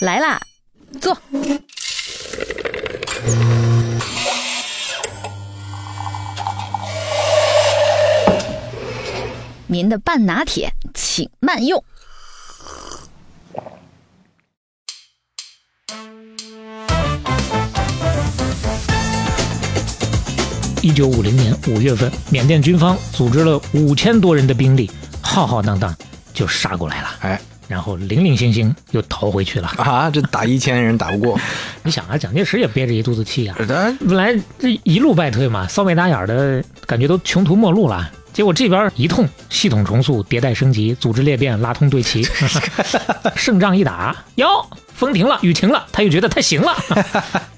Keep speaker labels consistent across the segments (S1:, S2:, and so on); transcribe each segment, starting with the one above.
S1: 来啦，坐。您的半拿铁，请慢用。
S2: 一九五零年五月份，缅甸军方组织了五千多人的兵力，浩浩荡荡就杀过来了，
S3: 哎
S2: 然后零零星星又逃回去了。
S3: 啊，这打一千人打不 过，
S2: 你想啊，蒋介石也憋着一肚子气啊，
S3: 咱
S2: 本来这一路败退嘛，骚眉打眼儿的感觉都穷途末路了。结果这边一通系统重塑、迭代升级、组织裂变、拉通对齐， 胜仗一打，哟，风停了，雨停了，他又觉得他行了，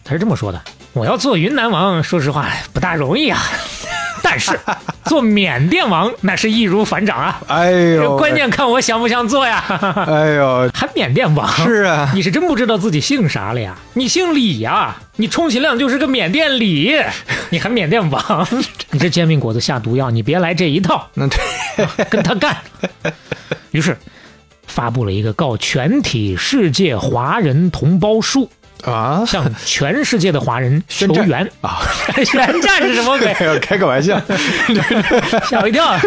S2: 他是这么说的：我要做云南王，说实话不大容易啊， 但是做缅甸王那是易如反掌啊，
S3: 哎
S2: 这
S3: 呦，
S2: 关键看我想不想做呀，
S3: 哎呦，
S2: 还缅甸王
S3: 是 啊，
S2: 你是真不知道自己姓啥了呀？你姓李呀、你充其量就是个缅甸李，你还缅甸王？ 你这煎饼果子下毒药，你别来这一套，
S3: 那对，
S2: 跟他干。 于是，发布了一个告全体世界华人同胞书，
S3: 啊
S2: 向全世界的华人求
S3: 宣战
S2: 援。
S3: 啊，
S2: 宣战是什么鬼
S3: 哎？呦，开个玩 笑，
S2: 吓我一跳！啊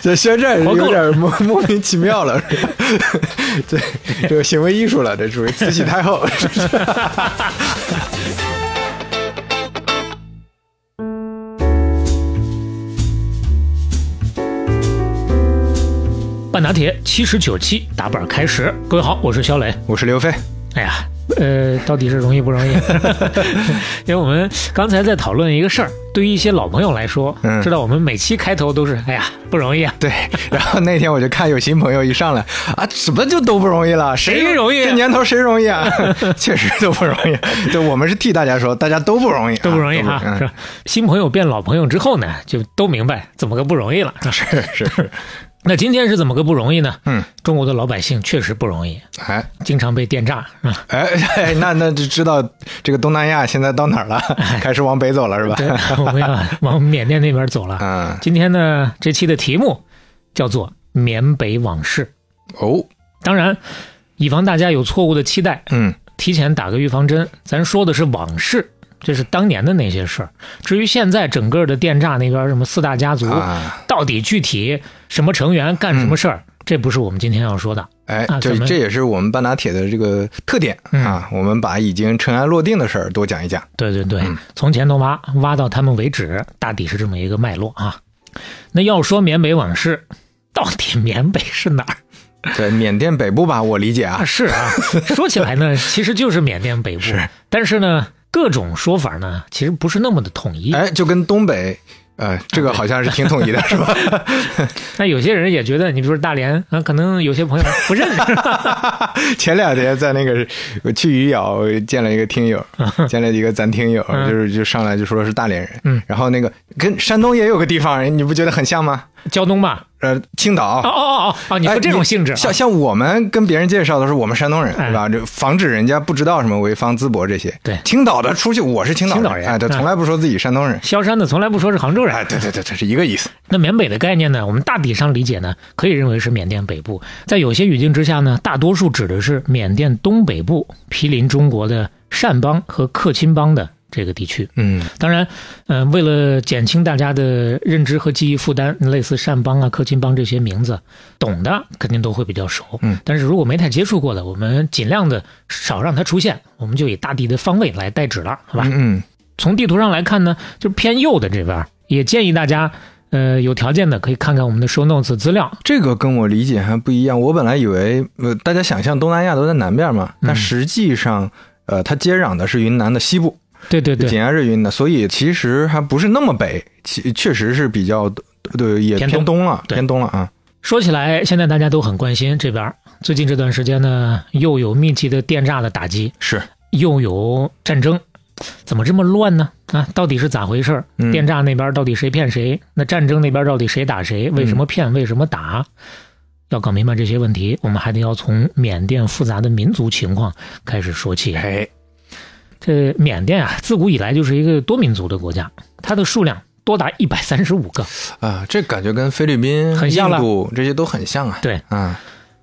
S3: 这宣战
S2: 活够
S3: 有
S2: 了
S3: 点莫莫名其妙了， 是吧这这个行为艺术了，这属于慈禧太后。
S2: 半拿铁七十九期打板开始，各位好，我是肖磊。
S3: 我是刘飞，
S2: 哎呀，呃，到底是容易不容易？ 因为我们刚才在讨论一个事儿，对于一些老朋友来说，
S3: 嗯
S2: 知道我们每期开头都是“哎呀，不容易啊
S3: 对，然后那天我就看有新朋友一上来啊，怎么就都不容易了？
S2: 谁容易啊
S3: 这年头谁容易啊？ 确实都不容易。对，我们是替大家说，大家都不容易啊，”，
S2: 都不容易啊，是
S3: 嗯
S2: 吧？新朋友变老朋友之后呢，就都明白怎么个不容易了。
S3: 是是是，
S2: 那今天是怎么个不容易呢？
S3: 嗯，
S2: 中国的老百姓确实不容易，
S3: 哎
S2: 经常被电诈 啊。
S3: 哎哎，那那就知道这个东南亚现在到哪儿了，开始往北走了是
S2: 哎对
S3: 吧？，
S2: 我们要往缅甸那边走了。
S3: 嗯，
S2: 今天呢，这期的题目叫做《缅北往事》。
S3: 哦，
S2: 当然，以防大家有错误的期待，
S3: 嗯，
S2: 提前打个预防针。咱说的是往事，这是当年的那些事儿。至于现在整个的电诈那边什么四大家族，
S3: 啊，嗯
S2: 到底具体什么成员干什么事儿，这不是我们今天要说的。
S3: 哎
S2: 啊，
S3: 这
S2: 咱们
S3: 这也是我们半拿铁的这个特点
S2: 嗯
S3: 啊，我们把已经尘埃落定的事儿多讲一讲。
S2: 对对对，
S3: 嗯
S2: 从前头挖挖到他们为止，大抵是这么一个脉络啊。那要说缅北往事，到底缅北是哪儿？
S3: 对，缅甸北部吧，我理解啊
S2: 啊，，是啊，说起来呢，其实就是缅甸北部，
S3: 是
S2: 但是呢，各种说法呢，其实不是那么的统一。
S3: 哎，就跟东北，呃，这个好像是挺统一的，是 吧？
S2: 那有些人也觉得，你比如说大连啊，可能有些朋友 不认识
S3: 前两天在那个我去余姚见了一个 听友，见了一个咱听友，
S2: 嗯
S3: 就是就上来就说是大连人，
S2: 嗯，
S3: 然后那个跟山东也有个地方，你不觉得很像吗？
S2: 胶东吧？
S3: 呃，青岛。
S2: 哦哦哦哦，你
S3: 哎
S2: 说这种性质啊，
S3: 像像我们跟别人介绍的是我们山东人，
S2: 哎
S3: 是吧？这防止人家不知道什么潍坊、淄博这些。
S2: 对
S3: 青岛的出去，我是青岛
S2: 青岛人
S3: 哎，对，
S2: 嗯
S3: 从来不说自己山东人，
S2: 萧山的从来不说是杭州人
S3: 哎，。对对对，这是一个意思。
S2: 那缅北的概念呢，我们大体上理解呢，可以认为是缅甸北部，在有些语境之下呢，大多数指的是缅甸东北部毗邻中国的掸邦和克钦邦的这个地区。
S3: 嗯，
S2: 当然，呃，为了减轻大家的认知和记忆负担，类似善邦啊、克钦邦这些名字，懂的肯定都会比较熟。
S3: 嗯，
S2: 但是如果没太接触过的，我们尽量的少让它出现，我们就以大地的方位来代指了，好吧？
S3: 嗯
S2: 从地图上来看呢，就是偏右的这边，也建议大家。呃，有条件的可以看看我们的 show notes 资料，
S3: 这个跟我理解还不一样。我本来以为，呃，大家想象东南亚都在南边嘛，
S2: 嗯
S3: 但实际上，呃，它接壤的是云南的西部，
S2: 对对对，
S3: 紧挨着云南，所以其实还不是那么北，其确实是比较对，也
S2: 偏
S3: 偏东了，
S2: 对
S3: 偏东了啊。
S2: 说起来，现在大家都很关心这边儿。最近这段时间呢，又有密集的电诈的打击，
S3: 是，
S2: 又有战争，怎么这么乱呢？啊，到底是咋回事儿？
S3: 嗯
S2: 电诈那边到底谁骗谁？那战争那边到底谁打
S3: 嗯
S2: 谁？为什么骗？为什么打？要搞明白这些问题，我们还得要从缅甸复杂的民族情况开始说起。
S3: 哎，
S2: 这缅甸啊，自古以来就是一个多民族的国家，它的数量多达一百三十五个。
S3: 啊，这感觉跟菲律宾、
S2: 很像
S3: 印
S2: 了
S3: 度这些都很像啊。
S2: 对
S3: 啊，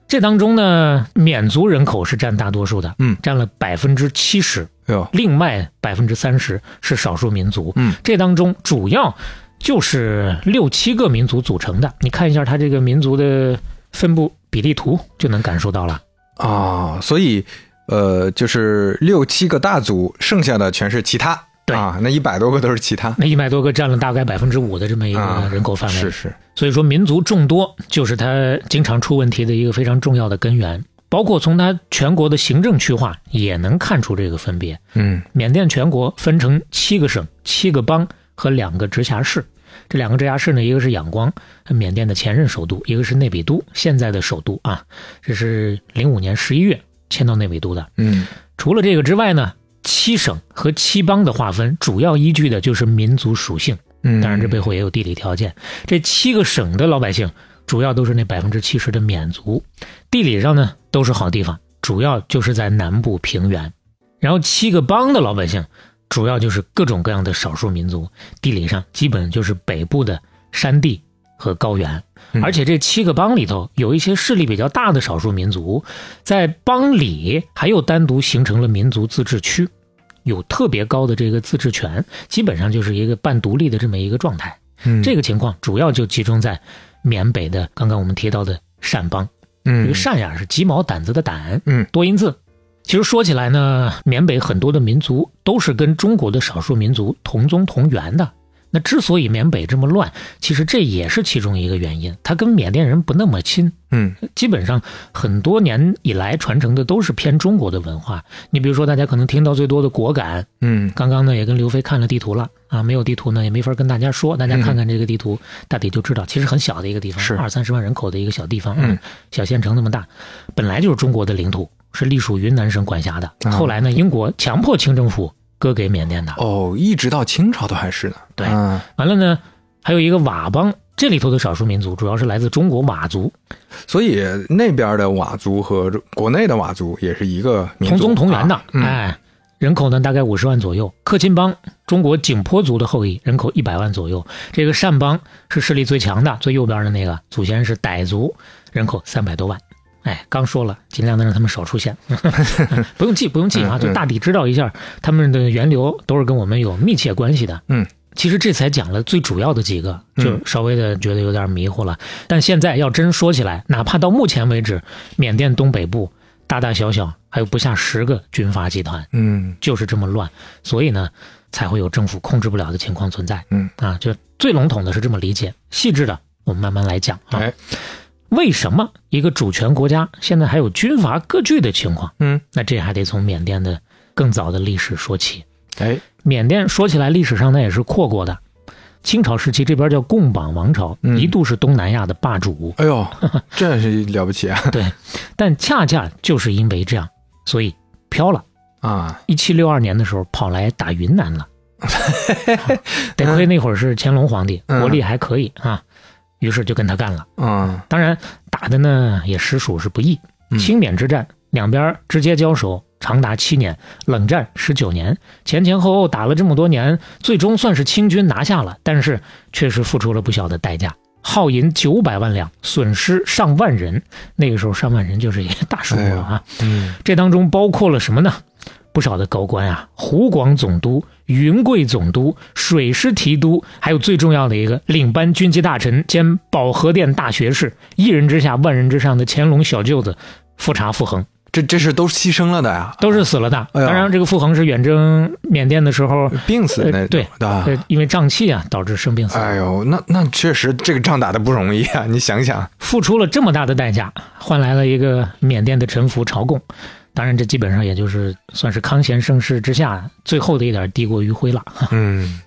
S2: 这当中呢，缅族人口是占大多数的，
S3: 嗯
S2: 占了百分之七十，
S3: 哟，
S2: 另外百分之三十是少数民族。
S3: 嗯，
S2: 这当中主要就是六七个民族组成的。你看一下它这个民族的分布比例图，就能感受到了。
S3: 啊，所以呃，就是六七个大族，剩下的全是其他。
S2: 对
S3: 啊，那一百多个都是其他。
S2: 那一百多个占了大概百分之五的这么一
S3: 啊
S2: 个人口范围。
S3: 是是，
S2: 所以说民族众多就是它经常出问题的一个非常重要的根源。包括从它全国的行政区划也能看出这个分别。
S3: 嗯
S2: 缅甸全国分成七个省、七个邦和两个直辖市。这两个直辖市呢，一个是仰光，缅甸的前任首都；一个是内比都，现在的首都啊。这是零五年十一月迁到内比都的。
S3: 嗯
S2: 除了这个之外呢，七省和七邦的划分主要依据的就是民族属性。
S3: 嗯，
S2: 当然，这背后也有地理条件。这七个省的老百姓主要都是那百分之七十的缅族，地理上呢都是好地方，主要就是在南部平原。然后七个邦的老百姓主要就是各种各样的少数民族，地理上基本就是北部的山地和高原。
S3: 嗯
S2: 而且这七个邦里头有一些势力比较大的少数民族，在邦里还又单独形成了民族自治区。有特别高的这个自治权，基本上就是一个半独立的这么一个状态。
S3: 嗯
S2: 这个情况主要就集中在缅北的刚刚我们提到的善邦，这
S3: 嗯
S2: 个善呀是鸡毛掸子的掸，
S3: 嗯
S2: 多音字。其实说起来呢，缅北很多的民族都是跟中国的少数民族同宗同源的。那之所以缅北这么乱，其实这也是其中一个原因，它跟缅甸人不那么亲。
S3: 嗯
S2: 基本上很多年以来传承的都是偏中国的文化。你比如说，大家可能听到最多的果敢，
S3: 嗯
S2: 刚刚呢也跟刘飞看了地图了啊，没有地图呢也没法跟大家说，大家看看这个地图，大体就知道，其实很小的一个地方，
S3: 嗯是
S2: 二三十万人口的一个小地方，啊
S3: 嗯，
S2: 小县城那么大，本来就是中国的领土，是隶属云南省管辖
S3: 啊
S2: 的。后来呢，英国强迫清政府割给缅甸的，
S3: 哦，一直到清朝都还是呢。
S2: 对
S3: 啊
S2: 完了呢，还有一个佤邦，这里头的少数民族主要是来自中国佤族，
S3: 所以那边的佤族和国内的佤族也是一个民族
S2: 同宗同源的，
S3: 啊嗯
S2: 哎，人口呢大概五十万左右。克钦邦，中国景颇族的后裔，人口一百万左右。这个善邦是势力最强的，最右边的那个祖先是傣族，人口三百多万。哎，刚说了，尽量的让他们少出现， 不用记，不用记啊，
S3: 嗯嗯
S2: 就大体知道一下他们的源流都是跟我们有密切关系的。
S3: 嗯，
S2: 其实这才讲了最主要的几个，
S3: 嗯
S2: 就稍微的觉得有点迷糊了。但现在要真说起来，哪怕到目前为止，缅甸东北部大大小小还有不下十个军阀集团，
S3: 嗯
S2: 就是这么乱，所以呢，才会有政府控制不了的情况存在。
S3: 嗯
S2: 啊，就最笼统的是这么理解，细致的我们慢慢来讲啊。
S3: 哎
S2: 为什么一个主权国家现在还有军阀割据的情况？
S3: 嗯
S2: 那这还得从缅甸的更早的历史说起。
S3: 哎
S2: 缅甸说起来，历史上那也是扩过的。清朝时期这边叫贡榜王朝，
S3: 嗯
S2: 一度是东南亚的霸主。
S3: 哎呦，这是了不起啊
S2: 对，但恰恰就是因为这样，所以飘了。
S3: 啊！
S2: 一七六二年的时候跑来打云南 了，得亏那会儿是乾隆皇帝，
S3: 嗯
S2: 国力还可以啊，于是就跟他干了。
S3: 嗯
S2: 当然打的呢也实属是不易
S3: 嗯，
S2: 清缅之战两边直接交手长达七年，冷战十九年，前前后后打了这么多年，最终算是清军拿下了，但是确实付出了不小的代价。耗银九百万两，损失上万人。那个时候上万人就是一个大数目了啊！
S3: 嗯
S2: 这当中包括了什么呢？不少的高官啊，湖广总督、云贵总督、水师提督，还有最重要的一个领班军机大臣兼保和殿大学士，一人之下万人之上的乾隆小舅子富察傅恒，
S3: 这这是都牺牲了的呀，
S2: 都是死了的。
S3: 哎呀
S2: 当然，这个傅恒是远征缅甸的时候，
S3: 病死那
S2: 呃对
S3: 的啊。
S2: 呃，因为胀气啊导致生病死了。
S3: 哎呦，那那确实这个仗打的不容易啊！你想想，
S2: 付出了这么大的代价，换来了一个缅甸的臣服朝贡。当然，这基本上也就是算是康乾盛世之下最后的一点地过于灰了。
S3: 嗯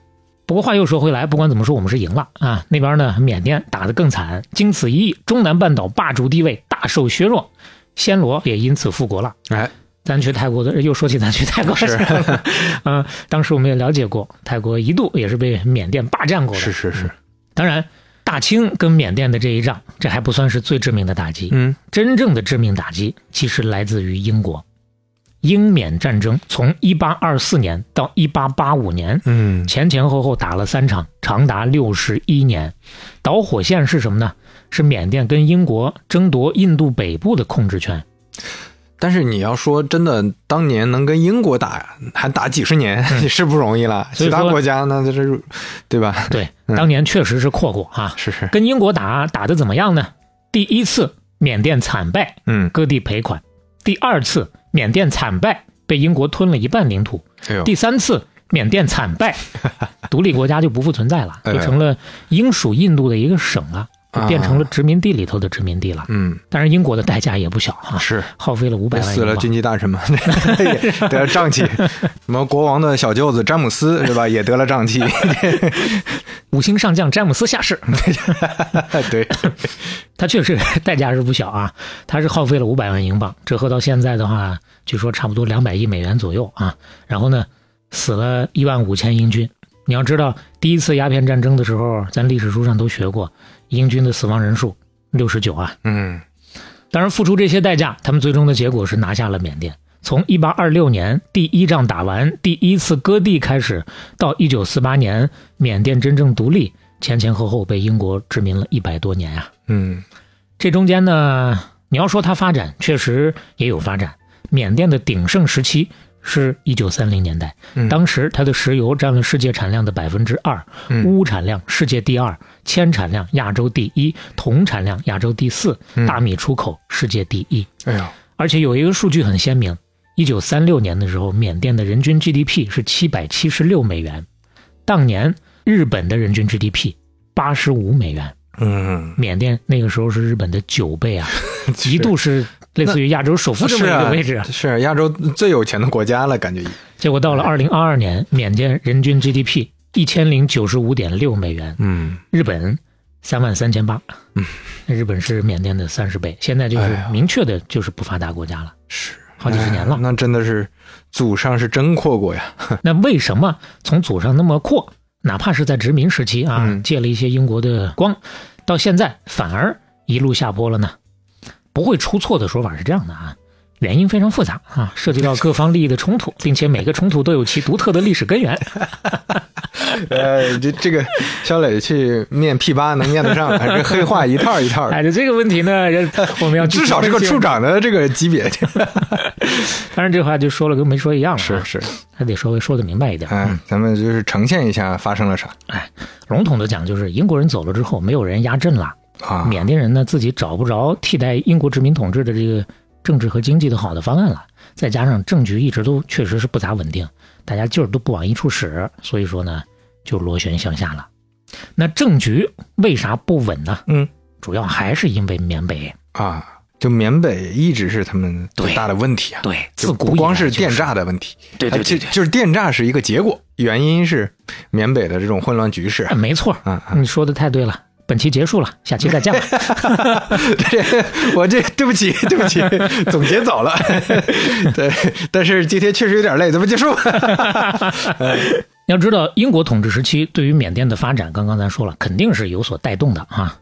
S2: 不过话又说回来，不管怎么说，我们是赢了啊！那边呢，缅甸打得更惨，经此一役，中南半岛霸主地位大受削弱，暹罗也因此复国了。
S3: 哎，
S2: 咱去泰国的，又说起咱去泰国
S3: 是
S2: 了， 嗯，当时我们也了解过，泰国一度也是被缅甸霸占过的。
S3: 是是是，
S2: 当然，大清跟缅甸的这一仗，这还不算是最致命的打击。
S3: 嗯
S2: 真正的致命打击其实来自于英国。英缅战争，从一八二四年到一八八五年，
S3: 嗯
S2: 前前后后打了三场，长达六十一年。导火线是什么呢？是缅甸跟英国争夺印度北部的控制权。
S3: 但是你要说真的，当年能跟英国打，还打几十年、也是不容易了。
S2: 嗯所以
S3: 其他
S2: 说
S3: 国家那就是，对吧？
S2: 对，
S3: 嗯
S2: 当年确实是阔过啊。
S3: 是是，
S2: 跟英国打打的怎么样呢？第一次缅甸惨败，
S3: 嗯，
S2: 割地赔款；第二次缅甸惨败，被英国吞了一半领土；
S3: 哎呦，
S2: 第三次缅甸惨 败，独立国家就不复存在了，
S3: 哎
S2: 就成了英属印度的一个省了，就变成了
S3: 啊
S2: 殖民地里头的殖民地了。
S3: 嗯，
S2: 当然，英国的代价也不小啊，
S3: 是
S2: 耗费了五百万
S3: 死
S2: 英
S3: 了
S2: 镑。
S3: 军机大 臣嘛，也得了瘴气。什么国王的小舅子詹姆斯是吧？也得了瘴气。
S2: 五星上将詹姆斯下士，
S3: 对，
S2: 他确实代价是不小啊，他是耗费了五百万英镑，折合到现在的话，据说差不多两百亿美元左右啊。然后呢，死了一万五千英军。你要知道，第一次鸦片战争的时候，咱历史书上都学过，英军的死亡人数六十九啊。
S3: 嗯
S2: 当然，付出这些代价，他们最终的结果是拿下了缅甸。从一八二六年第一仗打完，第一次割地开始，到一九四八年缅甸真正独立，前前后后被英国殖民了一百多年啊。
S3: 嗯
S2: 这中间呢，你要说它发展，确实也有发展。缅甸的鼎盛时期是一九三零年代，
S3: 嗯
S2: 当时它的石油占了世界产量的百分之二，
S3: 嗯
S2: 钨产量世界第二，铅产量亚洲第一，铜产量亚洲第四，
S3: 嗯
S2: 大米出口世界第一。
S3: 哎呦，
S2: 而且有一个数据很鲜明：一九三六年的时候，缅甸的人均 GDP 是七百七十六美元，当年日本的人均 GDP 八十五美元。
S3: 嗯，
S2: 缅甸那个时候是日本的九倍啊，一度是类似于亚洲首富这么一个位置啊。
S3: 是啊是亚洲最有钱的国家了，感觉。
S2: 结果到了二零二二年，缅甸人均 GDP 一千零九十五点六美元，
S3: 嗯，
S2: 日本三万三千八。
S3: 嗯，
S2: 日本是缅甸的三十倍，现在就
S3: 哎
S2: 是
S3: 呀
S2: 明确的就是不发达国家了，
S3: 是
S2: 好几十年
S3: 哎
S2: 了。
S3: 那真的是祖上是真阔过呀。
S2: 那为什么从祖上那么阔，哪怕是在殖民时期啊
S3: 嗯，
S2: 借了一些英国的光，到现在反而一路下坡了呢？不会出错的说法是这样的啊，原因非常复杂啊，涉及到各方利益的冲 突，并且每个冲突都有其独特的历史根源。
S3: 呃，这这个肖磊去面 P 八能面得上，这黑话一套一套的，
S2: 哎，就这个问题 呢，人我们要
S3: 至少是个处
S2: 长。
S3: 长的这个级别。
S2: 当然，这话就说了跟没说一样了、啊，
S3: 是，
S2: 还得稍微说的明白一点。
S3: 哎，咱们就是呈现一下发生了啥
S2: 笼统的讲，就是英国人走了之后，没有人压阵了。
S3: 啊？
S2: 缅甸人呢自己找不着替代英国殖民统治的这个政治和经济的好的方案了，再加上政局一直都确实是不咋稳定，大家劲儿都不往一处使，所以说呢就螺旋向下了。那政局为啥不稳呢？
S3: 嗯，
S2: 主要还是因为缅北
S3: 啊，就缅北一直是他们最
S2: 对
S3: 大的问题啊。
S2: 对
S3: 就
S2: 自古
S3: 不光
S2: 以来
S3: 是
S2: 就
S3: 电，诈的问题，
S2: 对对
S3: 哎
S2: 对
S3: 就就是电诈是一个结果，原因是缅北的这种混乱局势啊
S2: 哎。没错，
S3: 啊啊！
S2: 你说的太对了。本期结束了，下期再见 吧。
S3: 这 我这对不起，对不起，总结早了。 对，但是今天确实有点累，咱们结束吧。
S2: 要知道，英国统治时期对于缅甸的发展，刚刚咱说了，肯定是有所带动的啊。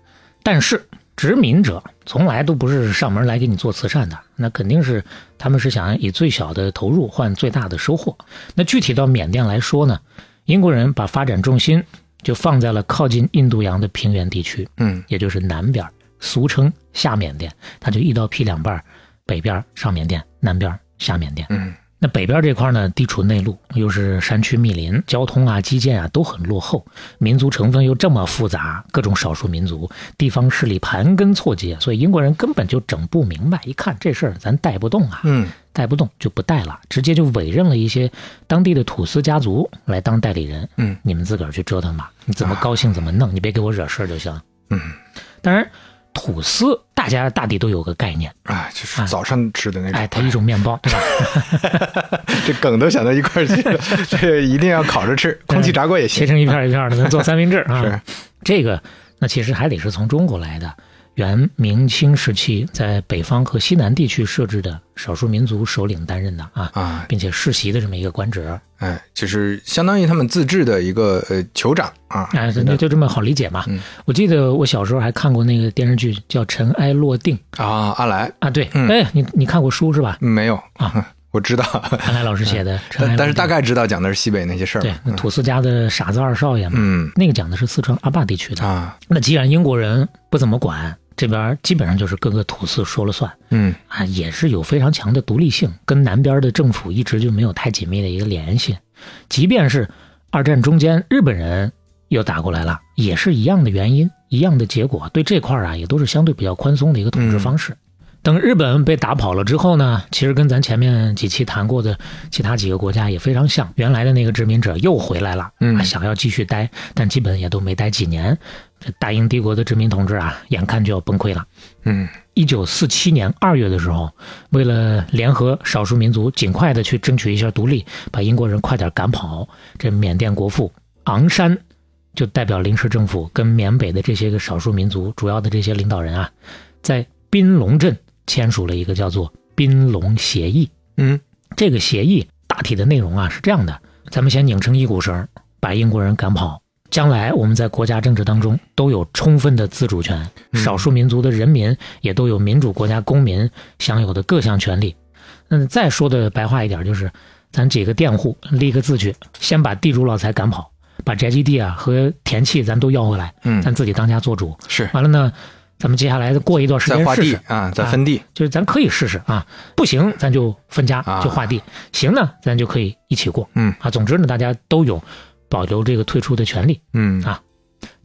S2: 但是殖民者从来都不是上门来给你做慈善的，那肯定是他们是想以最小的投入换最大的收获。那具体到缅甸来说呢，英国人把发展重心就放在了靠近印度洋的平原地区，
S3: 嗯
S2: 也就是南边，俗称下缅甸，它就一刀劈两半儿，北边上缅甸，南边下缅甸。
S3: 嗯
S2: 那北边这块呢，地处内陆，又是山区密林，交通啊、基建啊都很落后，民族成分又这么复杂，各种少数民族、地方势力盘根错节，所以英国人根本就整不明白。一看这事儿咱带不动啊，
S3: 嗯
S2: 带不动就不带了，直接就委任了一些当地的土司家族来当代理人。
S3: 嗯
S2: 你们自个儿去折腾吧，你怎么高兴怎么弄，你别给我惹事儿就行。
S3: 嗯
S2: 当然，土司大家大抵都有个概念，
S3: 啊，就是早上吃的那种，
S2: 哎，它一种面包，对吧？
S3: 这梗都想到一块儿去 了，这一定要烤着吃，空气炸锅也
S2: 切
S3: 行。
S2: 成一片儿一片儿的， 能做三明治啊。
S3: 是，
S2: 这个那其实还得是从中国来的。元明清时期，在北方和西南地区设置的少数民族首领担任的啊，
S3: 啊，
S2: 并且世袭的这么一个官职，
S3: 哎，就是相当于他们自治的一个呃酋长啊，
S2: 哎，
S3: 是
S2: 那
S3: 的
S2: 就这么好理解嘛。
S3: 嗯
S2: 我记得我小时候还看过那个电视剧叫《尘埃落定》
S3: 啊，阿来
S2: 啊，对，
S3: 嗯
S2: 哎，你你看过书是吧？
S3: 没有
S2: 啊，
S3: 我我知道，
S2: 陈来老师写的，陈来
S3: 嗯但但是
S2: 老
S3: 大
S2: 师
S3: 概知道讲的是西北那些事儿
S2: 对
S3: 嘛。
S2: 那
S3: 嗯
S2: 土司家的傻子二少爷嘛，
S3: 嗯
S2: 那个讲的是四川阿坝地区的。
S3: 啊，
S2: 那既然英国人不怎么管，这边基本上就是各个土司说了算
S3: 嗯
S2: 啊，也是有非常强的独立性，跟南边的政府一直就没有太紧密的一个联系。即便是二战中间日本人又打过来了，也是一样的原因，一样的结果，对这块儿啊也都是相对比较宽松的一个统治方式。等日本被打跑了之后呢，其实跟咱前面几期谈过的其他几个国家也非常像，原来的那个殖民者又回来了，
S3: 嗯
S2: 啊想要继续待，但基本也都没待几年。这大英帝国的殖民统治啊，眼看就要崩溃了。
S3: 嗯
S2: 一九四七年二月的时候，为了联合少数民族，尽快的去争取一下独立，把英国人快点赶跑，这缅甸国父昂山就代表临时政府跟缅北的这些个少数民族主要的这些领导人啊，在宾龙镇签署了一个叫做《宾龙协议》。
S3: 嗯
S2: 这个协议大体的内容啊是这样的：咱们先拧成一股绳儿，把英国人赶跑。将来我们在国家政治当中都有充分的自主权，
S3: 嗯
S2: 少数民族的人民也都有民主国家公民享有的各项权利。那再说的白话一点，就是咱几个佃户立个字据，先把地主老财赶跑，把宅基地啊和田契咱都要回来，
S3: 嗯，
S2: 咱自己当家做主。
S3: 是
S2: 完了呢，咱们接下来过一段时
S3: 在
S2: 间
S3: 划
S2: 试
S3: 地
S2: 试，
S3: 啊，在分地
S2: 就是咱可以试试啊，不行咱就分家
S3: 啊
S2: 就划地，行呢咱就可以一起过，
S3: 嗯
S2: 啊，总之呢大家都有保留这个退出的权利，
S3: 嗯
S2: 啊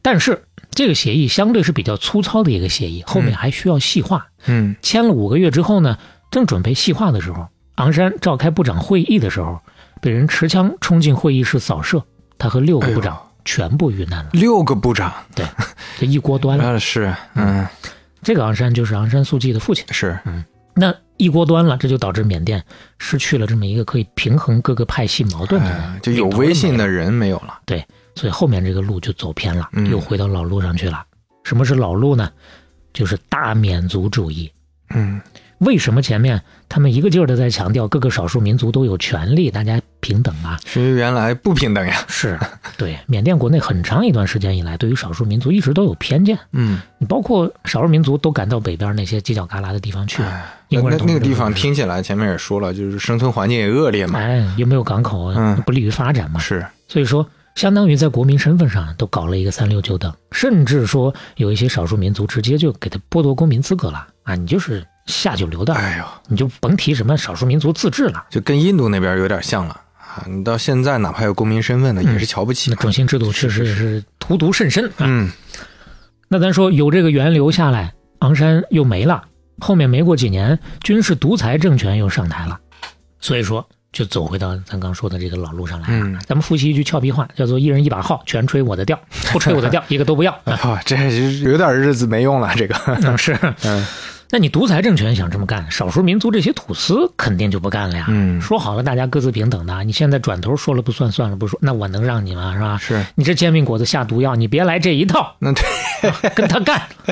S2: 但是这个协议相对是比较粗糙的一个协议，后面还需要细化。
S3: 嗯
S2: 签了五个月之后呢，正准备细化的时候，昂山召开部长会议的时候，被人持枪冲进会议室扫射，他和六个部
S3: 哎
S2: 长全部遇难了，
S3: 六个部长
S2: 这一锅端了。
S3: 啊是嗯
S2: 这个昂山就是昂山素季的父亲。
S3: 是
S2: 那一锅端了，这就导致缅甸失去了这么一个可以平衡各个派系矛盾的人、
S3: 哎就有威信的人没有了，
S2: 所以后面这个路就走偏了，
S3: 嗯
S2: 又回到老路上去了。什么是老路呢？就是大缅族主义。
S3: 嗯
S2: 为什么前面他们一个劲儿的在强调各个少数民族都有权利，大家平等啊？
S3: 是因为原来不平等呀，
S2: 是 对缅甸国内很长一段时间以来，对于少数民族一直都有偏见，
S3: 嗯
S2: 你包括少数民族都赶到北边那些犄角旮旯的地方去了。
S3: 哎
S2: 英
S3: 那
S2: 国
S3: 那
S2: 人统
S3: 那
S2: 治
S3: 个地
S2: 的
S3: 方
S2: 时候
S3: 听起来前面也说了，就是生存环境也恶劣嘛，
S2: 哎，又没有港口，
S3: 嗯
S2: 不利于发展嘛。
S3: 是
S2: 所以说，相当于在国民身份上都搞了一个三六九等，甚至说有一些少数民族直接就给他剥夺公民资格了啊！你就是下九流的，
S3: 哎呦，
S2: 你就甭提什么少数民族自治了。
S3: 就跟印度那边有点像了啊，你到现在哪怕有公民身份的也是瞧不起
S2: 那，种姓制度确实也是荼毒甚深啊。
S3: 嗯
S2: 那咱说有这个源流下来，昂山又没了，后面没过几年，军事独裁政权又上台了，所以说就走回到咱刚说的这个老路上来了。
S3: 嗯，
S2: 咱们复习一句俏皮话，叫做“一人一把号，全吹我的调，不吹我的 调，一个都不要”
S3: 啊、这是有点日子没用了，这个，
S2: 嗯， 是，
S3: 嗯，
S2: 那你独裁政权想这么干，少数民族这些土司肯定就不干了呀。
S3: 嗯
S2: 说好了大家各自平等的，你现在转头说了不算，算了不说，那我能让你吗？是吧？
S3: 是，
S2: 你这煎饼果子下毒药，你别来这一套，
S3: 那对，
S2: 跟他干。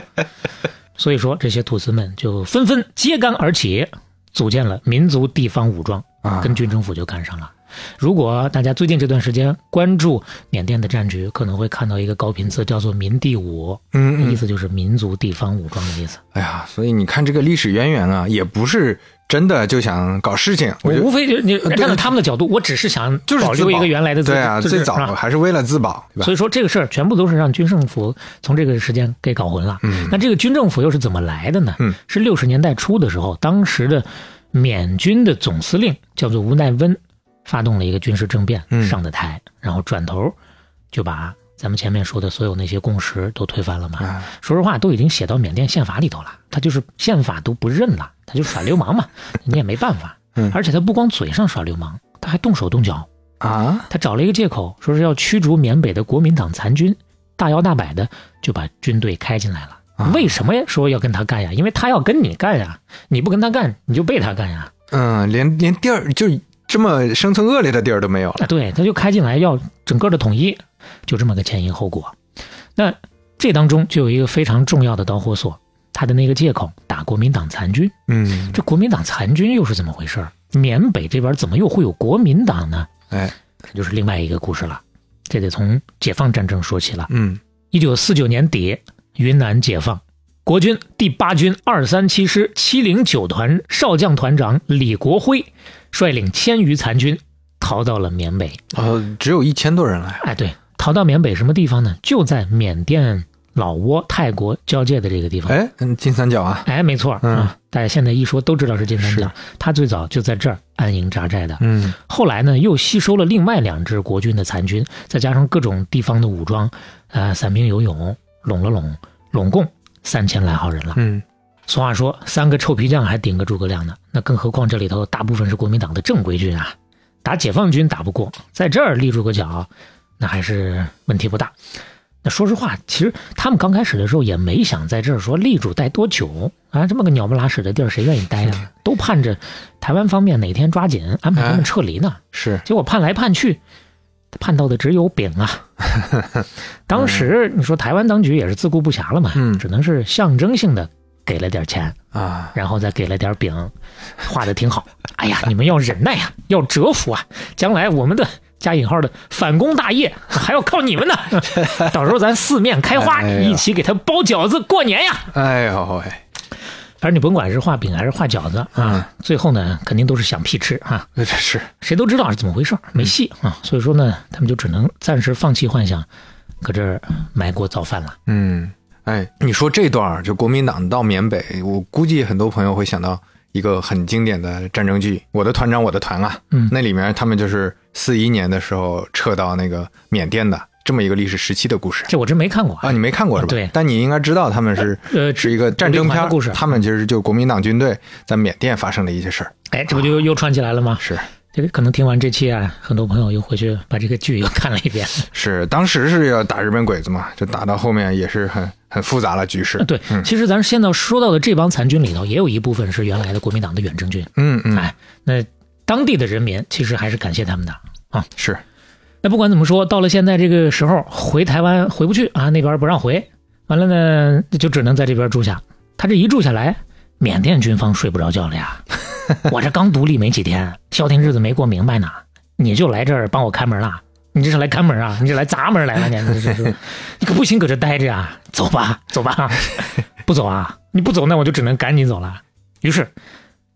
S2: 所以说，这些土司们就纷纷揭竿而起，组建了民族地方武装，
S3: 啊
S2: 跟军政府就干上了。如果大家最近这段时间关注缅甸的战局，可能会看到一个高频词，叫做“民地武”，
S3: 嗯
S2: 意
S3: 嗯，
S2: 思就是民族地方武装的意思。
S3: 哎呀，所以你看这个历史渊源啊，也不是真的就想搞事情，
S2: 我
S3: 我觉
S2: 无
S3: 得。
S2: 非就是你
S3: 对
S2: 站在他们的角度，我只是想
S3: 就是
S2: 保
S3: 自
S2: 留一
S3: 保
S2: 个原来的自
S3: 对啊，
S2: 自
S3: 最
S2: 治
S3: 早
S2: 是吧
S3: 还是为了自保，对吧？
S2: 所以说这个事儿全部都是让军政府从这个时间给搞混了。
S3: 嗯
S2: 那这个军政府又是怎么来的呢？
S3: 嗯
S2: 是六十年代初的时候，当时的缅军的总司令叫做吴奈温，发动了一个军事政变
S3: 嗯
S2: 上的台，然后转头就把咱们前面说的所有那些共识都推翻了嘛。
S3: 啊
S2: 说实话，都已经写到缅甸宪法里头了，他就是宪法都不认了，他就耍流氓 嘛，你也没办法。
S3: 嗯
S2: 而且他不光嘴上耍流氓，他还动手动脚。
S3: 啊，
S2: 他找了一个借口，说是要驱逐缅北的国民党残军，大摇大摆的就把军队开进来了。
S3: 啊
S2: 为什么说要跟他干呀？因为他要跟你干呀，你不跟他干，你就被他干呀。
S3: 嗯，连连地儿就这么生存恶劣的地儿都没有了，
S2: 啊，对，他就开进来要整个的统一，就这么个前因后果。那这当中就有一个非常重要的导火索，他的那个借口打国民党残军。
S3: 嗯，
S2: 这国民党残军又是怎么回事儿？缅北这边怎么又会有国民党呢？
S3: 哎，
S2: 这就是另外一个故事了。这得从解放战争说起了。
S3: 嗯
S2: 一九四九年底，云南解放，国军第八军二三七师七零九团少将团长李国辉率领千余残军逃到了缅北。
S3: 呃，只有一千多人来，
S2: 哎，对，逃到缅北什么地方呢？就在缅甸、老挝、泰国交界的这个地方。
S3: 哎，嗯金三角啊，
S2: 哎，没错，
S3: 嗯
S2: 啊，大家现在一说都知道是金三角
S3: 是，
S2: 他最早就在这儿安营扎寨的。
S3: 嗯
S2: 后来呢，又吸收了另外两支国军的残军，再加上各种地方的武装，呃，散兵游勇，拢了拢，拢共三千来号人了。
S3: 嗯，
S2: 俗话说，三个臭皮匠还顶个诸葛亮呢，那更何况这里头大部分是国民党的正规军啊，打解放军打不过，在这儿立住个脚，那还是问题不大。那说实话，其实他们刚开始的时候也没想在这儿说立住待多久啊，这么个鸟不拉屎的地儿，谁愿意待啊？都盼着台湾方面哪天抓紧安排他们撤离呢。
S3: 是，
S2: 结果盼来盼去，盼到的只有饼 啊！当时你说台湾当局也是自顾不暇了嘛，
S3: 嗯
S2: 只能是象征性的给了点钱，
S3: 啊，
S2: 然后再给了点饼，画的挺 好。哎呀，你们要忍耐啊，要折服啊，将来我们的。加引号的反攻大业还要靠你 们呢，到时候咱四面开花，
S3: 哎呀
S2: 一起给他包饺子过年呀！
S3: 哎呦喂，
S2: 反正你甭管是画饼还是画饺子
S3: 嗯
S2: 啊，最后呢肯定都是想屁吃啊。
S3: 那这是
S2: 谁都知道是怎么回事儿，没戏啊。所以说呢，他们就只能暂时放弃幻想，搁这儿埋锅造饭了。
S3: 嗯，哎，你说这段儿就国民党到缅北，我估计很多朋友会想到一个很经典的战争剧《我的团长我的团》啊，
S2: 嗯
S3: 那里面他们就是四一年的时候撤到那个缅甸的这么一个历史时期的故事
S2: 这我真没看过
S3: 啊，你没看过是吧？
S2: 对
S3: 但你应该知道他们是。
S2: 呃，
S3: 是一个战争
S2: 武力团
S3: 片
S2: 的故事
S3: 他们其实就国民党军队在缅甸发生的一些事儿。
S2: 哎，这不就又又串起来了吗？
S3: 是
S2: 这个可能听完这期啊，很多朋友又回去把这个剧又看了一遍。
S3: 是，当时是要打日本鬼子嘛，就打到后面也是很很复杂了局势。
S2: 呃对，其实咱现在说到的这帮残军里头，也有一部分是原来的国民党的远征军。
S3: 嗯嗯，
S2: 哎，那当地的人民其实还是感谢他们的。
S3: 是
S2: 那不管怎么说，到了现在这个时候，回台湾回不去啊，那边不让回，完了呢，就只能在这边住下。他这一住下来，缅甸军方睡不着觉了呀。 我这刚独立没几天，消停日子没过明白呢，你就来这儿帮我看门了？你这是来看门啊？你这来砸门来了？你这这这， 你可不行，搁这待着呀、走吧，走吧， 不走啊？你不走，那我就只能赶紧走了。于是，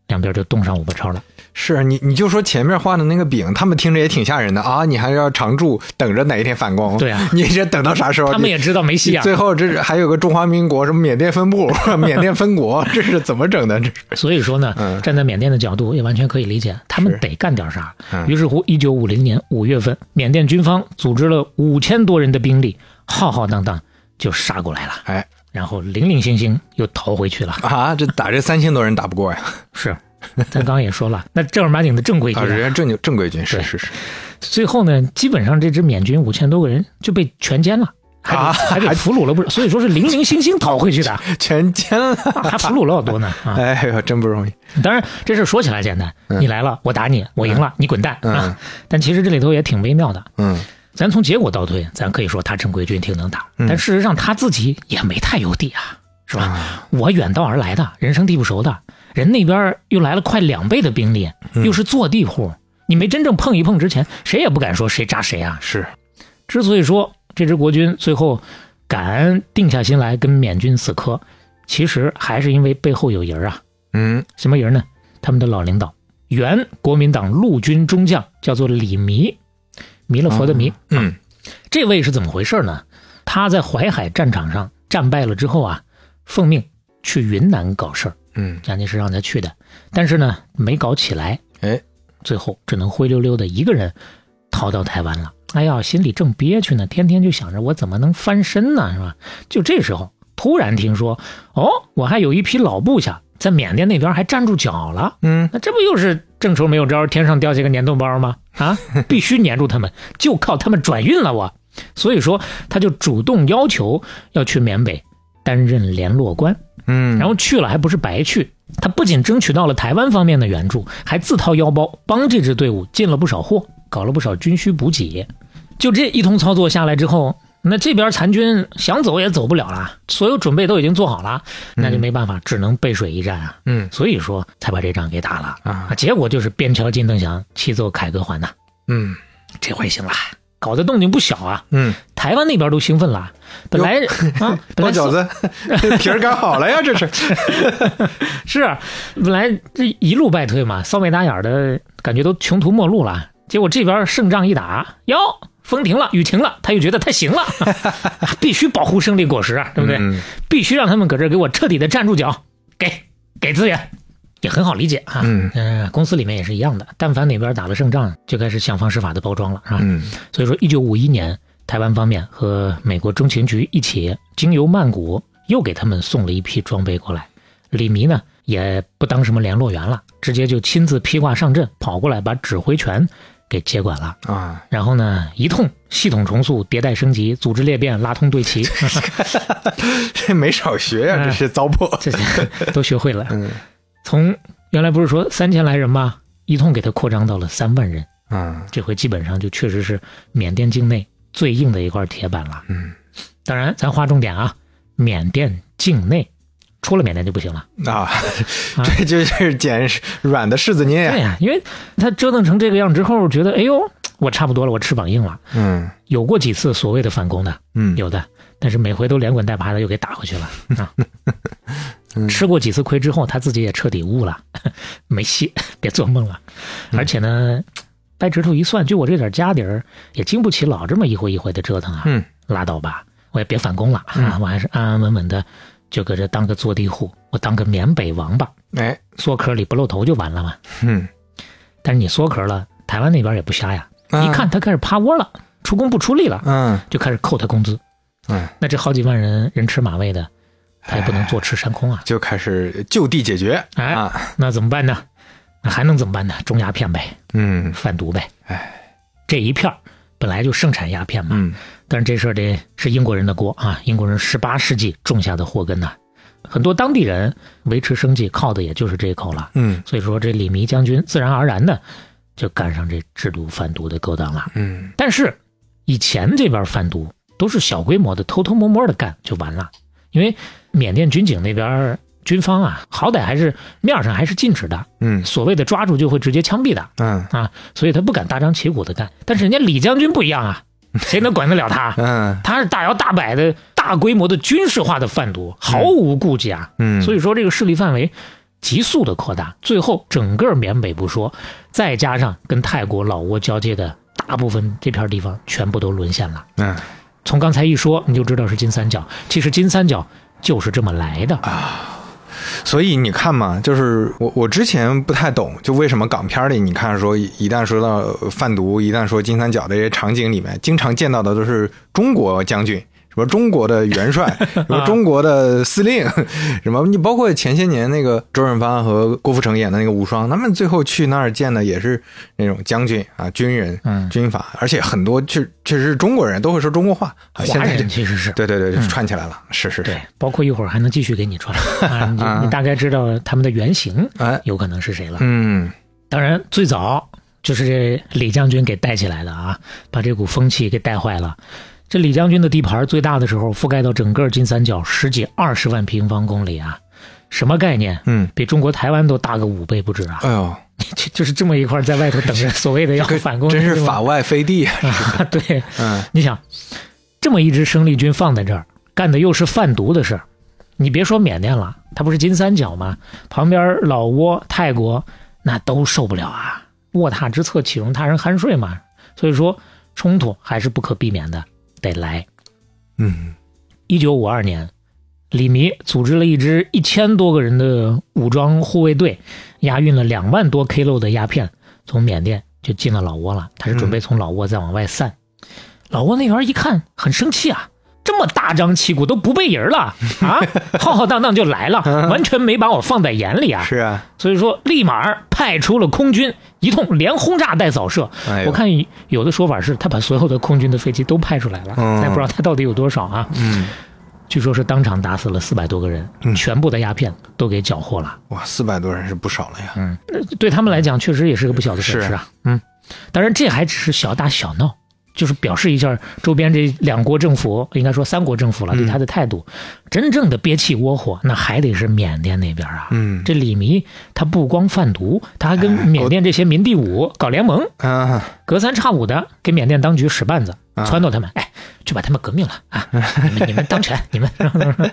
S2: 两边就动上五八超了。
S3: 是，你你就说前面画的那个饼，他们听着也挺吓人的啊，你还要常驻，等着哪一天反攻。
S2: 对啊
S3: 你这等到啥时候？
S2: 他们
S3: 你
S2: 也知道没戏啊，
S3: 最后这是还有个中华民国什么缅甸分 部、缅甸分国，这是怎么整的？这是
S2: 所以说呢，
S3: 嗯
S2: 站在缅甸的角度也完全可以理解，他们
S3: 是
S2: 得干点啥。
S3: 嗯
S2: 于是乎，一九五零年五月份，缅甸军方组织了五千多人的兵力，浩浩荡荡就杀过来了，
S3: 哎
S2: 然后零零星星又逃回去了。
S3: 啊，这打这三千多人打不过呀！
S2: 是，咱刚刚也说了，那正儿八经的正规军
S3: 啊，
S2: 啊、
S3: 人家正经正规军是
S2: 对
S3: 是是
S2: 最后呢，基本上这支缅军五千多个人就被全歼了。还给、
S3: 啊
S2: 还给俘虏了不是？所以说是零零星星逃回去 的，
S3: 全歼了，
S2: 还俘虏了好多呢啊！
S3: 哎呦，真不容易。
S2: 当然，这事儿说起来简单，你来了我打你，我赢了你滚蛋
S3: 嗯
S2: 啊！但其实这里头也挺微妙的。
S3: 嗯，
S2: 咱从结果倒推，咱可以说他正规军挺能打，但事实上他自己也没太有底啊，是吧？我远道而来的，人生地不熟的，人那边又来了快两倍的兵力，嗯又是坐地户，你没真正碰一碰之前，谁也不敢说谁扎谁啊。
S3: 是
S2: 之所以说这支国军最后敢定下心来跟缅军死磕，其实还是因为背后有人啊。
S3: 嗯
S2: 什么人呢？他们的老领导，原国民党陆军中将，叫做李弥，弥勒佛的弥。
S3: 嗯
S2: 这位是怎么回事呢？他在淮海战场上战败了之后啊，奉命去云南搞事儿，
S3: 嗯，
S2: 蒋介石让他去的，但是呢，没搞起来，
S3: 哎，
S2: 最后只能灰溜溜的一个人逃到台湾了。哎呀，心里正憋屈呢，天天就想着我怎么能翻身呢，是吧？就这时候，突然听说，哦，我还有一批老部下在缅甸那边还站住脚了。
S3: 嗯，
S2: 那这不又是正愁没有招，天上掉下个粘豆包吗？啊，必须粘住他们，就靠他们转运了我。所以说，他就主动要求要去缅北担任联络官，
S3: 嗯，
S2: 然后去了还不是白去，他不仅争取到了台湾方面的援助，还自掏腰包帮这支队伍进了不少货，搞了不少军需补给。就这一通操作下来之后，那这边残军想走也走不了了，所有准备都已经做好了，那就没办法，只能背水一战啊。
S3: 嗯
S2: 所以说才把这仗给打了
S3: 啊
S2: 结果就是边桥金灯响，气奏凯歌还呐、
S3: 嗯
S2: 这回行了，搞得动静不小啊。
S3: 嗯，
S2: 台湾那边都兴奋了，本来 啊，本
S3: 包
S2: 来
S3: 饺子， 这皮儿擀好了呀，这是。
S2: 是啊本来这一路败退嘛，骚眉打眼儿的感觉都穷途末路了。结果这边胜仗一打，哟，风停了，雨停了，他又觉得他行了， 必须保护胜利果实啊，对不对？
S3: 嗯
S2: 必须让他们搁这儿给我彻底的站住脚，给给资源，也很好理解啊。
S3: 嗯
S2: 嗯，公司里面也是一样的，但凡哪边打了胜仗，就开始想方设法的包装了啊。
S3: 嗯
S2: 所以说，一九五一年，台湾方面和美国中情局一起，经由曼谷又给他们送了一批装备过来。李弥呢，也不当什么联络员了，直接就亲自披挂上阵，跑过来把指挥权给接管了。
S3: 啊，
S2: 然后呢，一通系统重塑、迭代升级、组织裂变、拉通对齐，
S3: 这没少学呀，
S2: 哎
S3: 这些糟粕。
S2: 这 些都学会了。
S3: 嗯
S2: 从原来不是说三千来人吗？一通给他扩张到了三万人，
S3: 啊
S2: 这回基本上就确实是缅甸境内最硬的一块铁板了。
S3: 嗯
S2: 当然，咱划重点啊，缅甸境内，出了缅甸就不行了。
S3: 啊，这就是捡软的柿
S2: 对
S3: 子捏。
S2: 呀、因为他折腾成这个样之后，觉得哎呦，我差不多了，我翅膀硬了。
S3: 嗯
S2: 有过几次所谓的反攻的，
S3: 嗯，
S2: 有的，但是每回都连滚带爬的又给打回 去了啊。
S3: 嗯
S2: 吃过几次亏之后，他自己也彻底悟了， 没戏， 别做梦了。
S3: 嗯
S2: 而且呢，掰指头一算，就我这点家底儿，也经不起老这么一回一回的折腾啊。
S3: 嗯，
S2: 拉倒吧，我也别反攻了啊，我还是安安稳稳的就搁这当个坐地户，我当个缅北王吧，
S3: 哎，
S2: 缩壳里不露头就完了嘛。
S3: 嗯，
S2: 但是你缩壳了，台湾那边也不瞎呀，
S3: 啊
S2: 一看他开始趴窝了，出工不出力了，
S3: 嗯
S2: 就开始扣他工资。
S3: 嗯，
S2: 那这好几万人人吃马喂的，他也不能坐吃山空啊。
S3: 就开始就地解决
S2: 哎
S3: 啊。
S2: 那怎么办呢？那还能怎么办呢？中鸦片呗，
S3: 嗯
S2: 贩毒呗。哎，这一片儿本来就盛产鸦片嘛，
S3: 嗯
S2: 但是这事儿得是英国人的锅啊！英国人十八世纪种下的祸根呐、很多当地人维持生计靠的也就是这一口了。
S3: 嗯
S2: 所以说，这李弥将军自然而然的就干上这制毒贩毒的勾当了。
S3: 嗯
S2: 但是以前这边贩毒都是小规模的，偷偷摸摸的干就完了，因为缅甸军警那边军方啊，好歹还是面上还是禁止的，
S3: 嗯
S2: 所谓的抓住就会直接枪毙的
S3: 嗯
S2: 啊，所以他不敢大张旗鼓的干。但是人家李将军不一样啊，谁能管得了他？啊
S3: 嗯
S2: 他是大摇大摆的、大规模的军事化的贩毒，毫无顾忌啊。
S3: 嗯，
S2: 所
S3: 以
S2: 以说这个势力范围急速的扩大，最后整个缅北不说，再加上跟泰国、老挝交界的大部分这片地方，全部都沦陷了。
S3: 嗯
S2: 从刚才一说，你就知道是金三角。其实金三角就是这么来的。
S3: 啊所以你看嘛，就是我我之前不太懂，就为什么港片里你看说一旦说到贩毒，一旦说金三角的这些场景里面，经常见到的都是中国将军。什么中国的 元帅，什么中国的司令，什么你包括前些年那个周润发和郭富城演的那个《无双》，他们最后去那儿见的也是那种将军啊、军人、
S2: 嗯
S3: 军阀，而且很多确确实是中国人都会说中国话。啊现
S2: 华
S3: 在这
S2: 人其实是
S3: 对对对，就串起来了，是是是
S2: 嗯对，，包括一会儿还能继续给你穿、啊， 你就你大概知道他们的原型
S3: 哎，
S2: 有可能是谁了。
S3: 嗯
S2: 当然，最早就是这李将军给带起来的啊，把这股风气给带坏了。这李将军的地盘最大的时候，覆盖到整个金三角十几二十万平方公里啊，什么概念？
S3: 嗯，
S2: 比中国台湾都大个五倍不止啊！
S3: 哎呦，
S2: 就就是这么一块在外头等着所谓的要
S3: 这个
S2: 反攻的
S3: 真
S2: 地方，
S3: 是法外飞 地。
S2: 啊！对，
S3: 嗯
S2: 你想，这么一支生力军放在这儿，干的又是贩毒的事儿，你别说缅甸了，它不是金三角吗？旁边老挝、泰国那都受不了啊！卧榻之侧岂容他人酣睡嘛？所以说，冲突还是不可避免的，得来。
S3: 嗯
S2: 一九五二年，李弥组织了一支一千多个人的武装护卫队，押运了两万多 kilo 的鸦片，从缅甸就进了老挝了。他是准
S3: 嗯
S2: 备从老挝再往外散。老挝那边一看，很生气啊。这么大张旗鼓都不背人了啊，浩浩荡荡就 来了，完全没把我放在眼里啊！
S3: 是啊，
S2: 所以说，立马派出了空军，一通连轰炸带扫射，
S3: 哎呦
S2: 我看有的说法是他把所有的空军的飞机都派出来了，
S3: 嗯
S2: 咱也不知道他到底有多少啊。
S3: 嗯，
S2: 据说是当场打死了四百多个人，
S3: 嗯
S2: 全部的鸦片都给缴获了。呃
S3: 哇，四百多人是不少了呀。
S2: 对他们来讲，确实也是个不小的损失
S3: 是
S2: 啊。嗯，当然这还只是小打小闹，就是表示一下周边这两国政府，应该说三国政府
S3: 嗯
S2: 了，对他的态度。真正的憋气窝火，那还得是缅甸那边啊。
S3: 嗯哎
S2: 这李弥他不光贩毒，他还跟缅甸这些民地五搞联盟，
S3: 啊，
S2: 隔三差五的给缅甸当局使绊子，
S3: 啊
S2: 撺掇他们，哎，去把他们革命了 啊！你们你们当权，你们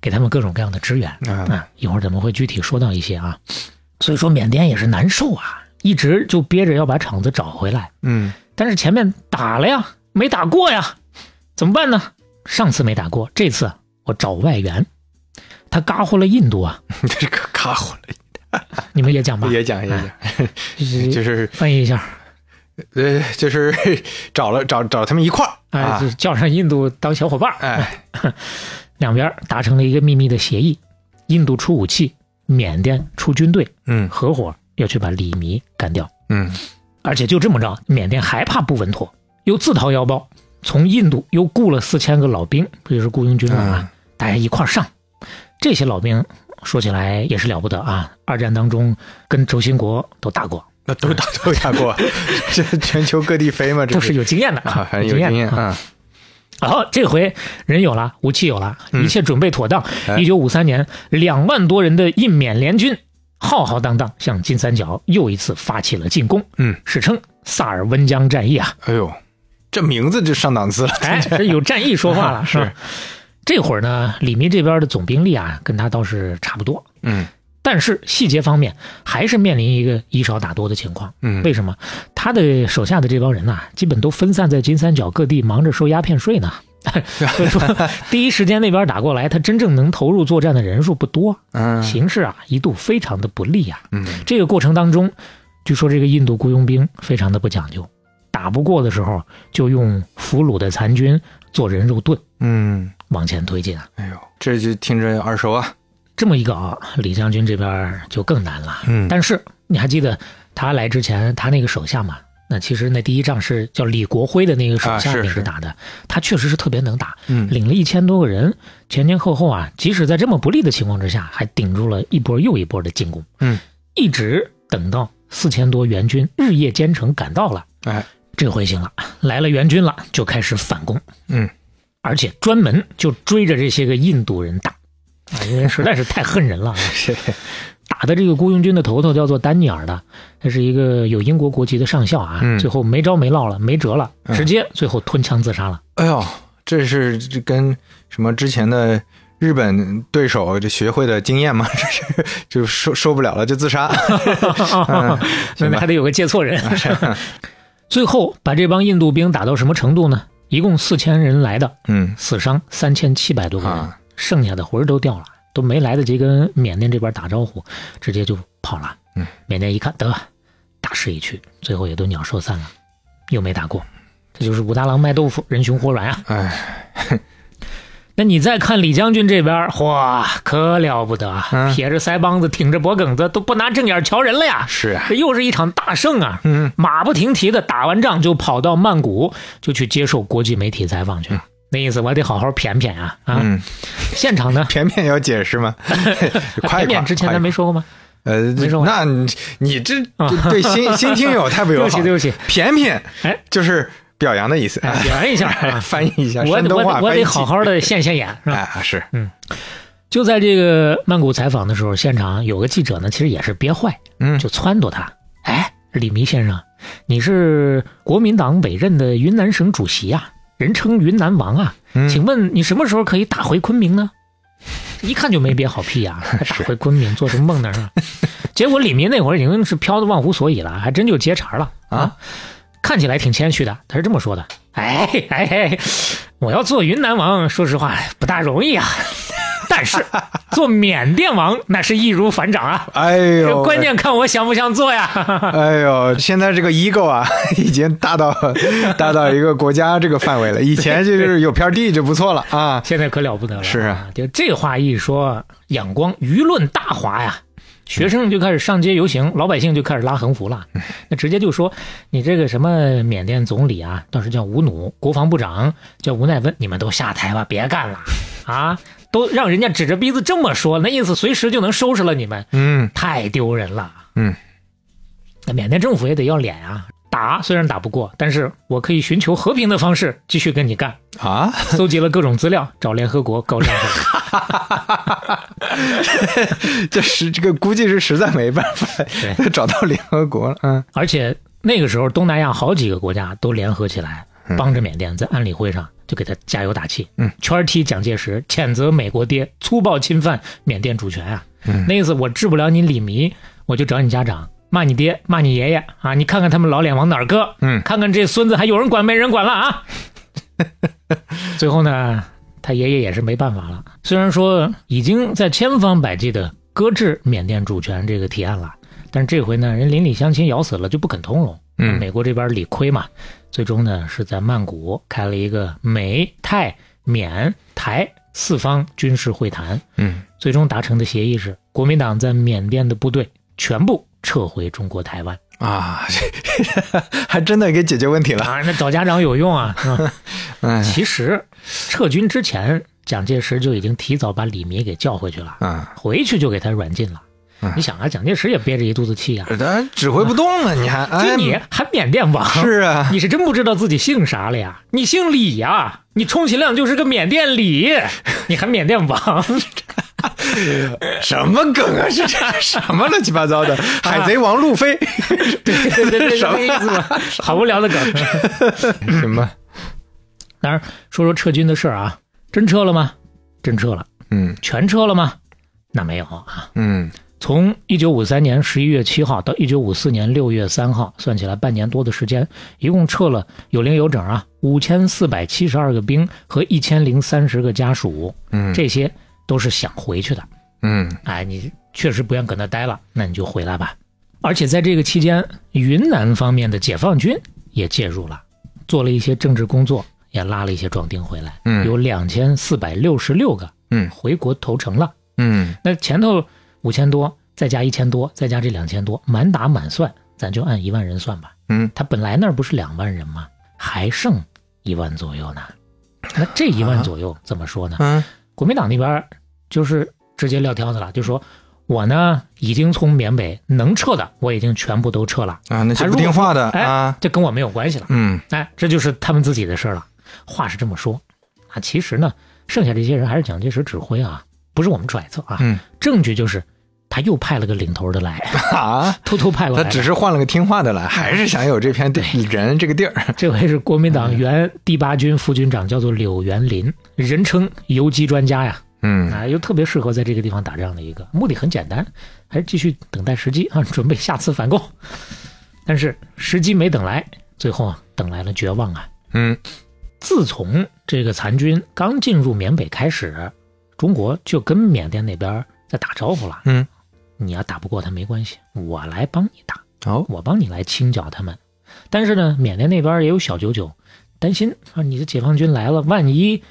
S2: 给他们各种各样的支援
S3: 嗯
S2: 啊。一会儿咱们会具体说到一些啊。所以说缅甸也是难受啊，一直就憋着要把厂子找回来，
S3: 嗯
S2: 但是前面打了呀，没打过呀，怎么办呢？上次没打过，这次我找外援，他嘎呼了印度啊，
S3: 你这个卡混了，
S2: 你们也讲吧，
S3: 也讲也讲，就是
S2: 翻译一下，
S3: 呃，就是找了找找他们一块儿
S2: 哎，
S3: 啊
S2: 就，是叫上印度当小伙伴儿，
S3: 哎，
S2: 两边达成了一个秘密的协议：印度出武器，缅甸出军队，
S3: 嗯
S2: 合伙要去把李弥干掉。
S3: 嗯
S2: 而且就这么着，缅甸还怕不稳妥，又自掏腰包从印度又雇了四千个老兵，不就是雇佣军了
S3: 嗯
S2: 啊？大家一块儿上。这些老兵说起来也是了不得啊！二战当中跟轴心国都打过，
S3: 那都打 都打过，这全球各地飞嘛，这
S2: 都是有经验的
S3: 啊，反正有
S2: 经
S3: 经验
S2: 的啊。
S3: 啊，
S2: 然后这回人有了，武器有了，
S3: 嗯
S2: 一切准备妥当。
S3: 哎
S2: 一九五三年，两万多人的印缅联军浩浩荡荡向金三角又一次发起了进攻，
S3: 嗯，
S2: 史称萨尔温江战役 啊！
S3: 哎呦，这名字就上档次了，
S2: 哎，这有战役说 话了，
S3: 是
S2: 吧这会儿呢，李弥这边的总兵力啊，跟他倒是差不多，
S3: 嗯
S2: 但是细节方面还是面临一个以少打多的情况。
S3: 嗯
S2: 为什么？他的手下的这帮人呐、基本都分散在金三角各地，忙着收鸦片税 呢。所以说，第一时间那边打过来，他真正能投入作战的人数不多，
S3: 嗯
S2: 形势啊一度非常的不利啊。
S3: 嗯
S2: 这个过程当中，据说这个印度雇佣兵非常的不讲究，打不过的时候就用俘虏的残军做人肉盾
S3: 嗯，
S2: 往前推进啊。
S3: 哎呦，这就听着耳熟啊，
S2: 这么一搞，李将军这边就更难了。
S3: 嗯
S2: 但是你还记得他来之前，他那个手下嘛？那其实那第一仗是叫李国辉的那个手
S3: 啊
S2: 下
S3: 是
S2: 那
S3: 是
S2: 个打的，他确实是特别能打，
S3: 嗯
S2: 领了一千多个人，前前后后啊，即使在这么不利的情况之下，还顶住了一波又一波的进攻，
S3: 嗯，
S2: 一直等到四千多援军日夜兼程赶到了，
S3: 哎
S2: 这回行了，来了援军了，就开始反攻，
S3: 嗯，
S2: 而且专门就追着这些个印度人打，啊，
S3: 哎
S2: 因为实在是太恨人了啊。
S3: 是
S2: 打的这个雇佣军的头头叫做丹尼尔的，他是一个有英国国籍的上校啊，
S3: 嗯
S2: 最后没招没落了，没辙了，
S3: 嗯
S2: 直接最后吞枪自杀 了。
S3: 哎呦，这是这跟什么之前的日本对手这学会的经验吗？ 这是就受受不了了就自杀。 嗯
S2: 那、
S3: 行吧啊
S2: 还得有个借错人。 最后把这帮印度兵打到什么程度呢？一共四千人来的，
S3: 嗯
S2: 死伤三千七百多个人，
S3: 啊
S2: 剩下的魂儿都掉了，都没来得及跟缅甸这边打招呼，直接就跑了。
S3: 嗯，
S2: 缅甸一看得大势已去，最后也都鸟兽散了，又没打过。这就是武大郎卖豆腐，人熊火软啊！
S3: 哎
S2: 那你再看李将军这边，哇，可了不得啊，
S3: 嗯
S2: 撇着腮帮子，挺着脖梗子，都不拿正眼瞧人了呀！
S3: 是啊
S2: 这又是一场大胜啊！
S3: 嗯
S2: 马不停蹄的打完仗就跑到曼谷，就去接受国际媒体采访去了。那意思我得好好谝谝啊啊！
S3: 嗯，
S2: 现场呢，
S3: 片片要解释 吗？快
S2: 谝
S3: 一快
S2: 谝之前
S3: 快一
S2: 咱没说过吗？
S3: 快呃，
S2: 没说过
S3: 那你你这 这对新新听友太不
S2: 对
S3: 友
S2: 不
S3: 好
S2: 起，
S3: 了。
S2: 对不起，
S3: 片片
S2: 哎，
S3: 就是表扬的意思。
S2: 哎
S3: 哎！
S2: 表扬一下啊
S3: 翻译一下
S2: 我
S3: 山
S2: 得
S3: 东
S2: 我
S3: 话
S2: 得我
S3: 翻译
S2: 得
S3: 器
S2: 好好的现现眼，是吧？
S3: 哎啊是
S2: 就在这个曼谷采访的时候，现场有个记者呢，其实也是憋坏，
S3: 嗯
S2: 就撺掇他，哎，李弥先生，你是国民党委任的云南省主席啊，人称云南王啊，
S3: 嗯
S2: 请问你什么时候可以打回昆明呢？一看就没憋好屁 呀、还打回昆明做什么梦呢？是吧结果李弥那会儿已经是飘的忘乎所以了，还真就接茬了
S3: 啊！
S2: 看起来挺谦虚的，他是这么说的：“哎哎哎，我要做云南王，说实话不大容易啊，但是做缅甸王那是易如反掌啊。
S3: 哎呦，
S2: 关键看我想不想做呀。
S3: 哎呦，现在这个 ego 啊， 已经大 到大到一个国家这个范围了。以前就是有片地就不错了啊。
S2: 现在可了不得了，
S3: 是啊，
S2: 就这话一说，眼光舆论大哗呀，学生就开始上街游行，老百姓就开始拉横幅了。
S3: 嗯
S2: 那直接就说你这个什么缅甸总理啊，当时叫吴努，国防部长叫吴奈温，你们都下台吧，别干了啊！都让人家指着鼻子这么说，那意思随时就能收拾了你们，
S3: 嗯
S2: 太丢人了。
S3: 嗯，
S2: 那缅甸政府也得要脸啊，打虽然打不过，但是我可以寻求和平的方式继续跟你 干。
S3: 啊，
S2: 搜集了各种资料，找联合国告上去。
S3: 这是这个估计是实在没办法
S2: 对
S3: 找到联合国了。嗯，
S2: 而且那个时候，东南亚好几个国家都联合起来，帮着缅甸在安理会上就给他加油打气。
S3: 嗯，
S2: 圈踢蒋介石，谴责美国爹粗暴侵犯缅甸主权啊。
S3: 嗯
S2: 那意思我治不了你李弥，我就找你家长骂你爹骂你爷爷啊！你看看他们老脸往哪儿搁？
S3: 嗯
S2: 看看这孙子还有人管没人管了 啊！最后呢，他爷爷也是没办法了。虽然说已经在千方百计的搁置缅甸主权这个提案了，但是这回呢，人邻里乡亲咬死了就不肯通融。
S3: 嗯
S2: 美国这边理亏嘛，最终呢是在曼谷开了一个美泰缅台四方军事会谈。
S3: 嗯，
S2: 最终达成的协议是，国民党在缅甸的部队全部撤回中国台湾。
S3: 啊， 还真的给解决问题了。
S2: 啊，那找家长有用 啊！是吧
S3: 哎，
S2: 其实撤军之前，蒋介石就已经提早把李弥给叫回去了，
S3: 啊，
S2: 回去就给他软禁了
S3: 嗯。
S2: 你想啊，蒋介石也憋着一肚子气啊，
S3: 咱指挥不动了，你还哎
S2: 就你还缅甸王，
S3: 是啊，
S2: 你是真不知道自己姓啥了呀？你姓李呀、你充其量就是个缅甸李，你还缅甸 王，
S3: 什么梗啊？是这什么乱七八糟的？ 海贼王路飞，
S2: 对对对，
S3: 什
S2: 这
S3: 么
S2: 个意思吗？好无聊的梗。
S3: 什么？
S2: 当然，说说撤军的事儿啊，真撤了吗？真撤了，
S3: 嗯
S2: 全撤了吗？那没有啊。
S3: 嗯
S2: 从一九五三年十一月七号到一九五四年六月三号，算起来半年多的时间，一共撤了有零有整啊五千四百七十二个兵和一千零三十个家属，
S3: 嗯
S2: 这些都是想回去的。
S3: 嗯
S2: 哎，你确实不愿搁那待了，那你就回来吧。而且在这个期间，云南方面的解放军也介入了，做了一些政治工作，也拉了一些壮丁回来，
S3: 嗯
S2: 有两千四百六十六个，
S3: 嗯
S2: 回国投诚了。
S3: 嗯
S2: 那前头五千多，再加一千多，再加这两千多，满打满算，咱就按一万人算吧。
S3: 嗯，
S2: 他本来那儿不是两万人吗？还剩一万左右呢。那这一
S3: 啊
S2: 万左右怎么说呢？
S3: 嗯
S2: 国民党那边儿就是直截撂挑子了，就说我呢已经从缅北能撤的，我已经全部都撤了，
S3: 啊，那些不听话的
S2: 哎，
S3: 啊，
S2: 这跟我没有关系了，
S3: 嗯
S2: 哎，这就是他们自己的事儿了。话是这么说啊，其实呢，剩下这些人还是蒋介石指挥啊，不是我们揣测啊，
S3: 嗯
S2: 证据就是他又派了个领头的来，
S3: 啊。
S2: 偷偷派过
S3: 他
S2: 来的，
S3: 只是换了嗯个听话的了，还是想有这片地人这个地儿。
S2: 这位是国民党原第八军副军长，叫做柳元林，人称游击专家呀，
S3: 嗯
S2: 啊，又特别适合在这个地方打仗的一个。目的很简单，还是继续等待时机啊，准备下次反攻。但是时机没等来，最后啊，等来了绝望啊！
S3: 嗯
S2: 自从这个残军刚进入缅北开始，中国就跟缅甸那边在打招呼了。
S3: 嗯，
S2: 你要打不过他没关系，我来帮你打。
S3: 哦
S2: 我帮你来清剿他们。但是呢，缅甸那边也有小九九，担心啊，你的解放军来了，万一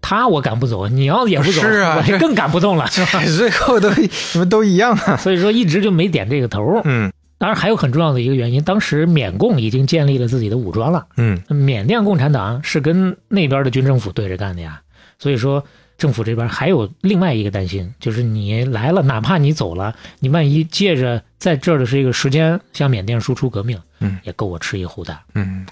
S2: 他我赶不走，你要也不走，
S3: 是啊
S2: 我还
S3: 这
S2: 更赶不动了。是吧
S3: 最后都你们都一样啊。
S2: 所以说一直就没点这个头儿。
S3: 嗯
S2: 当然还有很重要的一个原因，当时缅共已经建立了自己的武装了，
S3: 嗯
S2: 缅甸共产党是跟那边的军政府对着干的呀。所以说，政府这边还有另外一个担心，就是你来了，哪怕你走了，你万一借着在这儿的这个时间向缅甸输出革命，
S3: 嗯，
S2: 也够我吃一壶的。
S3: 嗯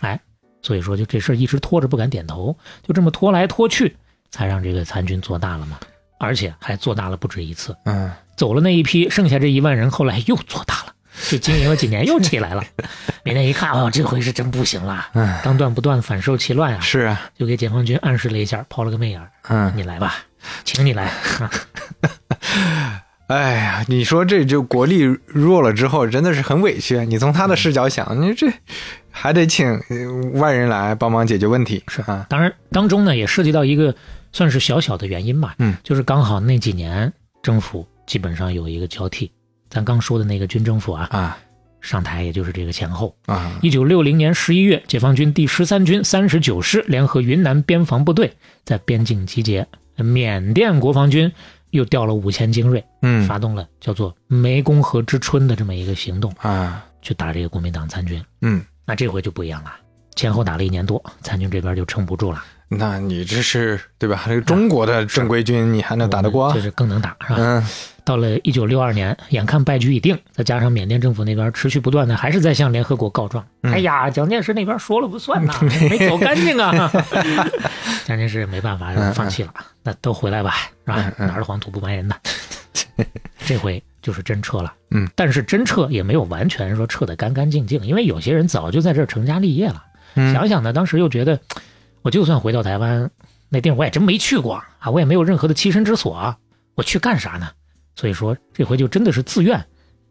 S2: 所以说，就这事儿一直拖着不敢点头，就这么拖来拖去，才让这个残军做大了嘛，而且还做大了不止一次。
S3: 嗯
S2: 走了那一批，剩下这一万人，后来又做大了，就经营了几年，又起 来了。缅甸一看，哦，这回是真不行了，
S3: 嗯，
S2: 当断不断，反受其乱啊，
S3: 是啊，
S2: 就给解放军暗示了一下，抛了个媚眼儿，
S3: 嗯，
S2: 你来吧，请你来。啊
S3: 哎呀，你说这就国力弱了之后，真的是很委屈。啊你从他的视角想，你这还得请呃外人来帮忙解决问题，是啊，
S2: 当然，当中呢也涉及到一个算是小小的原因吧，
S3: 嗯，
S2: 就是刚好那几年政府基本上有一个交替，咱刚说的那个军政府啊，
S3: 啊
S2: 上台也就是这个前后。
S3: 啊，
S2: 一九六零年十一月，解放军第十三军三十九师联合云南边防部队在边境集结，缅甸国防军又调了五千精锐，
S3: 嗯
S2: 发动了叫做“湄公河之春”的这么一个行动，
S3: 啊，
S2: 去打这个国民党参军。
S3: 嗯
S2: 那这回就不一样了，前后打了一年多，残军这边就撑不住了。
S3: 那你这是对吧？这个中国的正规军，你还能打得
S2: 我
S3: 过
S2: 嗯们
S3: 啊
S2: 这？是啊更能打，是吧？
S3: 嗯，
S2: 到了一九六二年，眼看败局已定，再加上缅甸政府那边持续不断的还是在向联合国告状，哎呀，蒋介石那边说了不算呐，没走干净啊。蒋介石也没办法，放弃了，那都回来吧，是吧？哪儿的黄土不埋人呐，这回。就是真撤了，
S3: 嗯，
S2: 但是真撤也没有完全说撤得干干净净，因为有些人早就在这儿成家立业了。
S3: 嗯
S2: 想想呢，当时又觉得，我就算回到台湾，那地儿我也真没去过啊，我也没有任何的栖身之所啊，我去干啥呢？所以说这回就真的是自愿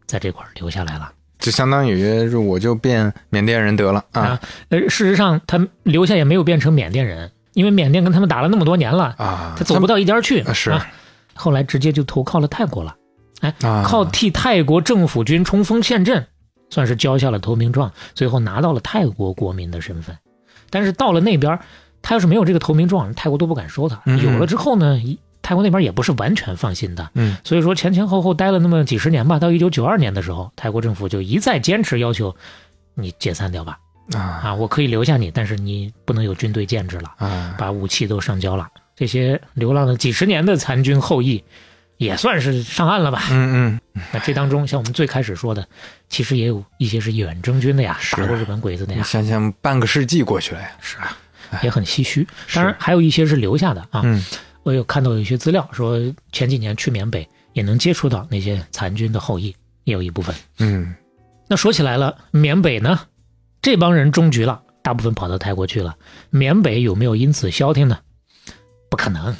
S2: 在这块儿留下来了
S3: 就相当于是我就变缅甸人得了啊
S2: 啊。呃，事实上他留下也没有变成缅甸人，因为缅甸跟他们打了那么多年了，
S3: 啊！
S2: 他走不到一家去
S3: 啊是
S2: 啊后来直接就投靠了泰国了，哎，
S3: 啊
S2: 靠替泰国政府军冲锋陷阵，算是交下了投名状，最后拿到了泰国国民的身份。但是到了那边，他要是没有这个投名状，泰国都不敢收他。
S3: 嗯
S2: 有了之后呢，一泰国那边也不是完全放心的。
S3: 嗯，
S2: 所以说前前后后待了那么几十年吧，到一九九二年的时候，泰国政府就一再坚持要求你解散掉吧，
S3: 啊
S2: 啊，我可以留下你，但是你不能有军队建制了。
S3: 啊！
S2: 把武器都上交了。这些流浪了几十年的残军后裔，也算是上岸了吧？
S3: 嗯
S2: 那这当中，像我们最开始说的，其实也有一些是远征军的呀，
S3: 是
S2: 打过日本鬼子的
S3: 嗯，你
S2: 哎呀，
S3: 想想半个世纪过去了呀，
S2: 是啊，也很唏嘘。当然，还有一些是留下的啊。
S3: 嗯
S2: 我有看到有一些资料说，前几年去缅北也能接触到那些残军的后裔，也有一部分。
S3: 嗯
S2: 那说起来了，缅北呢，这帮人终局了，大部分跑到泰国去了。缅北有没有因此消停呢？不可能，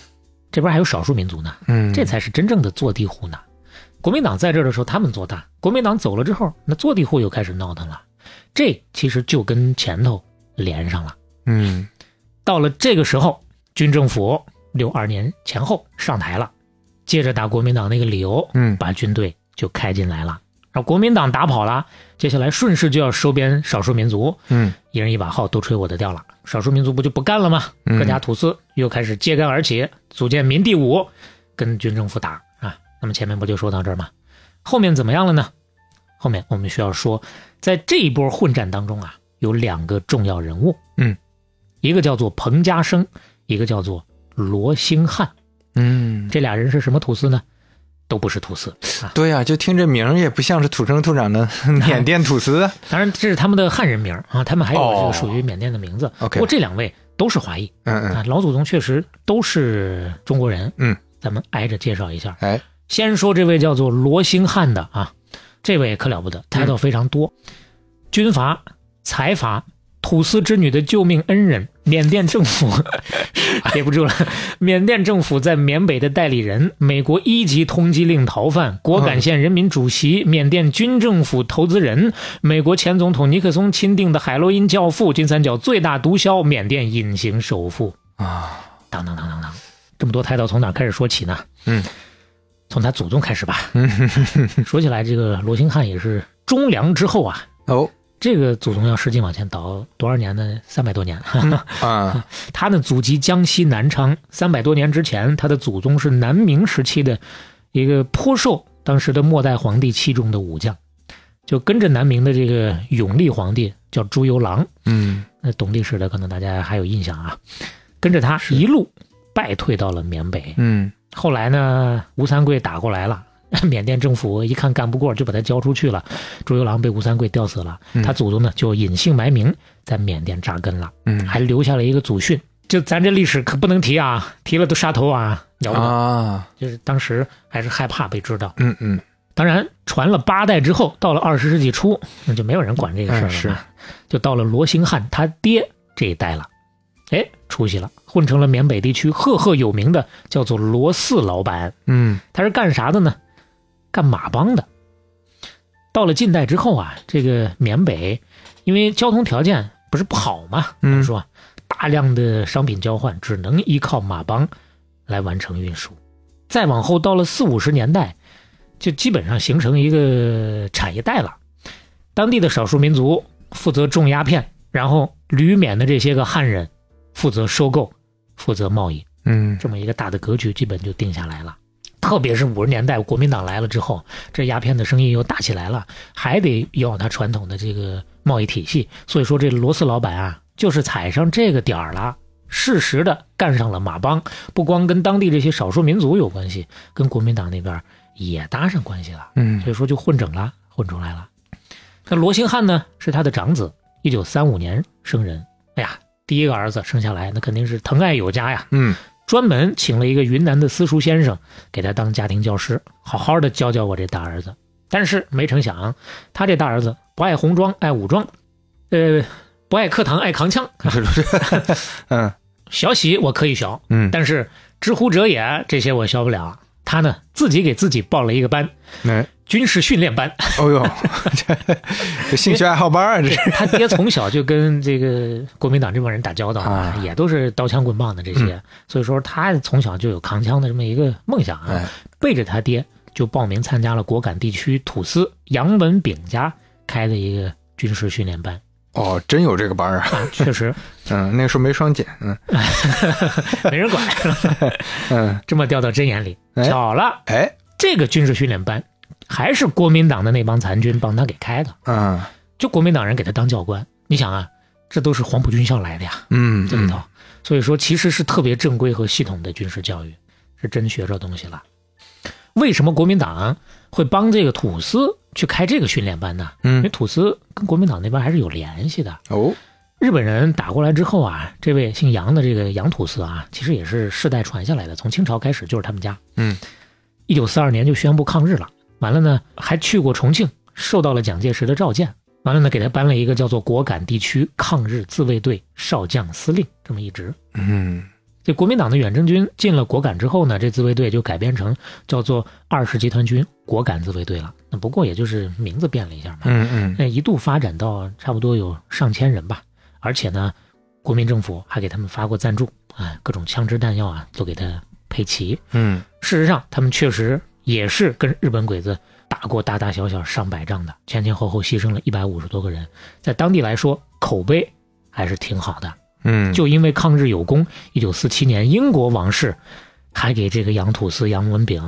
S2: 这边还有少数民族呢，
S3: 嗯，
S2: 这才是真正的坐地户呢。国民党在这儿的时候，他们做大；国民党走了之后，那坐地户又开始闹腾了。这其实就跟前头连上了。
S3: 嗯
S2: 到了这个时候，军政府六二年前后上台了，接着打国民党那个理由，
S3: 嗯
S2: 把军队就开进来了。然后国民党打跑了，接下来顺势就要收编少数民族，
S3: 嗯
S2: 一人一把号都吹我的调了。少数民族不就不干了吗？
S3: 嗯
S2: 各家土司又开始揭竿而起，组建民第五，跟军政府打啊。那么前面不就说到这儿吗？后面怎么样了呢？后面我们需要说，在这一波混战当中啊，有两个重要人物，
S3: 嗯，
S2: 一个叫做彭家声，一个叫做罗兴汉。
S3: 嗯，
S2: 这俩人是什么土司呢？都不是土司啊，
S3: 对呀，就听这名儿也不像是土生土长的 缅甸土司。
S2: 当然这是他们的汉人名儿啊，他们还有
S3: 哦
S2: 这个属于缅甸的名字。不
S3: OK
S2: 过这两位都是华裔
S3: 嗯嗯，
S2: 啊，老祖宗确实都是中国人。
S3: 嗯，
S2: 咱们挨着介绍一下。
S3: 哎，
S2: 先说这位叫做罗兴汉的啊，这位可了不得，抬
S3: 嗯
S2: 头非常多，军阀、财阀、土司之女的救命恩人，缅甸政府 憋不住了，缅甸政府在缅北的代理人，美国一级通缉令逃犯，果
S3: 嗯
S2: 敢县人民主席，缅甸军政府投资人，美国前总统尼克松钦定的海洛因教父，金三角最大毒枭，缅甸隐形首富
S3: 啊，
S2: 当当当当当，这么多抬头从哪儿开始说起呢？
S3: 嗯，
S2: 从他祖宗开始吧。 说起来，这个罗兴汉也是忠良之后啊，
S3: 哦
S2: 这个祖宗要实际往前倒多少年呢？三百多年。
S3: 啊，
S2: 他呢祖籍江西南昌，三百多年之前，他的祖宗是南明时期的一个颇受当时的末代皇帝器重的武将，就跟着南明的这个永历皇帝叫朱由榔，
S3: 嗯
S2: 那懂历史的可能大家还有印象啊，跟着他一路败退到了缅北。
S3: 嗯
S2: 后来呢，吴三桂打过来了。缅甸政府一看干不过，就把他交出去了。朱由榔被吴三桂吊死了，他祖宗呢就隐姓埋名在缅甸扎根了，
S3: 嗯
S2: 还留下了一个祖训。就咱这历史可不能提啊，提了都杀头啊，了不得。
S3: 啊，
S2: 就是当时还是害怕被知道。
S3: 嗯嗯
S2: 当然，传了八代之后，到了二十世纪初，那就没有人管这个事儿了、
S3: 嗯是，
S2: 就到了罗兴汉他爹这一代了，哎，出息了，混成了缅北地区赫赫有名的叫做罗四老板。
S3: 嗯
S2: 他是干啥的呢？干马帮的。到了近代之后啊，这个缅北因为交通条件不是不好嘛，我
S3: 嗯
S2: 们说大量的商品交换只能依靠马帮来完成运输。再往后到了四五十年代，就基本上形成一个产业带了。当地的少数民族负责种鸦片，然后旅缅的这些个汉人负责收购、负责贸易。
S3: 嗯
S2: 这么一个大的格局基本就定下来了。特别是五十年代国民党来了之后，这鸦片的生意又大起来了，还得有它传统的这个贸易体系。所以说，这罗斯老板啊，就是踩上这个点儿了，适时的干上了马帮，不光跟当地这些少数民族有关系，跟国民党那边儿也搭上关系了。
S3: 嗯
S2: 所以说就混整了，混出来了。那罗兴汉呢是他的长子，一九三五年生人。哎呀，第一个儿子生下来，那肯定是疼爱有加呀，
S3: 嗯
S2: 专门请了一个云南的私塾先生给他当家庭教师，好好的教教我这大儿子。但是没成想，啊他这大儿子不爱红装，爱武装，呃，不爱课堂，爱扛枪。
S3: 嗯
S2: 学习我可以学，
S3: 嗯，
S2: 但是知乎者也这些我学不了。他呢，自己给自己报了一个班，
S3: 哎，
S2: 军事训练 班。
S3: 哦呦，这这 兴趣爱好班啊，这是
S2: 他爹从小就跟这个国民党这帮人打交道
S3: 啊嗯
S2: 也都是刀枪棍棒的这些，所以说他从小就有扛枪的这么一个梦想啊，
S3: 哎
S2: 背着他爹就报名参加了果敢地区土司杨文炳家开的一个军事训练班，
S3: 哦，真有这个班啊，
S2: 啊、确 实
S3: 嗯，那时候没双减，嗯
S2: 没人管，
S3: 嗯，
S2: 这么掉到针眼里。
S3: 哎
S2: 巧了，
S3: 哎，
S2: 这个军事训练班还是国民党的那帮残军帮他给开的，
S3: 嗯
S2: 就国民党人给他当教官，你想啊，这都是黄埔军校来的呀。
S3: 嗯，
S2: 这里头，所以说其实是特别正规和系统的军事教育，是真学着东西了。为什么国民党会帮这个土司去开这个训练班呢？因为
S3: 嗯
S2: 土司跟国民党那边还是有联系的。
S3: 哦，
S2: 日本人打过来之后啊，这位姓杨的这个杨土司啊，其实也是世代传下来的，从清朝开始就是他们家。
S3: 嗯，
S2: 一九四二年就宣布抗日了，完了呢还去过重庆，受到了蒋介石的召见，完了呢给他颁了一个叫做果敢地区抗日自卫队少将司令这么一职。
S3: 嗯
S2: 这国民党的远征军进了果敢之后呢，这自卫队就改编成叫做二十集团军果敢自卫队了。那不过也就是名字变了一下嘛。
S3: 嗯嗯，
S2: 那一度发展到差不多有上千人吧，而且呢，国民政府还给他们发过赞助啊，各种枪支弹药啊都给他配齐。
S3: 嗯
S2: 事实上，他们确实也是跟日本鬼子打过大大小小上百仗的，前前后后牺牲了一百五十多个人，在当地来说口碑还是挺好的。
S3: 嗯，
S2: 就因为抗日有功，一九四七年英国王室还给这个杨土司杨文炳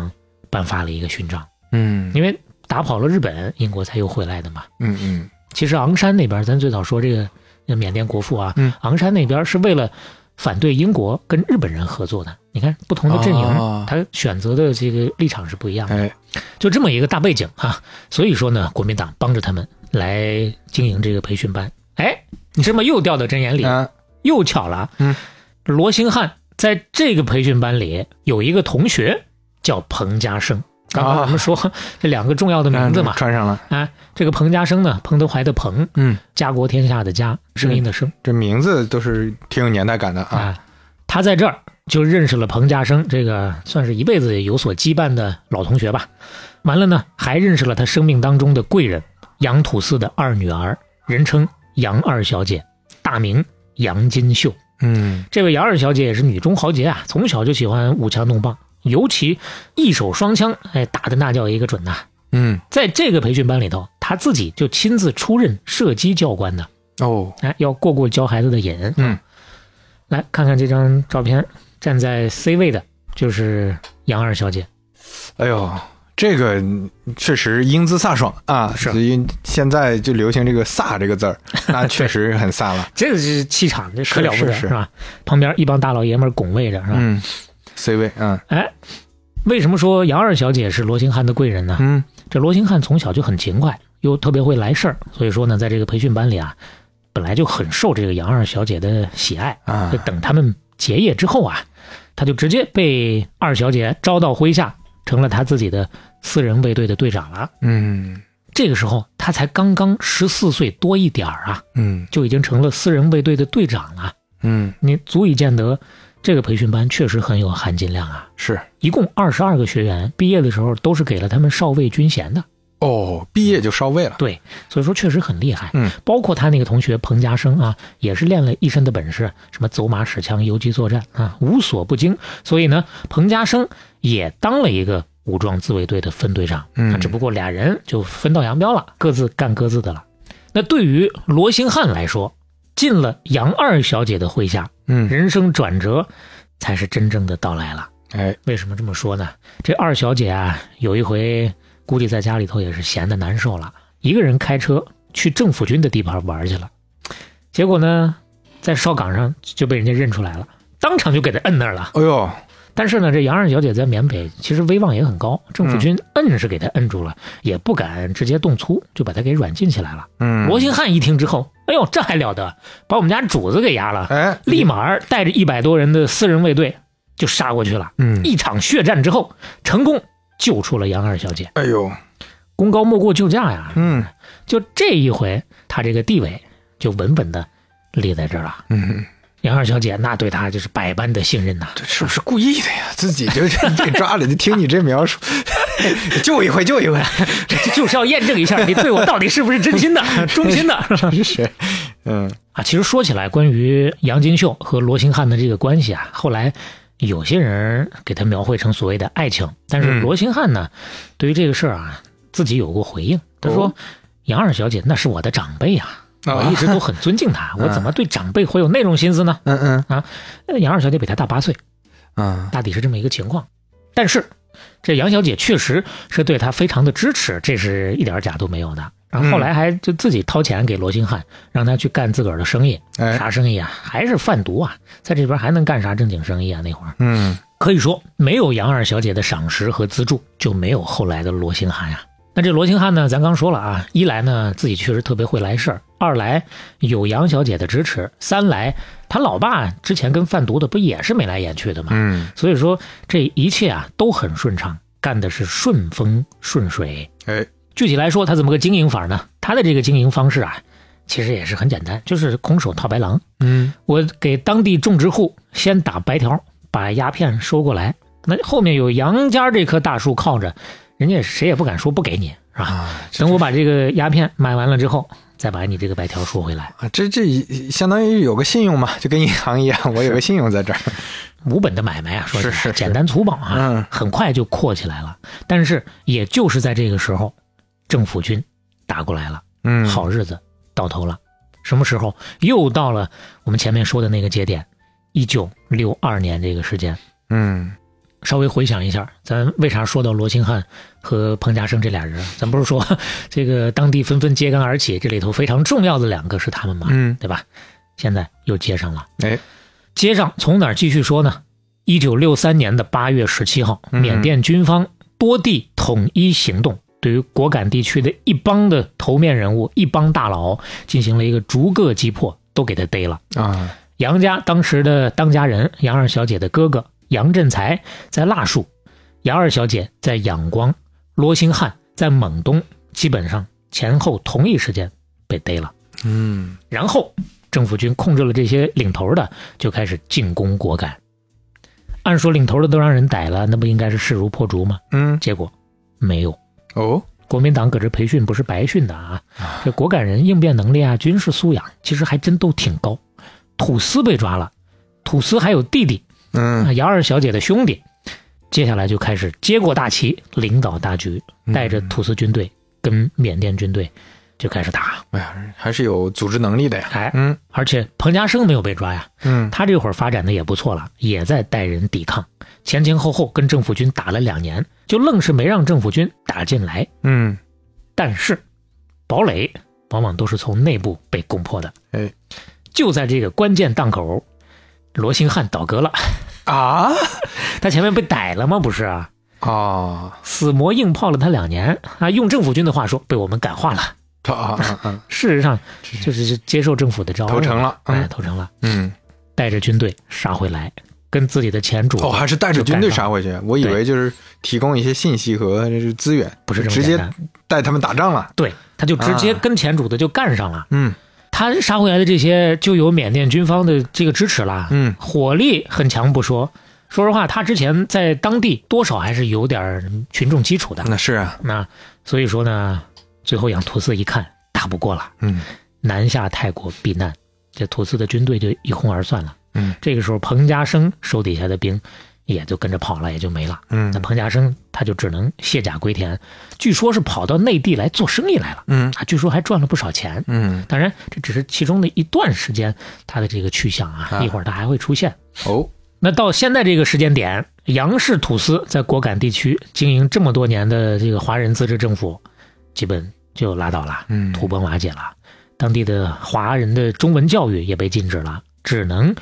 S2: 颁发了一个勋章，
S3: 嗯
S2: 因为打跑了日本，英国才又回来的嘛。
S3: 嗯嗯
S2: 其实昂山那边，咱最早说这个呃缅甸国父啊，
S3: 嗯
S2: 昂山那边是为了反对英国跟日本人合作的。你看不同的阵营，
S3: 哦
S2: 他选择的这个立场是不一样的。
S3: 哎
S2: 就这么一个大背景啊，所以说呢，国民党帮着他们来经营这个培训班。哎，你这么又掉到针眼里，
S3: 啊
S2: 又巧了，
S3: 嗯，
S2: 罗兴汉在这个培训班里有一个同学叫彭家生。刚
S3: 啊
S2: 刚我们说、这两个重要的名字嘛，
S3: 嗯穿上了，
S2: 啊，这个彭家生呢，彭德怀的彭，
S3: 嗯，
S2: 家国天下的家，声音的声、
S3: 这名字都是挺有年代感的啊，
S2: 啊，他在这儿就认识了彭家生，这个算是一辈子有所羁绊的老同学吧。完了呢，还认识了他生命当中的贵人杨土司的二女儿，人称杨二小姐，大名杨金秀。
S3: 嗯
S2: 这位杨二小姐也是女中豪杰啊，从小就喜欢舞枪弄棒，尤其一手双枪，哎，打的那叫一个准呐、
S3: 嗯
S2: 在这个培训班里头，她自己就亲自出任射击教官的，
S3: 哦，
S2: 哎，要过过教孩子的瘾。
S3: 嗯，
S2: 来看看这张照片，站在 C 位的就是杨二小姐，
S3: 哎呦。这个确实英姿飒爽啊！
S2: 是
S3: 所以现在就流行这个“飒”这个字 儿，那确实很飒了。
S2: 这个是气场，这可
S3: 是
S2: 了不得
S3: 是是
S2: 吧？旁边一帮大老爷们儿拱卫着是吧？
S3: 嗯，C 位，嗯
S2: 哎，为什么说杨二小姐是罗兴汉的贵人呢？
S3: 嗯
S2: 这罗兴汉从小就很勤快，又特别会来事儿，所以说呢，在这个培训班里啊，本来就很受这个杨二小姐的喜爱。
S3: 啊
S2: 就，等他们结业之后啊，他就直接被二小姐招到麾下，成了他自己的私人卫队的队长了。
S3: 嗯
S2: 这个时候，他才刚刚十四岁多一点儿啊，
S3: 嗯
S2: 就已经成了私人卫队的队长了。
S3: 嗯，
S2: 你足以见得，这个培训班确实很有含金量啊。
S3: 是
S2: 一共二十二个学员，毕业的时候都是给了他们少尉军衔的。
S3: 哦，毕业就少尉了。
S2: 对，所以说确实很厉害。
S3: 嗯，
S2: 包括他那个同学彭家生啊，也是练了一身的本事，什么走马、使枪、游击作战啊，无所不精。所以呢，彭家生也当了一个武装自卫队的分队长。
S3: 嗯
S2: 啊只不过俩人就分道扬镳了，各自干各自的了。那对于罗兴汉来说，进了杨二小姐的麾下，
S3: 嗯
S2: 人生转折才是真正的到来了。
S3: 哎，
S2: 为什么这么说呢？这二小姐啊，有一回估计在家里头也是闲的难受了，一个人开车去政府军的地盘玩去了，结果呢，在哨岗上就被人家认出来了，当场就给他摁那儿了。
S3: 哎呦，
S2: 但是呢，这杨二小姐在缅北其实威望也很高，政府
S3: 嗯
S2: 军摁是给她摁住了，也不敢直接动粗，就把她给软禁起来了。
S3: 嗯，
S2: 罗兴汉一听之后，哎呦，这还了得，把我们家主子给压了，
S3: 哎，
S2: 立马儿带着一百多人的私人卫队就杀过去了。
S3: 嗯，
S2: 一场血战之后，成功救出了杨二小姐，
S3: 哎呦，
S2: 功高莫过救驾呀！
S3: 嗯
S2: 就这一回，她这个地位就稳稳的立在这儿了。
S3: 嗯，
S2: 杨二小姐那对她就是百般的信任呐、
S3: 这是不是故意的呀？自己就被抓了，就听你这描述， 救我一回，救我一回，
S2: 这就是要验证一下你对我到底是不是真心 的、忠心的， 是吧？
S3: 是，嗯
S2: 啊，其实说起来，关于杨金秀和罗兴汉的这个关系啊，后来有些人给他描绘成所谓的爱情，但是
S3: 嗯
S2: 罗兴汉呢，对于这个事儿啊，自己有过回应，他说：“
S3: 哦
S2: 杨二小姐那是我的长辈啊，我
S3: 啊
S2: 一直都很尊敬她，我怎么对长辈会有那种心思呢
S3: 嗯嗯？”
S2: 呃杨二小姐比他大八岁，
S3: 啊，
S2: 大抵是这么一个情况。但是这杨小姐确实是对他非常的支持，这是一点假都没有的。然后后来还就自己掏钱给罗兴汉，让他去干自个儿的生意。
S3: 哎，
S2: 啥生意啊？还是贩毒啊？在这边还能干啥正经生意啊？那会儿
S3: 嗯
S2: 可以说，没有杨二小姐的赏识和资助，就没有后来的罗兴汉呀、那这罗兴汉呢？咱刚说了啊，一来呢自己确实特别会来事儿，二来有杨小姐的支持，三来他老爸之前跟贩毒的不也是眉来眼去的吗？
S3: 嗯，
S2: 所以说这一切啊都很顺畅，干的是顺风顺水。
S3: 哎，
S2: 具体来说，他怎么个经营法呢？他的这个经营方式啊，其实也是很简单，就是空手套白狼。
S3: 嗯
S2: 我给当地种植户先打白条，把鸦片收过来。那后面有杨家这棵大树靠着，人家谁也不敢说不给你，是吧？
S3: 啊，这
S2: 等我把这个鸦片卖完了之后，再把你这个白条赎回来，
S3: 啊这这相当于有个信用嘛，就跟银行一样，我有个信用在这儿，
S2: 无本的买卖啊，说起来
S3: 是是是
S2: 简单粗暴啊，
S3: 嗯
S2: 很快就扩起来了。但是也就是在这个时候，政府军打过来了。
S3: 嗯，
S2: 好日子到头了。什么时候又到了我们前面说的那个节点？一九六二年这个时间，
S3: 嗯，
S2: 稍微回想一下，咱为啥说到罗兴汉和彭家声这俩人？咱不是说这个当地纷纷揭竿而起，这里头非常重要的两个是他们吗？
S3: 嗯
S2: 对吧？现在又接上了，
S3: 哎，
S2: 接上从哪儿继续说呢？一九六三年的八月十七号，
S3: 嗯
S2: 缅甸军方多地统一行动，对于果敢地区的一帮的头面人物、一帮大佬进行了一个逐个击破，都给他逮了。
S3: 啊，
S2: 杨家当时的当家人杨二小姐的哥哥杨振才在腊戍，杨二小姐在仰光，罗兴汉在蒙东，基本上前后同一时间被逮了。
S3: 嗯
S2: 然后政府军控制了这些领头的，就开始进攻果敢。按说领头的都让人逮了，那不应该是势如破竹吗？
S3: 嗯，
S2: 结果没有，
S3: 哦，
S2: 国民党搁这培训不是白训的啊！这果敢人应变能力啊，军事素养其实还真都挺高。土司被抓了，土司还有弟弟，
S3: 嗯
S2: 啊，姚二小姐的兄弟，接下来就开始接过大旗，领导大局，
S3: 嗯
S2: 带着土司军队跟缅甸军队就开始打。
S3: 哎呀，还是有组织能力的呀，
S2: 哎，
S3: 嗯
S2: 而且彭家声没有被抓呀，
S3: 嗯，
S2: 他这会儿发展的也不错了，也在带人抵抗，前前后后跟政府军打了两年，就愣是没让政府军打进来。
S3: 嗯，
S2: 但是，堡垒往往都是从内部被攻破的。
S3: 哎，
S2: 就在这个关键档口，罗兴汉倒戈了。
S3: 啊
S2: 他前面被逮了吗？不是啊，
S3: 啊，
S2: 死磨硬泡了他两年啊。用政府军的话说，被我们感化了。
S3: 他啊啊，
S2: 事实上，就是接受政府的招
S3: 投诚
S2: 了，
S3: 了，
S2: 哎，
S3: 嗯
S2: 投诚了，
S3: 嗯，
S2: 带着军队杀回来，跟自己的前主
S3: 哦，还是带着军队杀回去，我以
S2: 对
S3: 为就是提供一些信息和就是资源，
S2: 不是这么
S3: 直接
S2: 简单
S3: 带他们打仗了，
S2: 对，他就直接
S3: 啊
S2: 跟前主的就干上了。
S3: 嗯
S2: 他杀回来的这些就有缅甸军方的这个支持啦，
S3: 嗯
S2: 火力很强不说，说实话，他之前在当地多少还是有点儿群众基础的。
S3: 那是啊，
S2: 那所以说呢，最后养图斯一看打不过了，
S3: 嗯
S2: 南下泰国避难，这图斯的军队就一哄而散了。
S3: 嗯
S2: 这个时候，彭家声手底下的兵也就跟着跑了，也就没了。
S3: 嗯
S2: 那彭家声他就只能卸甲归田，据说是跑到内地来做生意来了，
S3: 嗯
S2: 啊，据说还赚了不少钱。
S3: 嗯，
S2: 当然，这只是其中的一段时间，他的这个去向啊，
S3: 啊
S2: 一会儿他还会出现。
S3: 哦，
S2: 那到现在这个时间点，杨氏土司在果敢地区经营这么多年的这个华人自治政府，基本就拉倒了，
S3: 嗯
S2: 土崩瓦解了。当地的华人的中文教育也被禁止了，只能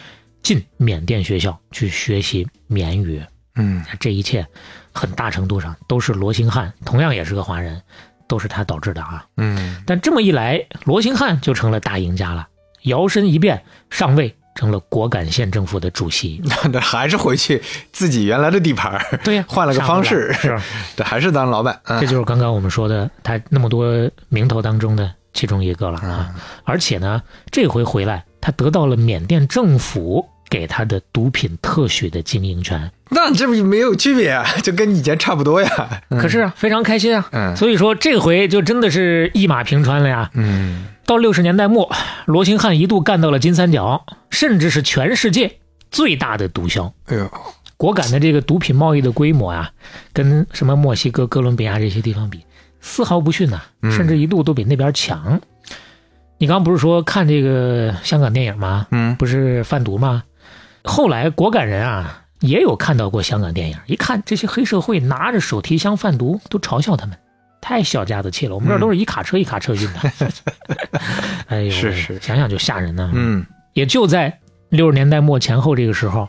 S2: 进缅甸学校去学习缅语。
S3: 嗯
S2: 这一切很大程度上都是罗兴汉，同样也是个华人，都是他导致的啊。
S3: 嗯
S2: 但这么一来，罗兴汉就成了大赢家了，摇身一变上位，成了果敢县政府的主 席。
S3: 那还是回去自己原来的地盘儿，
S2: 对呀、
S3: 换了个方式
S2: 上不来是，
S3: 这还是当老板。嗯
S2: 这就是刚刚我们说的他那么多名头当中的其中一个了啊！
S3: 嗯
S2: 而且呢，这回回来，他得到了缅甸政府给他的毒品特许的经营权，
S3: 那这不没有区别啊，就跟以前差不多呀。
S2: 可是啊，非常开心啊！
S3: 嗯
S2: 所以说这回就真的是一马平川了呀！
S3: 嗯
S2: 到六十年代末，罗兴汉一度干到了金三角，甚至是全世界最大的毒枭。
S3: 哎呦，
S2: 果敢的这个毒品贸易的规模啊，跟什么墨西哥、哥伦比亚这些地方比，丝毫不逊呐、
S3: 嗯
S2: 甚至一度都比那边强。你刚不是说看这个香港电影吗？
S3: 嗯
S2: 不是贩毒吗？后来果敢人啊也有看到过香港电影，一看这些黑社会拿着手提箱贩毒，都嘲笑他们，太小家子气了。我
S3: 嗯
S2: 们这儿都是一卡车一卡车运 的，哎呦，
S3: 是是
S2: 想想就吓人呢、
S3: 嗯
S2: 也就在六十年代末前后这个时候，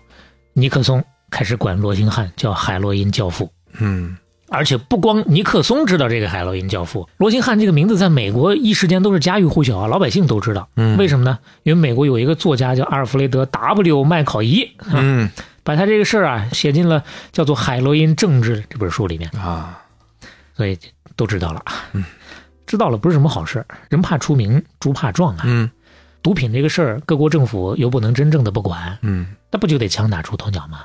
S2: 尼克松开始管罗兴汉叫海洛因教父，
S3: 嗯
S2: 而且不光尼克松知道这个海洛因教父，罗兴汉这个名字在美国一时间都是家喻户晓啊，老百姓都知道。
S3: 嗯
S2: 为什么呢？因为美国有一个作家叫阿尔弗雷德 ·W· 麦考伊，
S3: 嗯
S2: 把他这个事儿啊写进了叫做《海洛因政治》这本书里面，
S3: 啊，
S2: 所以都知道了。啊
S3: 嗯
S2: 知道了不是什么好事，人怕出名，猪怕壮啊。
S3: 嗯
S2: 毒品这个事儿，各国政府又不能真正的不管，
S3: 嗯
S2: 那不就得枪打出头鸟吗？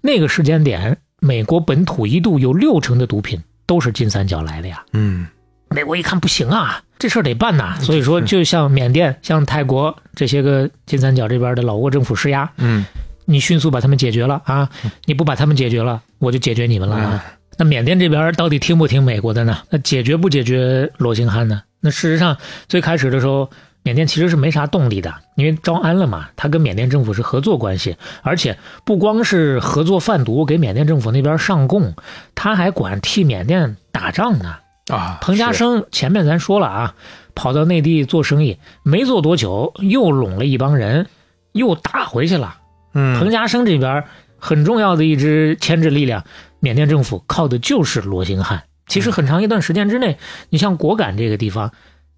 S2: 那个时间点，美国本土一度有六成的毒品都是金三角来的呀。
S3: 嗯
S2: 美国一看不行啊，这事儿得办呐，所以说就像缅甸、像泰国这些个金三角这边的老挝政府施压，
S3: 嗯
S2: 你迅速把他们解决了啊！你不把他们解决了，我就解决你们了啊！那缅甸这边到底听不听美国的呢？那解决不解决罗兴汉呢？那事实上，最开始的时候，缅甸其实是没啥动力的，因为招安了嘛，他跟缅甸政府是合作关系，而且不光是合作贩毒，给缅甸政府那边上供，他还管替缅甸打仗呢。
S3: 啊，
S2: 彭家
S3: 是
S2: 声前面咱说了啊，跑到内地做生意，没做多久又拢了一帮人，又打回去了。彭
S3: 嗯
S2: 家声这边很重要的一支牵制力量，缅甸政府靠的就是罗兴汉。其实很长一段时间之内，你像果敢这个地方，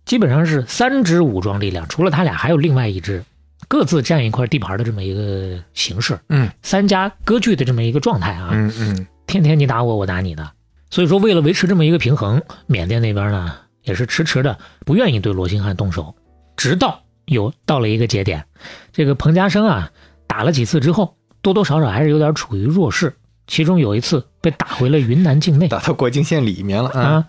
S2: 基本上是三支武装力量，除了他俩还有另外一支，各自占一块地盘的这么一个形式，
S3: 嗯
S2: 三家割据的这么一个状态啊，
S3: 嗯嗯
S2: 天天你打我，我打你的。所以说，为了维持这么一个平衡，缅甸那边呢也是迟迟的不愿意对罗兴汉动手，直到有到了一个节点，这个彭家声啊打了几次之后，多多少少还是有点处于弱势。其中有一次被打回了云南境内
S3: 打到国境线里面了啊，
S2: 啊，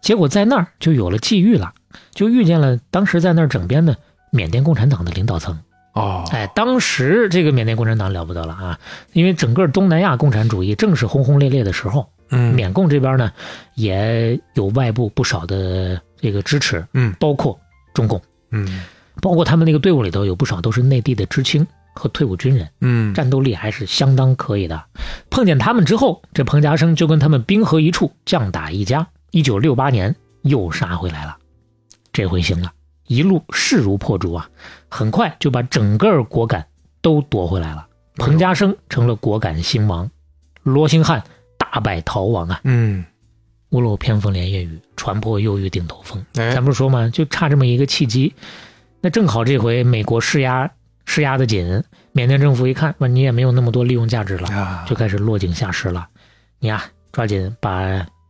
S2: 结果在那儿就有了际遇了，就遇见了当时在那儿整编的缅甸共产党的领导层。
S3: 哦，
S2: 哎，当时这个缅甸共产党了不得了啊，因为整个东南亚共产主义正是轰轰烈烈的时候，
S3: 嗯
S2: 缅共这边呢也有外部不少的这个支持，
S3: 嗯
S2: 包括中共，
S3: 嗯
S2: 包括他们那个队伍里头有不少都是内地的知青和退伍军人，
S3: 嗯，
S2: 战斗力还是相当可以的。碰见他们之后，这彭家声就跟他们兵合一处，将打一家。一九六八年又杀回来了，这回行了，一路势如破竹啊，很快就把整个果敢都夺回来了。彭家声成了果敢兴王，罗兴汉大败逃亡啊。
S3: 嗯
S2: 屋漏偏逢连夜雨，船破又遇顶头风。
S3: 哎
S2: 咱不是说嘛，就差这么一个契机。那正好这回美国施压施压的紧，缅甸政府一看，哇，你也没有那么多利用价值了，
S3: 啊
S2: 就，开始落井下石了。你呀、抓紧把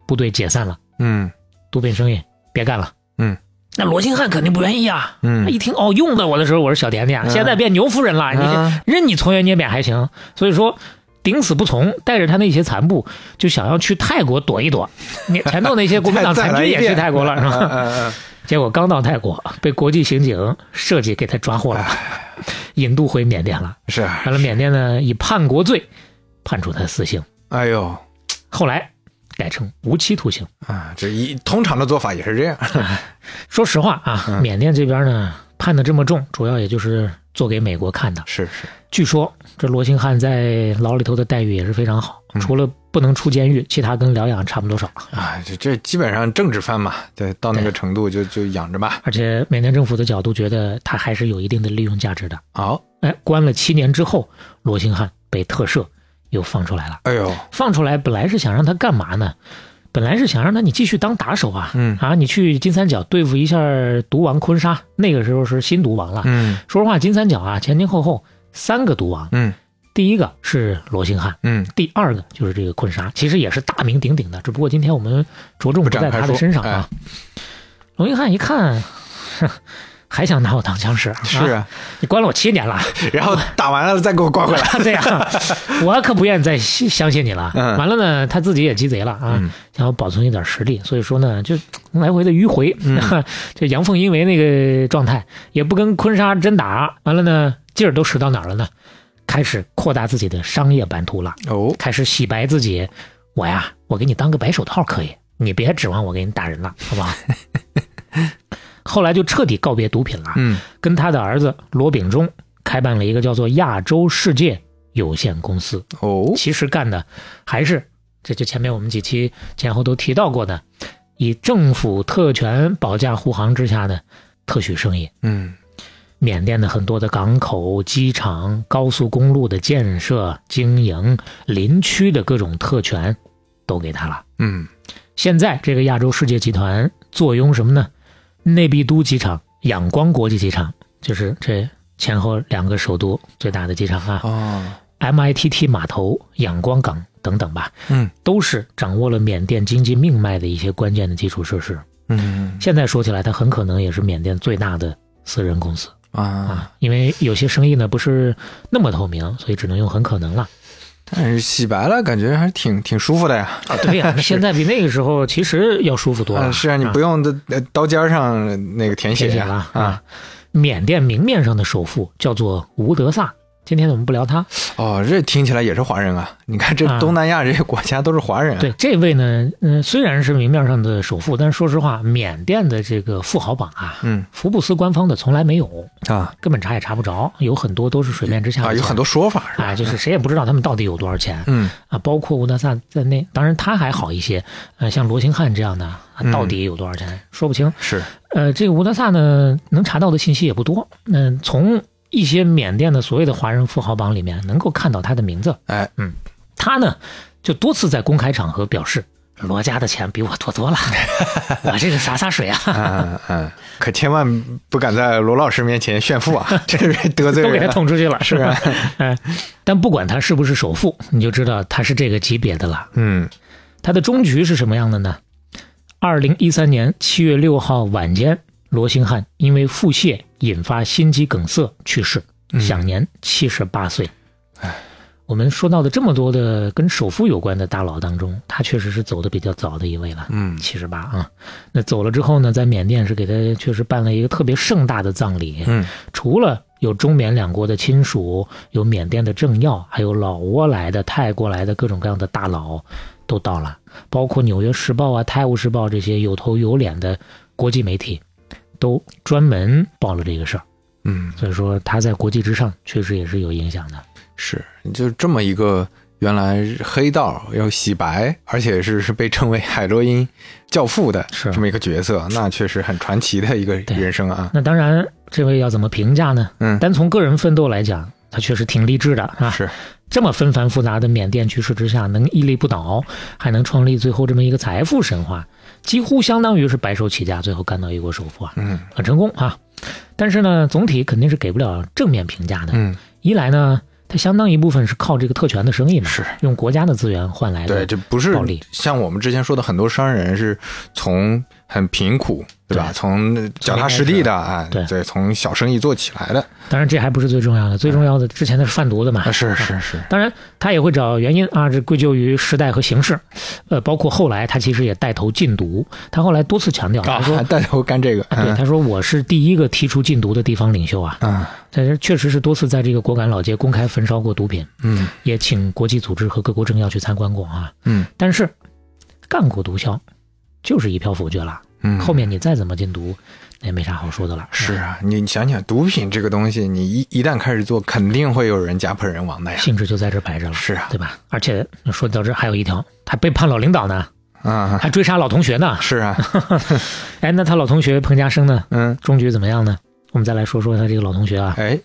S2: 部队解散了，
S3: 嗯
S2: 毒品生意别干了。
S3: 嗯，
S2: 那罗兴汉肯定不愿意啊。他
S3: 嗯
S2: 一听哦，用到我的时候我是小甜甜，啊
S3: 嗯
S2: 现在变牛夫人了，你这
S3: 啊
S2: 任你从原捏扁还行。所以说，顶死不从，带着他那些残部，就想要去泰国躲一躲。你前头 那些国民党
S3: 再
S2: 残
S3: 来
S2: 军
S3: 一
S2: 也
S3: 遍
S2: 去泰国了，是吧？
S3: 嗯
S2: 结果刚到泰国，被国际刑警设计给他抓获了， 引渡回缅甸了。
S3: 是，啊
S2: 完了，缅甸呢以叛国罪判处他死刑，
S3: 哎呦。
S2: 后来改成无期徒刑。
S3: 啊，这一通常的做法也是这样。
S2: 说实话啊，缅甸这边呢。看得这么重，主要也就是做给美国看的。
S3: 是是，
S2: 据说这罗兴汉在牢里头的待遇也是非常好，
S3: 嗯
S2: 除了不能出监狱，其他跟疗养差不多少。
S3: 啊，这这基本上政治犯嘛，对，到那
S2: 对
S3: 个程度就就养着吧。
S2: 而且缅甸政府的角度觉得他还是有一定的利用价值的。
S3: 好，
S2: 哎，关了七年之后，罗兴汉被特赦，又放出来了。
S3: 哎呦，
S2: 放出来本来是想让他干嘛呢？本来是想让他你继续当打手啊，
S3: 嗯
S2: 啊，你去金三角对付一下毒王坤沙，那个时候是新毒王了。
S3: 嗯
S2: 说实话，金三角啊，前前后后三个毒王，
S3: 嗯
S2: 第一个是罗兴汉，
S3: 嗯，
S2: 第二个就是这个坤沙，其实也是大名鼎鼎的，只不过今天我们着重不在他的身上啊。
S3: 哎
S2: 罗兴汉一看，哼还想拿我当僵尸？
S3: 是
S2: 啊，
S3: 啊，
S2: 你关了我七年了，
S3: 然后打完了再给我挂回来。
S2: 这样， 我可不愿意再信相信你了。
S3: 嗯
S2: 完了呢，他自己也鸡贼了啊，
S3: 嗯
S2: 想要保存一点实力，所以说呢，就来回的迂回。
S3: 嗯
S2: 这阳奉阴违那个状态，也不跟坤沙真打。完了呢，劲儿都使到哪儿了呢？开始扩大自己的商业版图了，
S3: 哦，
S2: 开始洗白自己。我呀，我给你当个白手套可以，你别指望我给你打人了，好不 好？后来就彻底告别毒品了。
S3: 嗯，
S2: 跟他的儿子罗秉忠开办了一个叫做亚洲世界有限公司，
S3: 哦，
S2: 其实干的还是这就前面我们几期前后都提到过的，以政府特权保驾护航之下的特许生意。
S3: 嗯
S2: 缅甸的很多的港口、机场、高速公路的建设、经营、林区的各种特权都给他了。
S3: 嗯，
S2: 现在这个亚洲世界集团坐拥什么呢？内比都机场、仰光国际机场，就是这前后两个首都最大的机场啊
S3: 哦，
S2: ，MITT 码头、仰光港等等吧，
S3: 嗯
S2: 都是掌握了缅甸经济命脉的一些关键的基础设施。
S3: 嗯
S2: 现在说起来，它很可能也是缅甸最大的私人公司
S3: 啊，
S2: 啊，因为有些生意呢不是那么透明，所以只能用很可能了。
S3: 但是洗白了，感觉还是挺挺舒服的呀。
S2: 啊，对 呀、现在比那个时候其实要舒服多了。
S3: 啊，是啊，你不用的呃刀尖上那个填
S2: 填
S3: 写
S2: 写
S3: 呀
S2: 了
S3: 啊。
S2: 啊。缅甸明面上的首富叫做吴德萨，今天我们不聊他。
S3: 哦，这听起来也是华人啊！你看这
S2: 啊
S3: 东南亚这些国家都是华人啊。
S2: 对这位呢，嗯、虽然是明面上的首富，但是说实话，缅甸的这个富豪榜啊，
S3: 嗯
S2: 福布斯官方的从来没有，
S3: 啊
S2: 根本查也查不着，有很多都是水面之下的
S3: 啊，有
S2: 钱
S3: 很多说法是吧？
S2: 啊，就是谁也不知道他们到底有多少钱
S3: 嗯
S2: 啊，包括吴德萨在内。当然他还好一些，呃，像罗兴汉这样的、啊
S3: 嗯
S2: 到底有多少钱、说不清。
S3: 是
S2: 呃，这个吴德萨呢，能查到的信息也不多。嗯、从一些缅甸的所谓的华人富豪榜里面，能够看到他的名字。
S3: 哎
S2: 嗯，他呢就多次在公开场合表示，罗家的钱比我多多了， 我这个洒洒水啊，
S3: 嗯嗯， 可千万不敢在罗老师面前炫富 啊，这是得罪
S2: 都给
S3: 人
S2: 他
S3: 了。
S2: 捅出去了，是吧？ 哎，但不管他是不是首富，你就知道他是这个级别的了。
S3: 嗯
S2: 他的终局是什么样的呢？二零一三年七月六号晚间，罗兴汉因为腹泻引发心肌梗塞去世，享年七十八岁。我们说到的这么多的跟首富有关的大佬当中，他确实是走的比较早的一位了，
S3: 嗯
S2: 七十八啊。那走了之后呢，在缅甸是给他确实办了一个特别盛大的葬礼，
S3: 嗯
S2: 除了有中缅两国的亲属，有缅甸的政要，还有老挝来的、泰国来的各种各样的大佬都到了，包括《纽约时报》啊、《泰晤士报》这些有头有脸的国际媒体，都专门报了这个事儿。
S3: 嗯，
S2: 所以说他在国际之上确实也是有影响的。
S3: 是，就这么一个原来黑道要洗白，而且是是被称为海洛因教父的
S2: 是
S3: 这么一个角色，那确实很传奇的一个
S2: 对
S3: 人生啊。
S2: 那当然，这位要怎么评价呢？
S3: 嗯
S2: 单从个人奋斗来讲，他确实挺励志的啊。
S3: 是，
S2: 这么纷繁复杂的缅甸局势之下，能屹立不倒，还能创立最后这么一个财富神话，几乎相当于是白手起家，最后干到一国首富啊，
S3: 嗯
S2: 很成功啊。但是呢，总体肯定是给不了正面评价的。
S3: 嗯，
S2: 一来呢，它相当一部分是靠这个特权的生意嘛，
S3: 是
S2: 用国家的资源换来
S3: 对，
S2: 的。
S3: 这不是
S2: 暴力
S3: 像我们之前说的很多商人是从很贫苦，对吧？
S2: 对
S3: 从脚踏实地的啊，
S2: 对
S3: 对，从小生意做起来的，
S2: 当然，这还不是最重要的，最重要的之前的嗯是贩毒的嘛。
S3: 啊，是是是，
S2: 当然，他也会找原因啊，这归咎于时代和形势，呃，包括后来他其实也带头禁毒，他后来多次强调，他说
S3: 啊，带头干这个，
S2: 啊，对，
S3: 嗯
S2: 他说我是第一个提出禁毒的地方领袖啊，
S3: 嗯
S2: 但是确实是多次在这个果敢老街公开焚烧过毒品，
S3: 嗯
S2: 也请国际组织和各国政要去参观过啊。
S3: 嗯
S2: 但是干过毒枭，就是一票否决了。
S3: 嗯，
S2: 后面你再怎么禁毒，也没啥好说的了。
S3: 是啊，你想想，毒品这个东西，你一一旦开始做，肯定会有人家破人亡的呀。
S2: 性质就在这摆着了，
S3: 是啊
S2: 对吧？而且说到这还有一条，他背叛老领导呢，
S3: 啊，
S2: 还追杀老同学呢。
S3: 是啊，
S2: 哎，那他老同学彭家声呢？
S3: 嗯，
S2: 终局怎么样呢？我们再来说说他这个老同学啊，
S3: 哎，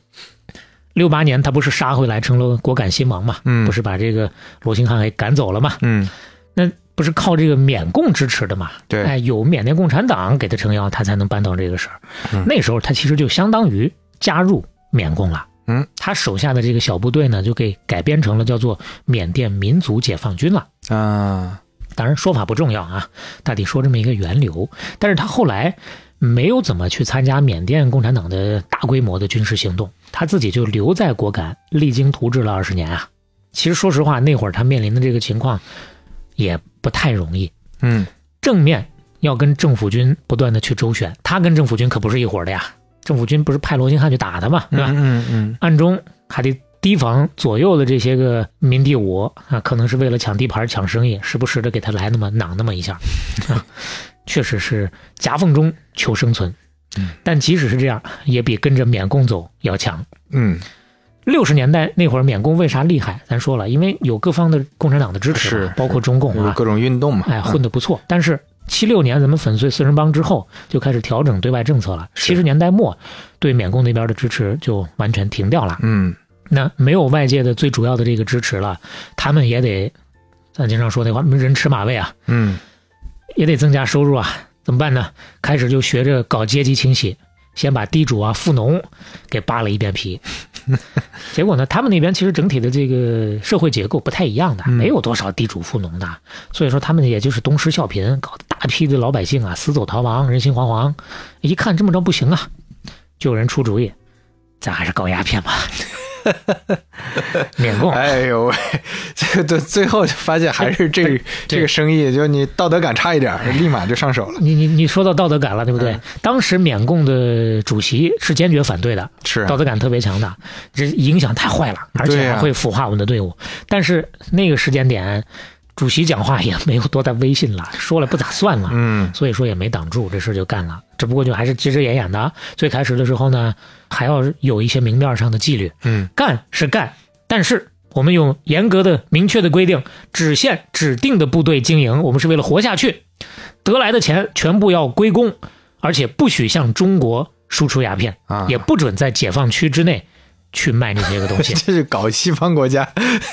S2: 六八年他不是杀回来成了果敢新王嘛，
S3: 嗯
S2: 不是把这个罗兴汉给赶走了嘛？
S3: 嗯，
S2: 那不是靠这个缅共支持的嘛？
S3: 对
S2: 哎，有缅甸共产党给他撑腰，他才能扳倒这个事儿。
S3: 嗯
S2: 那时候他其实就相当于加入缅共了。
S3: 嗯，
S2: 他手下的这个小部队呢，就给改编成了叫做缅甸民族解放军了。
S3: 啊，
S2: 当然说法不重要啊，大体说这么一个源流。但是他后来没有怎么去参加缅甸共产党的大规模的军事行动，他自己就留在果敢，励精图治了二十年啊。其实说实话，那会儿他面临的这个情况也不太容易，
S3: 嗯，
S2: 正面要跟政府军不断的去周旋，他跟政府军可不是一伙的呀。政府军不是派罗兴汉去打他嘛，对吧？
S3: 嗯嗯嗯，
S2: 暗中还得提防左右的这些个民地五啊，可能是为了抢地盘、抢生意，时不时的给他来那么囊那么 一下，啊、确实是夹缝中求生存。
S3: 嗯
S2: 但即使是这样，也比跟着缅共走要强。
S3: 嗯，
S2: 六十年代那会儿，缅共为啥厉害？咱说了，因为有各方的共产党的支持
S3: 是
S2: 嘛，包括中共
S3: 有
S2: 啊，
S3: 各种运动嘛，
S2: 哎，混
S3: 嗯
S2: 得不错。但是七六年咱们粉碎四人帮之后，就开始调整对外政策了。
S3: 是
S2: 七十年代末，对缅共那边的支持就完全停掉了。
S3: 嗯，
S2: 那没有外界的最主要的这个支持了，他们也得，咱经常说那话，人吃马喂啊，
S3: 嗯，
S2: 也得增加收入啊，怎么办呢？开始就学着搞阶级清洗，先把地主啊、富农给扒了一遍皮。结果呢，他们那边其实整体的这个社会结构不太一样的，
S3: 嗯
S2: 没有多少地主富农的，所以说他们也就是东施效颦，搞大批的老百姓啊死走逃亡，人心惶惶。一看这么着不行啊，就有人出主意，咱还是搞鸦片吧，免 共。
S3: 哎呦喂，这个最最后就发现还 是这个这个生意，就你道德感差一点儿，立马就上手了。
S2: 你你你说到道德感了，对不对？当时缅共的主席是坚决反对的，
S3: 是啊，
S2: 道德感特别强的，这影响太坏了，而
S3: 对
S2: 且
S3: 呀
S2: 还会腐化我们的队伍。但是那个时间点，主席讲话也没有多大威信了， 说了不咋算了，
S3: 嗯
S2: 所以说也没挡住，这事就干了。只不过就还是遮遮掩掩的。啊最开始的时候呢，还要有一些明面上的纪律，
S3: 嗯，
S2: 干是干，但是。我们有严格的、明确的规定，只限指定的部队经营。我们是为了活下去，得来的钱全部要归公，而且不许向中国输出鸦片。
S3: 啊，
S2: 也不准在解放区之内去卖那些个 东西。
S3: 这是搞西方国家、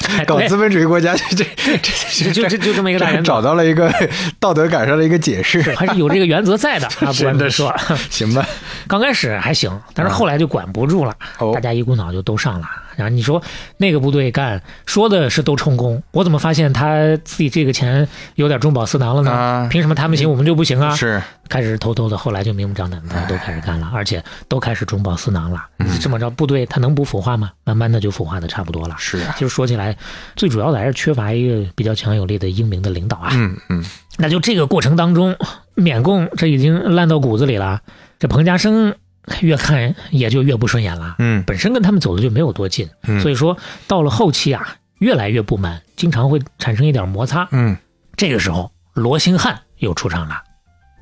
S2: 哎
S3: 搞
S2: 对
S3: 资本主义国家，这这这
S2: 就就就这么一个大
S3: 这
S2: 原
S3: 找
S2: 则，
S3: 到了一个道德感上的一个解释，
S2: 还是有这个原则在的啊。不管 怎
S3: 真的
S2: 么说，
S3: 行吧？
S2: 刚开始还行，但是后来就管不住了，
S3: 哦
S2: 大家一股脑就都上了。然后你说那个部队干说的是都充公，我怎么发现他自己这个钱有点中饱私囊了呢？
S3: 啊
S2: 凭什么他们行我们就不行啊？
S3: 是，哎
S2: 开始偷偷的，后来就明目张胆的，大家都开始干了，而且都开始中饱私囊了。
S3: 嗯
S2: 这么着，部队它能不腐化吗？慢慢的就腐化的差不多了。
S3: 是啊
S2: 其实说起来，最主要的还是缺乏一个比较强有力的英明的领导啊。
S3: 嗯嗯，
S2: 那就这个过程当中，缅共这已经烂到骨子里了，这彭家声越看也就越不顺眼了。
S3: 嗯
S2: 本身跟他们走的就没有多近，
S3: 嗯
S2: 所以说到了后期啊，越来越不满，经常会产生一点摩擦。
S3: 嗯
S2: 这个时候，罗兴汉又出场了，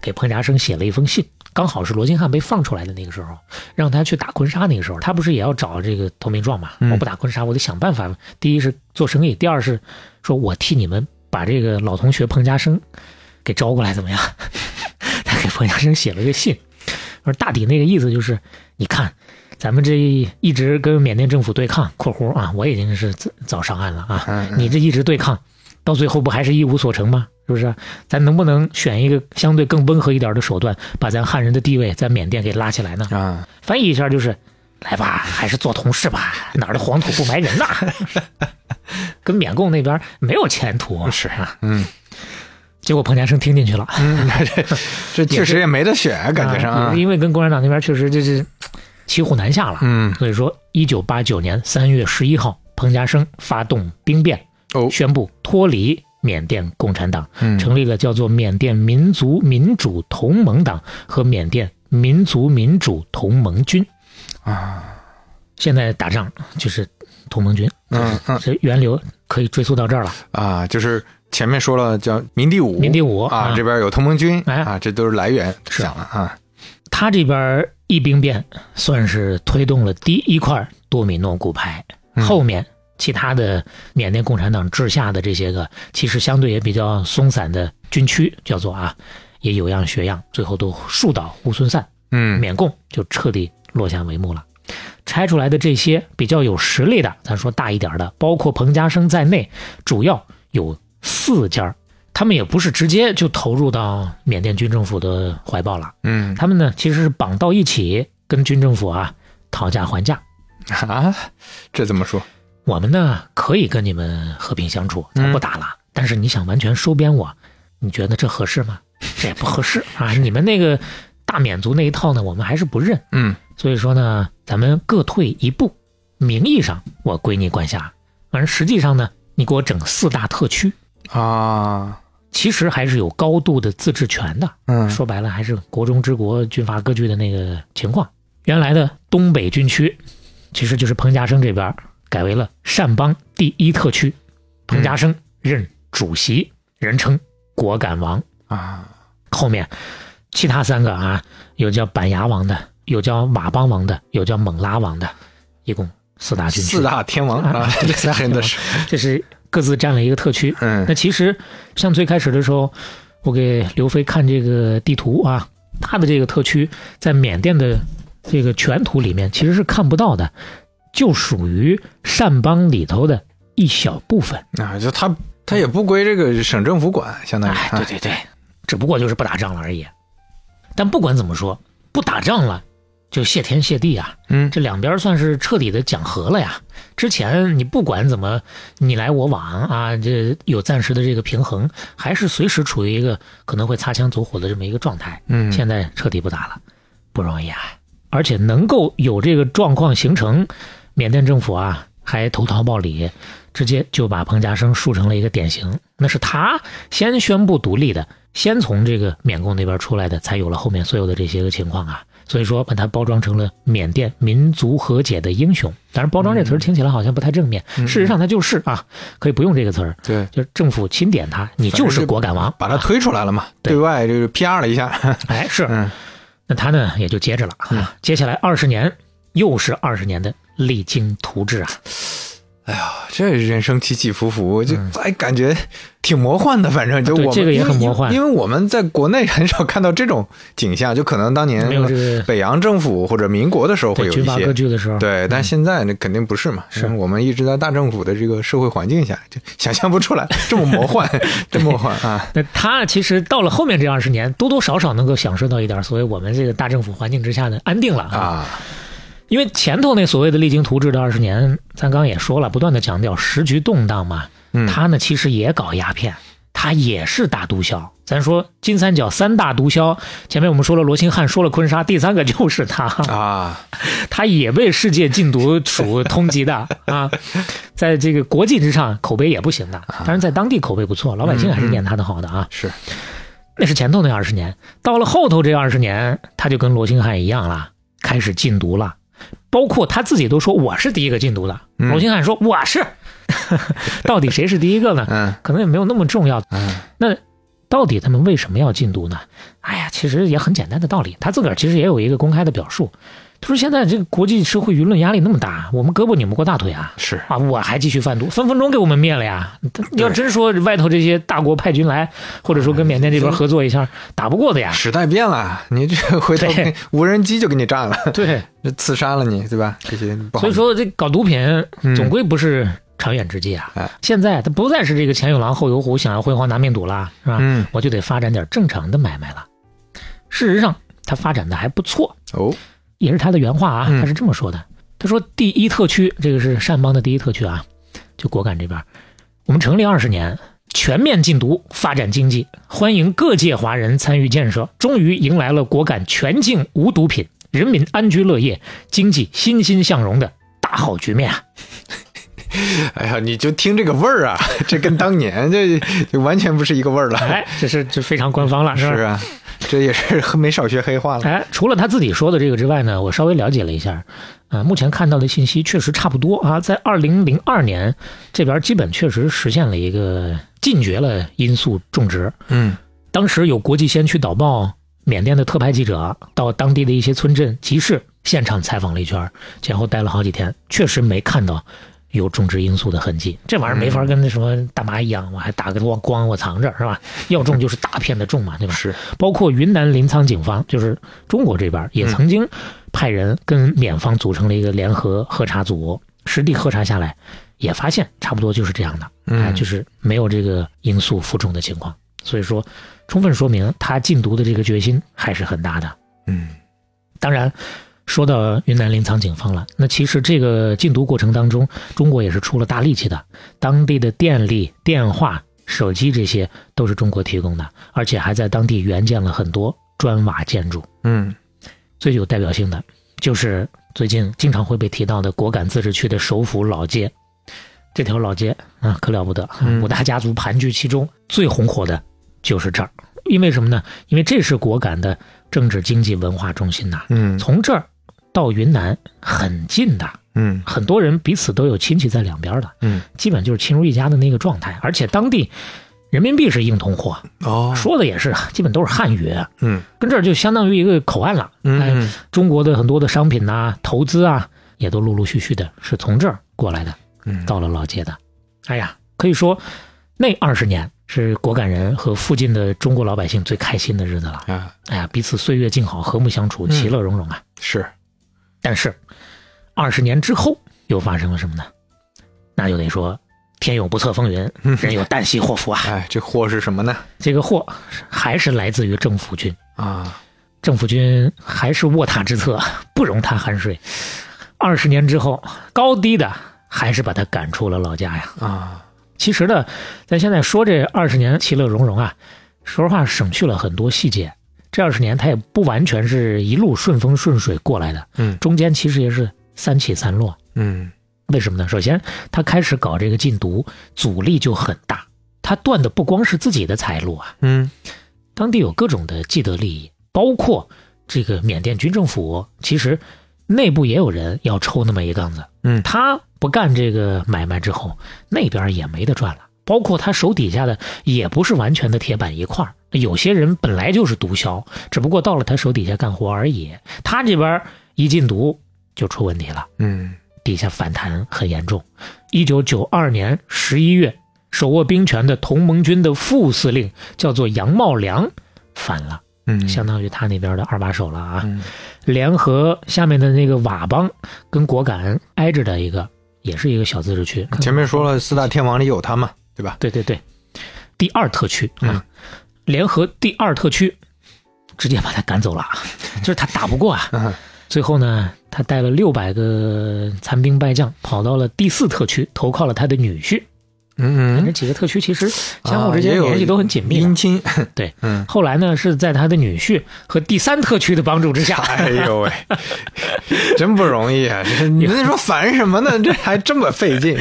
S2: 给彭家声写了一封信，刚好是罗兴汉被放出来的那个时候，让他去打坤沙那个时候，他不是也要找这个投名状嘛？
S3: 嗯
S2: 我不打坤沙，我得想办法。第一是做生意，第二是说我替你们把这个老同学彭家声给招过来，怎么样？ 他给彭家声写了个信，而大抵那个意思就是，你看。咱们这一直跟缅甸政府对抗（括弧啊，我已经是早早上岸了啊），
S3: 嗯
S2: 你这一直对抗，到最后不还是一无所成吗？是不是？咱能不能选一个相对更温和一点的手段，把咱汉人的地位在缅甸给拉起来呢？
S3: 啊，
S2: 翻译一下就是，来吧，还是做同事吧，哪儿的黄土不埋 人呐？跟缅共那边没有前途，
S3: 是
S2: 啊。
S3: 嗯
S2: 结果彭家声听进去了，
S3: 嗯，这这确实也没得选啊，感觉上
S2: 啊
S3: 啊
S2: 也是，因为跟共产党那边确实这是骑虎难下了。
S3: 嗯
S2: 所以说，一九八九年三月十一号，彭家声发动兵变，
S3: 哦，
S2: 宣布脱离缅甸共产党，
S3: 嗯
S2: 成立了叫做缅甸民族民主同盟党和缅甸民族民主同盟军。
S3: 啊，
S2: 现在打仗就是同盟军，
S3: 嗯嗯
S2: 这源流可以追溯到这儿了。
S3: 啊，就是前面说了叫民地五，
S2: 民地五
S3: 啊，
S2: 啊
S3: 这边有同盟军
S2: 哎
S3: 啊，这都是来源
S2: 是
S3: 想了啊，
S2: 他这边一兵变算是推动了第一块多米诺骨牌，
S3: 嗯
S2: 后面其他的缅甸共产党治下的这些个其实相对也比较松散的军区，叫做啊，也有样学样，最后都树倒猢狲散，
S3: 嗯
S2: 缅共就彻底落下帷幕了。拆出来的这些比较有实力的，咱说大一点的，包括彭家声在内，主要有四家儿，他们也不是直接就投入到缅甸军政府的怀抱了，
S3: 嗯
S2: 他们呢其实是绑到一起跟军政府啊讨价还价。
S3: 啊，这怎么说？
S2: 我们呢可以跟你们和平相处，咱不打了。但是你想完全收编我，你觉得这合适吗？这也不合适啊！你们那个大缅族那一套呢，我们还是不认。
S3: 嗯
S2: 所以说呢，咱们各退一步，名义上我归你管辖，反正实际上呢，你给我整四大特区，
S3: 啊，
S2: 其实还是有高度的自治权的。
S3: 嗯
S2: 说白了，还是国中之国军阀割据的那个情况。原来的东北军区，其实就是彭家声这边改为了善邦第一特区，彭家声任主席，人称果敢王。
S3: 啊，
S2: 后面其他三个啊，有叫板牙王的，有叫佤邦王的，有叫勐拉王的，一共四大军区
S3: 四，大天 王啊
S2: 啊，
S3: 这仨人的是，
S2: 这是各自占了一个特区。
S3: 嗯
S2: 那其实像最开始的时候，我给刘飞看这个地图啊，他的这个特区在缅甸的这个全图里面其实是看不到的，就属于善邦里头的一小部分。
S3: 啊，就他他也不归这个省政府管，相当于
S2: 哎，对对对，只不过就是不打仗了而已。但不管怎么说，不打仗了，就谢天谢地啊！
S3: 嗯
S2: 这两边算是彻底的讲和了呀。之前你不管怎么你来我往啊，这有暂时的这个平衡，还是随时处于一个可能会擦枪走火的这么一个状态。
S3: 嗯
S2: 现在彻底不打了，不容易啊！而且能够有这个状况形成，缅甸政府啊还投桃报李，直接就把彭家声树成了一个典型。那是他先宣布独立的，先从这个缅共那边出来的，才有了后面所有的这些个情况啊。所以说，把他包装成了缅甸民族和解的英雄。当然，包装这词儿听起来好像不太正面，
S3: 嗯
S2: 事实上他就是啊，可以不用这个词儿，
S3: 对，
S2: 就是政府钦点他，你
S3: 反正
S2: 就是
S3: 就
S2: 果敢王，
S3: 把他推出来了嘛，
S2: 啊对
S3: 对外就是 PR 了一下，
S2: 哎是。
S3: 嗯
S2: 那他呢也就接着了啊，
S3: 嗯
S2: 接下来二十年又是二十年的励精图治啊，
S3: 啊这人生起起伏伏，就哎感觉挺魔幻的，反正
S2: 嗯啊
S3: 就
S2: 对
S3: 我们
S2: 这个也
S3: 因为
S2: 很魔幻
S3: 因为我们在国内很少看到这种景象，就可能当年
S2: 没有这个
S3: 北洋政府或者民国的时候哎会
S2: 对
S3: 有
S2: 军
S3: 一
S2: 阀
S3: 些
S2: 割，据的时候，
S3: 对，但现在那肯定不是嘛，
S2: 嗯
S3: 是我们一直在大政府的这个社会环境下，就 想象不出来这么魔 幻，这么魔幻啊，
S2: 那他其实到了后面这二十年，多多少少能够享受到一点所谓我们这个大政府环境之下的安定了啊。
S3: 啊，
S2: 因为前头那所谓的励精图治的二十年，咱刚刚也说了，不断的强调时局动荡嘛，
S3: 嗯
S2: 他呢其实也搞鸦片，他也是大毒枭。咱说金三角三大毒枭，前面我们说了罗兴汉，说了坤沙，第三个就是他。
S3: 啊，
S2: 他也被世界禁毒署通缉的啊，在这个国际之上口碑也不行的，当然在当地口碑不错，老百姓还是念他的好的啊。
S3: 是，
S2: 那是前头那二十年，到了后头这二十年，他就跟罗兴汉一样了，开始禁毒了。包括他自己都说我是第一个禁毒的，
S3: 嗯
S2: 罗兴汉说我是， 到底谁是第一个呢？
S3: 嗯
S2: 可能也没有那么重要。
S3: 嗯
S2: 那到底他们为什么要禁毒呢？哎呀，其实也很简单的道理，他自个儿其实也有一个公开的表述，他说现在这个国际社会舆论压力那么大，我们胳膊拧不过大腿啊。
S3: 是，
S2: 啊！我还继续贩毒，分分钟给我们灭了呀！要真说外头这些大国派军来，或者说跟缅甸这边合作一下，打不过的呀。
S3: 时代变了，你这回头
S2: 对
S3: 给无人机就给你占了，
S2: 对，
S3: 就刺杀了你，对吧？这些不好，
S2: 所以说这搞毒品
S3: 嗯
S2: 总归不是长远之计啊。
S3: 哎
S2: 现在它不再是这个前有狼后有虎，想要辉煌拿命赌了，是吧？
S3: 嗯
S2: 我就得发展点正常的买卖了。事实上，它发展的还不错，
S3: 哦，
S2: 也是他的原话啊，
S3: 嗯
S2: 他是这么说的：他说第一特区，这个是善邦的第一特区啊，就果敢这边，我们成立二十年，全面禁毒，发展经济，欢迎各界华人参与建设，终于迎来了果敢全境无毒品，人民安居乐业，经济欣欣向荣的大好局面啊！
S3: 哎呀，你就听这个味儿啊， 这跟当年这就完全不是一个味儿了。
S2: 哎，这是这非常官方了，
S3: 是
S2: 是吧？
S3: 啊，这也是没少学黑话了。
S2: 哎，除了他自己说的这个之外呢，我稍微了解了一下，呃，目前看到的信息确实差不多啊。在二零零二年，这边基本确实实现了一个禁绝了罂粟种植。
S3: 嗯
S2: 当时有国际先驱导报缅甸的特派记者到当地的一些村镇集市现场采访了一圈儿，前后待了好几天，确实没看到有种植罂粟的痕迹。这玩意儿没法跟那什么大麻一样，我还打个光光我藏着是吧？要种就是大片的种嘛，对吧？
S3: 是，
S2: 包括云南临沧警方，就是中国这边儿也曾经派人跟缅方组成了一个联合核查组，实地核查下来，也发现差不多就是这样的，
S3: 嗯
S2: 哎，就是没有这个罂粟负重的情况。所以说，充分说明他禁毒的这个决心还是很大的。
S3: 嗯
S2: 当然，说到云南临沧警方了，那其实这个禁毒过程当中，中国也是出了大力气的。当地的电力、电话、手机这些都是中国提供的，而且还在当地援建了很多砖瓦建筑。
S3: 嗯
S2: 最有代表性的就是最近经常会被提到的果敢自治区的首府老街。这条老街啊，可了不得，
S3: 嗯
S2: 五大家族盘踞其中，最红火的就是这儿。因为什么呢？因为这是果敢的政治、经济、文化中心呐、
S3: 嗯
S2: 从这儿到云南很近的，
S3: 嗯
S2: 很多人彼此都有亲戚在两边的，
S3: 嗯，
S2: 基本就是亲如一家的那个状态。而且当地人民币是硬通货，
S3: 哦，
S2: 说的也是，基本都是汉语，
S3: 嗯
S2: 跟这儿就相当于一个口岸了。哎，
S3: 嗯
S2: 中国的很多的商品呐、投资啊，也都陆陆续续的是从这儿过来的，
S3: 嗯，
S2: 到了老街的。哎呀，可以说那二十年是果敢人和附近的中国老百姓最开心的日子了。
S3: 啊
S2: 哎呀，彼此岁月静好，和睦相处，
S3: 嗯
S2: 其乐融融啊。
S3: 是，
S2: 但是，二十年之后又发生了什么呢？那就得说天有不测 风云，人有旦夕祸福啊。
S3: 哎，这货是什么呢？
S2: 这个祸还是来自于政府军，
S3: 啊，
S2: 政府军还是卧榻之侧，不容他酣睡。二十年之后，高低的还是把他赶出了老家呀。
S3: 啊，
S2: 其实呢，咱现在说这二十年其乐融融啊，说实话省去了很多细节。这二十年他也不完全是一路顺风顺水过来的，
S3: 嗯
S2: 中间其实也是三起三落。
S3: 嗯
S2: 为什么呢？首先，他开始搞这个禁毒，阻力就很大。他断的不光是自己的财路啊，
S3: 嗯
S2: 当地有各种的既得利益，包括这个缅甸军政府，其实内部也有人要抽那么一杠子。
S3: 嗯
S2: 他不干这个买卖之后，那边也没得赚了。包括他手底下的也不是完全的铁板一块儿，有些人本来就是毒枭，只不过到了他手底下干活而已。他这边一禁毒就出问题了。
S3: 嗯
S2: 底下反弹很严重。一九九二年十一月，手握兵权的同盟军的副司令叫做杨茂良反了，
S3: 嗯，
S2: 相当于他那边的二把手了啊。
S3: 嗯
S2: 联合下面的那个佤邦跟果敢挨着的一个，也是一个小自治区。
S3: 前面说
S2: 嗯
S3: 了四大天王里有他嘛，对吧？
S2: 对对对，第二特区啊，
S3: 嗯
S2: 联合第二特区，直接把他赶走 了啊，就是他打不过啊。
S3: 嗯
S2: 最后呢，他带了六百个残兵败将，跑到了第四特区，投靠了他的女婿。
S3: 嗯
S2: 这
S3: 嗯，
S2: 几个特区其实相互之
S3: 啊
S2: 间
S3: 也有
S2: 联系都很紧密的。
S3: 姻亲，
S2: 对，
S3: 嗯，
S2: 后来呢，是在他的女婿和第三特区的帮助之下，
S3: 哎 呦喂，真不容易啊！这你那说烦什么呢？这还这么费 劲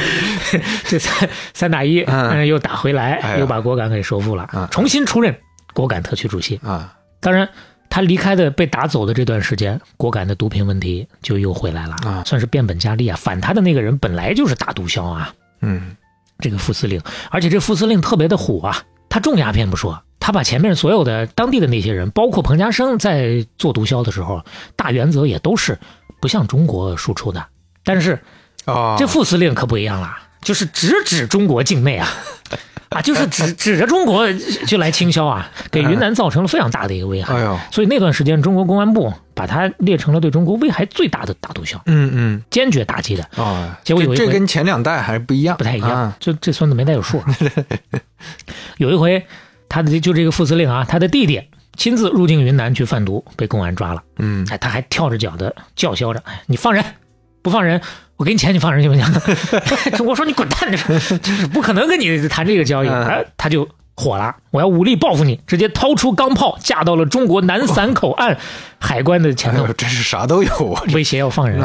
S2: 这三三打一，
S3: 嗯
S2: 嗯，又打回
S3: 哎
S2: 来，
S3: 呀
S2: 又把果敢给收复
S3: 嗯
S2: 了，重新出任果敢特区主席。
S3: 啊？
S2: 当然，他离开的被打走的这段时间，果敢的毒品问题就又回来了
S3: 啊，
S2: 算是变本加厉啊。反他的那个人本来就是大毒枭啊，
S3: 嗯
S2: 这个副司令，而且这副司令特别的虎啊，他种鸦片不说，他把前面所有的当地的那些人，包括彭家声在做毒枭的时候，大原则也都是不向中国输出的。但是
S3: 哦，
S2: 这副司令可不一样了，就是直指中国境内啊， 啊，就是指指着中国就来倾销啊，给云南造成了非常大的一个危害。
S3: 哎呦，
S2: 所以那段时间，中国公安部把他列成了对中国危害最大的大毒枭，
S3: 嗯嗯
S2: 坚决打击的。
S3: 哦，
S2: 结果有
S3: 这
S2: 一
S3: 这
S2: 回
S3: 跟前两代还不一样，
S2: 不太一样
S3: 啊。，
S2: 就这孙子没带有 数。有一回，他的就这个副司令啊，他的弟弟亲自入境云南去贩毒，被公安抓了。
S3: 嗯
S2: 哎，他还跳着脚的叫嚣着：“哎，你放人，不放人，我给你钱，你放人行不行？” 中国说：“你滚蛋！”这就是不可能跟你谈这个交易。
S3: 嗯
S2: 哎，他就火了，我要武力报复你！直接掏出钢炮，架到了中国南散口岸海关的前
S3: 哎
S2: 头
S3: 呦，，真是啥都有啊！
S2: 威胁要放人，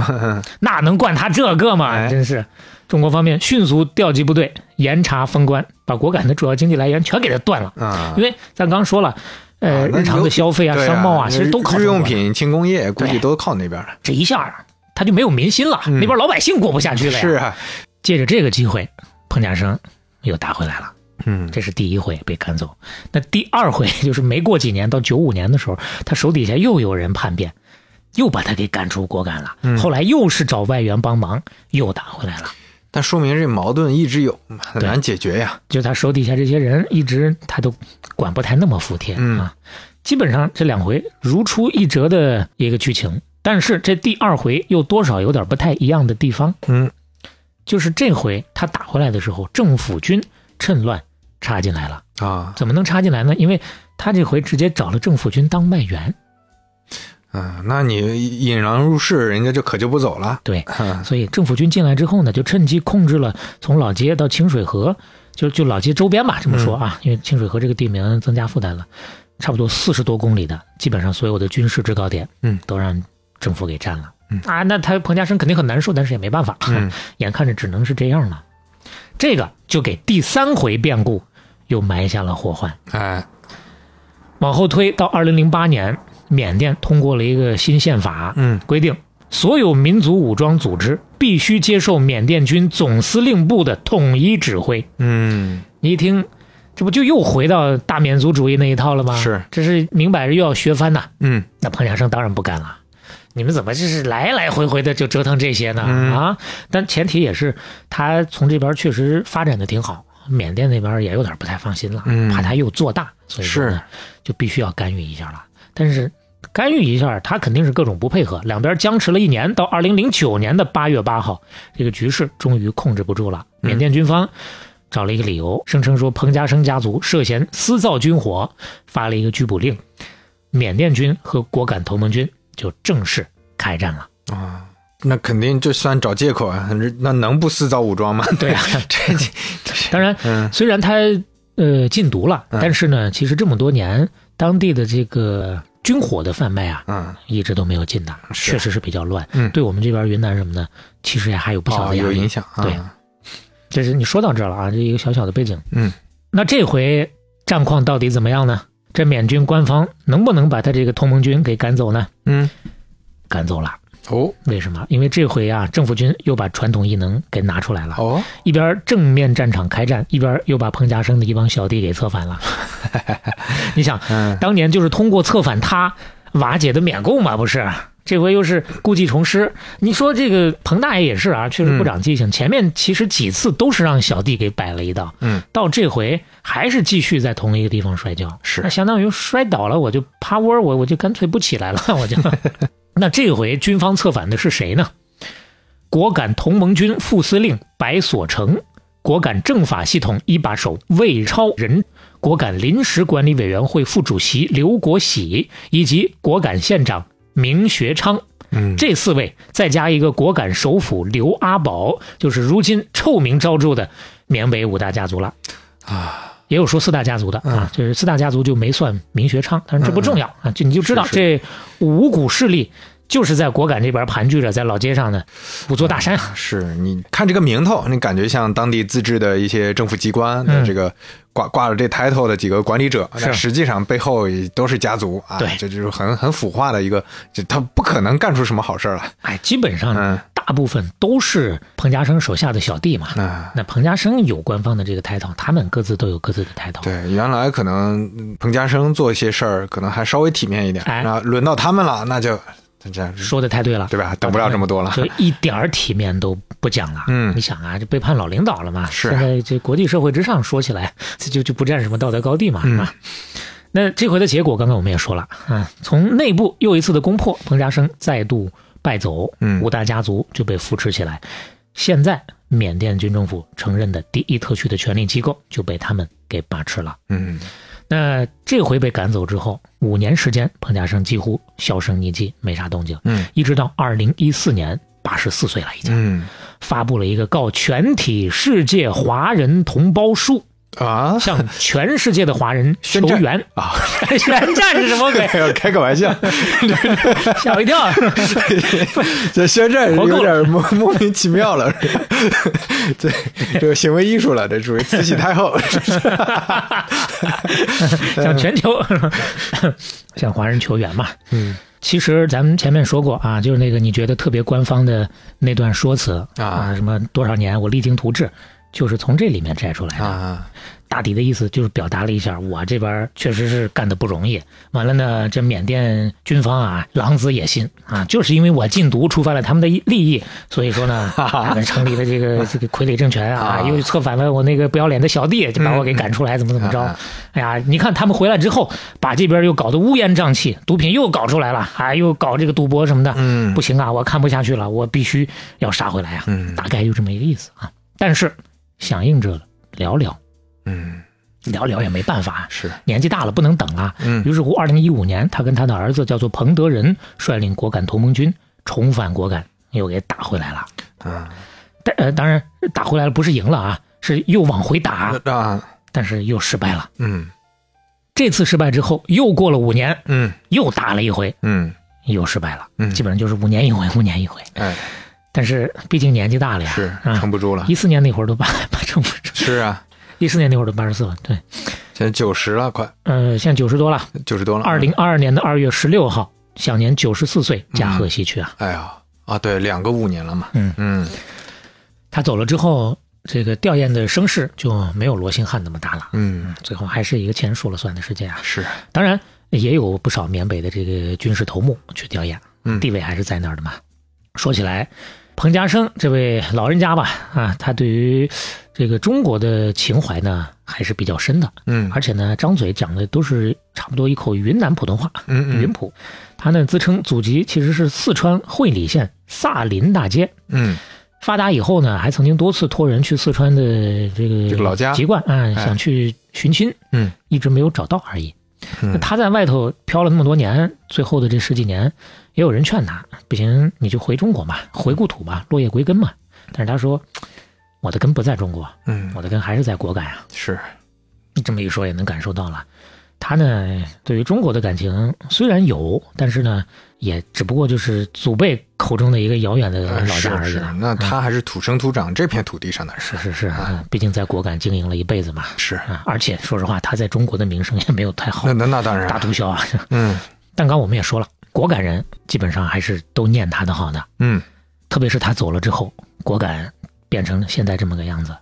S2: 那能惯他这个吗？
S3: 哎
S2: 真是，中国方面迅速调集部队，严查封关，把果敢的主要经济来源全给他断了。
S3: 啊
S2: 因，为咱刚说了，呃，
S3: 啊那
S2: 日常的消费啊、
S3: 对
S2: 商贸啊，
S3: 那
S2: 其实都靠
S3: 日
S2: 中国
S3: 用。品、轻工业，估计
S2: 对啊
S3: 都靠那边儿
S2: 这一下啊，他就没有民心了，
S3: 嗯
S2: 那边老百姓过不下去了呀。
S3: 是啊，
S2: 借着这个机会，彭家声又打回来了。
S3: 嗯，
S2: 这是第一回被赶走。那第二回 就是没过几年，到九五年的时候，他手底下又有人叛变，又把他给赶出果敢了。后来又是找外援帮忙，又打回来了。
S3: 但说明这矛盾一直有，很
S2: 对
S3: 难解决呀。
S2: 就他手底下这些人一直他都管不太那么服帖、
S3: 嗯
S2: 啊。基本上这两回如出一辙的一个剧情，但是这第二回又多少有点不太一样的地方，
S3: 嗯，
S2: 就是这回他打回来的时候，政府军趁乱插进来了。
S3: 啊，
S2: 怎么能插进来呢？因为他这回直接找了政府军当外援，
S3: 嗯，那你引狼入室，人家就可就不走了。
S2: 对，
S3: 嗯
S2: 所以政府军进来之后呢，就趁机控制了从老街到清水河，就就老街周边吧，这么说
S3: 嗯
S2: 啊，因为清水河这个地名增加负担了，差不多四十多公里的，基本上所有的军事制高点，
S3: 嗯，
S2: 都让政府给占了。
S3: 嗯
S2: 啊，那他彭家声肯定很难受，但是也没办法，
S3: 嗯
S2: 眼看着只能是这样了。这个就给第三回变故又埋下了祸患。
S3: 哎，
S2: 往后推到二零零八年，缅甸通过了一个新宪法，
S3: 嗯
S2: 规定所有民族武装组织必须接受缅甸军总司令部的统一指挥。
S3: 嗯，
S2: 你一听，这不就又回到大缅族主义那一套了吗？
S3: 是，
S2: 这是明摆着又要学翻呐、
S3: 嗯
S2: 那彭家声当然不干了。你们怎么就是来来回回的就折腾这些呢？
S3: 嗯
S2: 啊，但前提也是他从这边确实发展的挺好，缅甸那边也有点不太放心了，
S3: 嗯
S2: 怕他又做大，所以说呢
S3: 是
S2: 就必须要干预一下了。但是干预一下，他肯定是各种不配合，两边僵持了一年，到二零零九年的八月八号，这个局势终于控制不住了，缅
S3: 嗯
S2: 甸军方。找了一个理由，声称说彭家声家族涉嫌私造军火，发了一个拘捕令，缅甸军和果敢同盟军就正式开战了。
S3: 啊，那肯定就算找借口啊，那能不私造武装吗？
S2: 对 啊，
S3: 这
S2: 当然，
S3: 嗯
S2: 虽然他呃禁毒了，
S3: 嗯
S2: 但是呢，其实这么多年当地的这个军火的贩卖啊，
S3: 嗯，
S2: 一直都没有禁的，
S3: 是
S2: 确实是比较乱。
S3: 嗯
S2: 对我们这边云南什么的，其实也还有不小
S3: 哦，
S2: 的压
S3: 有
S2: 力。
S3: 影响啊。
S2: 对这是你说到这儿了啊，这一个小小的背景。
S3: 嗯，
S2: 那这回战况到底怎么样呢？这缅军官方能不能把他这个同盟军给赶走呢？
S3: 嗯，
S2: 赶走了。
S3: 哦
S2: 为什么？因为这回啊，政府军又把传统异能给拿出来了，
S3: 哦，
S2: 一边正面战场开战，一边又把彭家声的一帮小弟给策 反了。你想，
S3: 嗯
S2: 当年就是通过策反他瓦解的缅共嘛，不是？这回又是故技重施。你说这个彭大爷也是啊，确实不长记性。前面其实几次都是让小弟给摆了一道，
S3: 嗯，
S2: 到这回还是继续在同一个地方摔跤。那
S3: 是，
S2: 相当于摔倒了，我就趴窝儿，我我就干脆不起来了， 我就。那这回军方策反的是谁呢？果敢同盟军副司令白所成，果敢政法系统一把手魏超仁，果敢临时管理委员会副主席刘国喜，以及果敢县长明学昌。
S3: 嗯，
S2: 这四位，再加一个果敢首辅刘阿宝，就是如今臭名昭著的缅北五大家族了
S3: 啊。
S2: 也有说四大家族的
S3: 嗯
S2: 啊，就是四大家族就没算明学昌，但是这不重要啊，就你就知道
S3: 是
S2: 这五股势力就是在果敢这边盘踞着，在老街上呢五座大山。
S3: 是你看这个名头，你感觉像当地自治的一些政府机关的
S2: 嗯
S3: 这个挂挂着这 title 的几个管理者，
S2: 是
S3: 但实际上背后也都是家族啊，
S2: 对
S3: 这就是很很腐化的一个，这他不可能干出什么好事儿来，
S2: 哎，基本上
S3: 嗯
S2: 大部分都是彭家声手下的小弟嘛。
S3: 啊。
S2: 那彭家声有官方的这个 title，他们各自都有各自的 title。
S3: 对，原来可能嗯彭家声做一些事儿，可能还稍微体面一点，
S2: 哎
S3: 那轮到他们了，那就这样
S2: 说的太对了，
S3: 对吧？等不了这么多了，
S2: 就一点儿体面都不讲了。
S3: 嗯
S2: 你想啊，这背叛老领导了嘛？
S3: 是
S2: 现在这国际社会之上，说起来这就就不占什么道德高地嘛，
S3: 嗯
S2: 是吧？那这回的结果，刚刚我们也说了啊，从内部又一次的攻破，彭家声再度败走，
S3: 嗯
S2: 五大家族就被扶持起来。现在，缅甸军政府承认的第一特区的权力机构就被他们给把持了。
S3: 嗯
S2: 那这回被赶走之后，五年时间，彭家声几乎销声匿迹，没啥动静。
S3: 嗯
S2: 一直到二零一四年，八十四岁了，已经
S3: 嗯
S2: 发布了一个告全体世界华人同胞书，
S3: 啊
S2: 向全世界的华人
S3: 宣
S2: 求
S3: 战
S2: 援。
S3: 啊！
S2: 宣战是什么 鬼？
S3: 开个玩笑，
S2: 吓我一 跳！
S3: 这宣战
S2: 活够
S3: 有点莫莫名其妙了， 这这个行为艺术了，这属于慈禧太 后。
S2: 向全球 向华人求援嘛。
S3: 嗯
S2: 其实咱们前面说过啊，就是那个你觉得特别官方的那段说辞
S3: 啊
S2: 什么多少年我励精图治，就是从这里面摘出来的。
S3: 啊，
S2: 大抵的意思就是表达了一下，我这边确实是干的不容易。完了呢，这缅甸军方啊，狼子野心啊，就是因为我禁毒触犯了他们的利益，所以说 呢，他们成立了这个这个傀儡政权啊，
S3: 啊嗯
S2: 又策反了我那个不要脸的小弟，就把我给赶出来，怎么怎么着
S3: 啊。
S2: 哎呀，你看他们回来之后，把这边又搞得乌烟瘴气，毒品又搞出来了，还又搞这个赌博什么的，
S3: 嗯
S2: 不行啊，我看不下去了，我必须要杀回来啊，
S3: 嗯
S2: 大概就这么一个意思啊。但是响应者寥寥。
S3: 嗯，
S2: 聊聊也没办法，
S3: 是，
S2: 年纪大了不能等了。
S3: 嗯
S2: 于是乎，二零一五年，他跟他的儿子叫做彭德仁率领果敢同盟军重返果敢，又给打回来了。
S3: 啊
S2: 但呃，当然打回来了不是赢了啊，是又往回打，
S3: 啊，
S2: 但是又失败了。
S3: 嗯
S2: 这次失败之后，又过了五年，
S3: 嗯
S2: 又打了一回，
S3: 嗯，
S2: 又失败了。
S3: 嗯
S2: 基本上就是五年一回，五年一回。
S3: 哎，
S2: 但是毕竟年纪大了呀，
S3: 是
S2: 啊
S3: 撑，不住了，
S2: 一四年那会儿都八八成不成，
S3: 是啊，
S2: 一四年那会儿都八十四了。对，
S3: 现在九十了，快
S2: 呃，现在九十多了。
S3: 九十多了，
S2: 二零，二二年的二月十六号，享年九十四岁，驾鹤西去啊。
S3: 哎呀，啊，对，两个五年了嘛，
S2: 嗯
S3: 嗯
S2: 他走了之后，这个吊唁的声势就没有罗兴汉那么大了。
S3: 嗯，
S2: 最后还是一个钱说了算的世界啊！
S3: 是，
S2: 当然也有不少缅北的这个军事头目去吊唁，
S3: 嗯
S2: 地位还是在那儿的嘛。说起来，彭家声这位老人家吧，啊，他对于这个中国的情怀呢还是比较深的，
S3: 嗯
S2: 而且呢，张嘴讲的都是差不多一口云南普通话，
S3: 嗯
S2: 云
S3: 嗯
S2: 普，他呢自称祖籍其实是四川会理县萨林大街。
S3: 嗯，
S2: 发达以后呢，还曾经多次托人去四川的这个
S3: 这个老家
S2: 籍贯啊、
S3: 哎
S2: 想去寻亲，
S3: 嗯，
S2: 一直没有找到而已。
S3: 嗯
S2: 那他在外头漂了那么多年，最后的这十几年，也有人劝他，不行，你就回中国嘛，回故土嘛，落叶归根嘛。但是他说，我的根不在中国，
S3: 嗯
S2: 我的根还是在果敢啊。
S3: 是，
S2: 这么一说也能感受到了，他呢对于中国的感情虽然有，但是呢也只不过就是祖辈口中的一个遥远的
S3: 呃
S2: 老家嗯
S3: 是
S2: 而已
S3: 是
S2: 了。，
S3: 那他还是土生土长这片土地上的人，
S2: 是是是，嗯毕竟在果敢经营了一辈子嘛，
S3: 是，
S2: 啊，而且说实话，他在中国的名声也没有太好
S3: 那，那那当然
S2: 大
S3: 了，
S2: 毒枭啊。
S3: 嗯
S2: 但刚我们也说了，果敢人基本上还是都念他的好的，
S3: 嗯
S2: 特别是他走了之后，果敢变成现在这么个样子，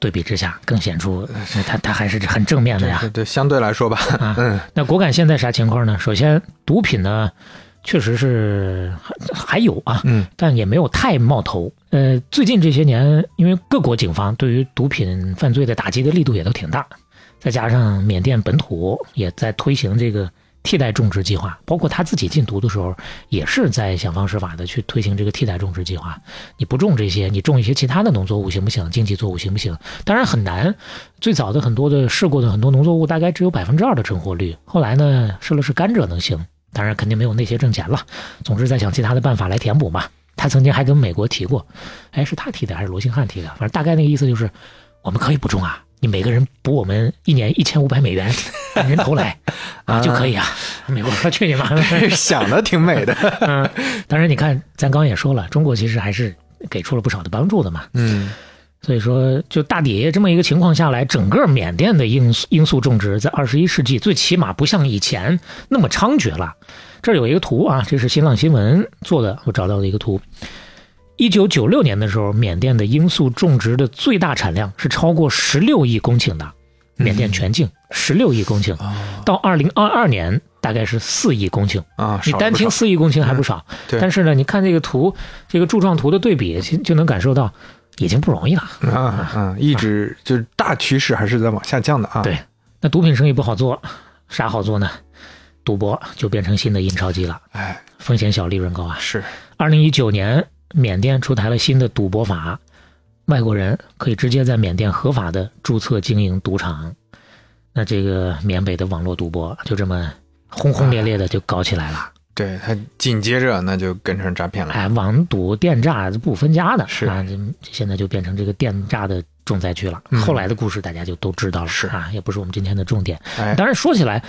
S2: 对比之下更显出呃他他还是很正面的呀。
S3: 对对，相对来说吧，嗯
S2: 那果敢现在啥情况呢？首先，毒品呢，确实是还还有啊，
S3: 嗯
S2: 但也没有太冒头。呃，最近这些年，因为各国警方对于毒品犯罪的打击的力度也都挺大，再加上缅甸本土也在推行这个替代种植计划，包括他自己禁毒的时候，也是在想方设法的去推行这个替代种植计划。你不种这些，你种一些其他的农作物行不行？经济作物行不行？当然很难。最早的很多的试过的很多农作物，大概只有百分之二的成活率。后来呢，试了试甘蔗能行，当然肯定没有那些挣钱了。总之在想其他的办法来填补嘛。他曾经还跟美国提过，哎，是他提的还是罗兴汉提的？反正大概那个意思就是，我们可以不种啊，你每个人补我们一年一千五百美元，按人头来啊就可以啊。美国说去你妈的！
S3: 想的挺美的，
S2: 嗯，当然你看，咱刚也说了，中国其实还是给出了不少的帮助的嘛。
S3: 嗯
S2: 所以说，就大抵这么一个情况下来，整个缅甸的罂粟罂粟种植在二十一世纪最起码不像以前那么猖獗了。这儿有一个图啊，这是新浪新闻做的，我找到的一个图。一九九六年的时候，缅甸的罂粟种植的最大产量是超过十六亿公顷的，缅甸全
S3: 嗯
S2: 境十六亿公顷。
S3: 啊
S2: 到二零二二年，大概是四亿公顷。
S3: 啊，
S2: 你
S3: 少了
S2: 单
S3: 不
S2: 听
S3: 少
S2: 四亿公顷还不少，
S3: 对
S2: 但是呢，你看这个图，这个柱状图的对比，其就能感受到已经不容易了。
S3: 啊嗯，一直就是大趋势还是在往下降的啊，
S2: 对那毒品生意不好做，啥好做呢？赌博就变成新的印钞机了，
S3: 哎
S2: 风险小，利润高啊！
S3: 是，
S2: 二零一九年，缅甸出台了新的赌博法，外国人可以直接在缅甸合法的注册经营赌场。那这个缅北的网络赌博就这么轰轰烈烈的就搞起来
S3: 啊
S2: 了。
S3: 对他紧接着那就跟上诈骗了，
S2: 哎，网赌电诈这不分家的，
S3: 是
S2: 啊，这现在就变成这个电诈的重灾区了。
S3: 嗯
S2: 后来的故事大家就都知道了，
S3: 是
S2: 啊，也不是我们今天的重点。
S3: 哎
S2: 当然说起来，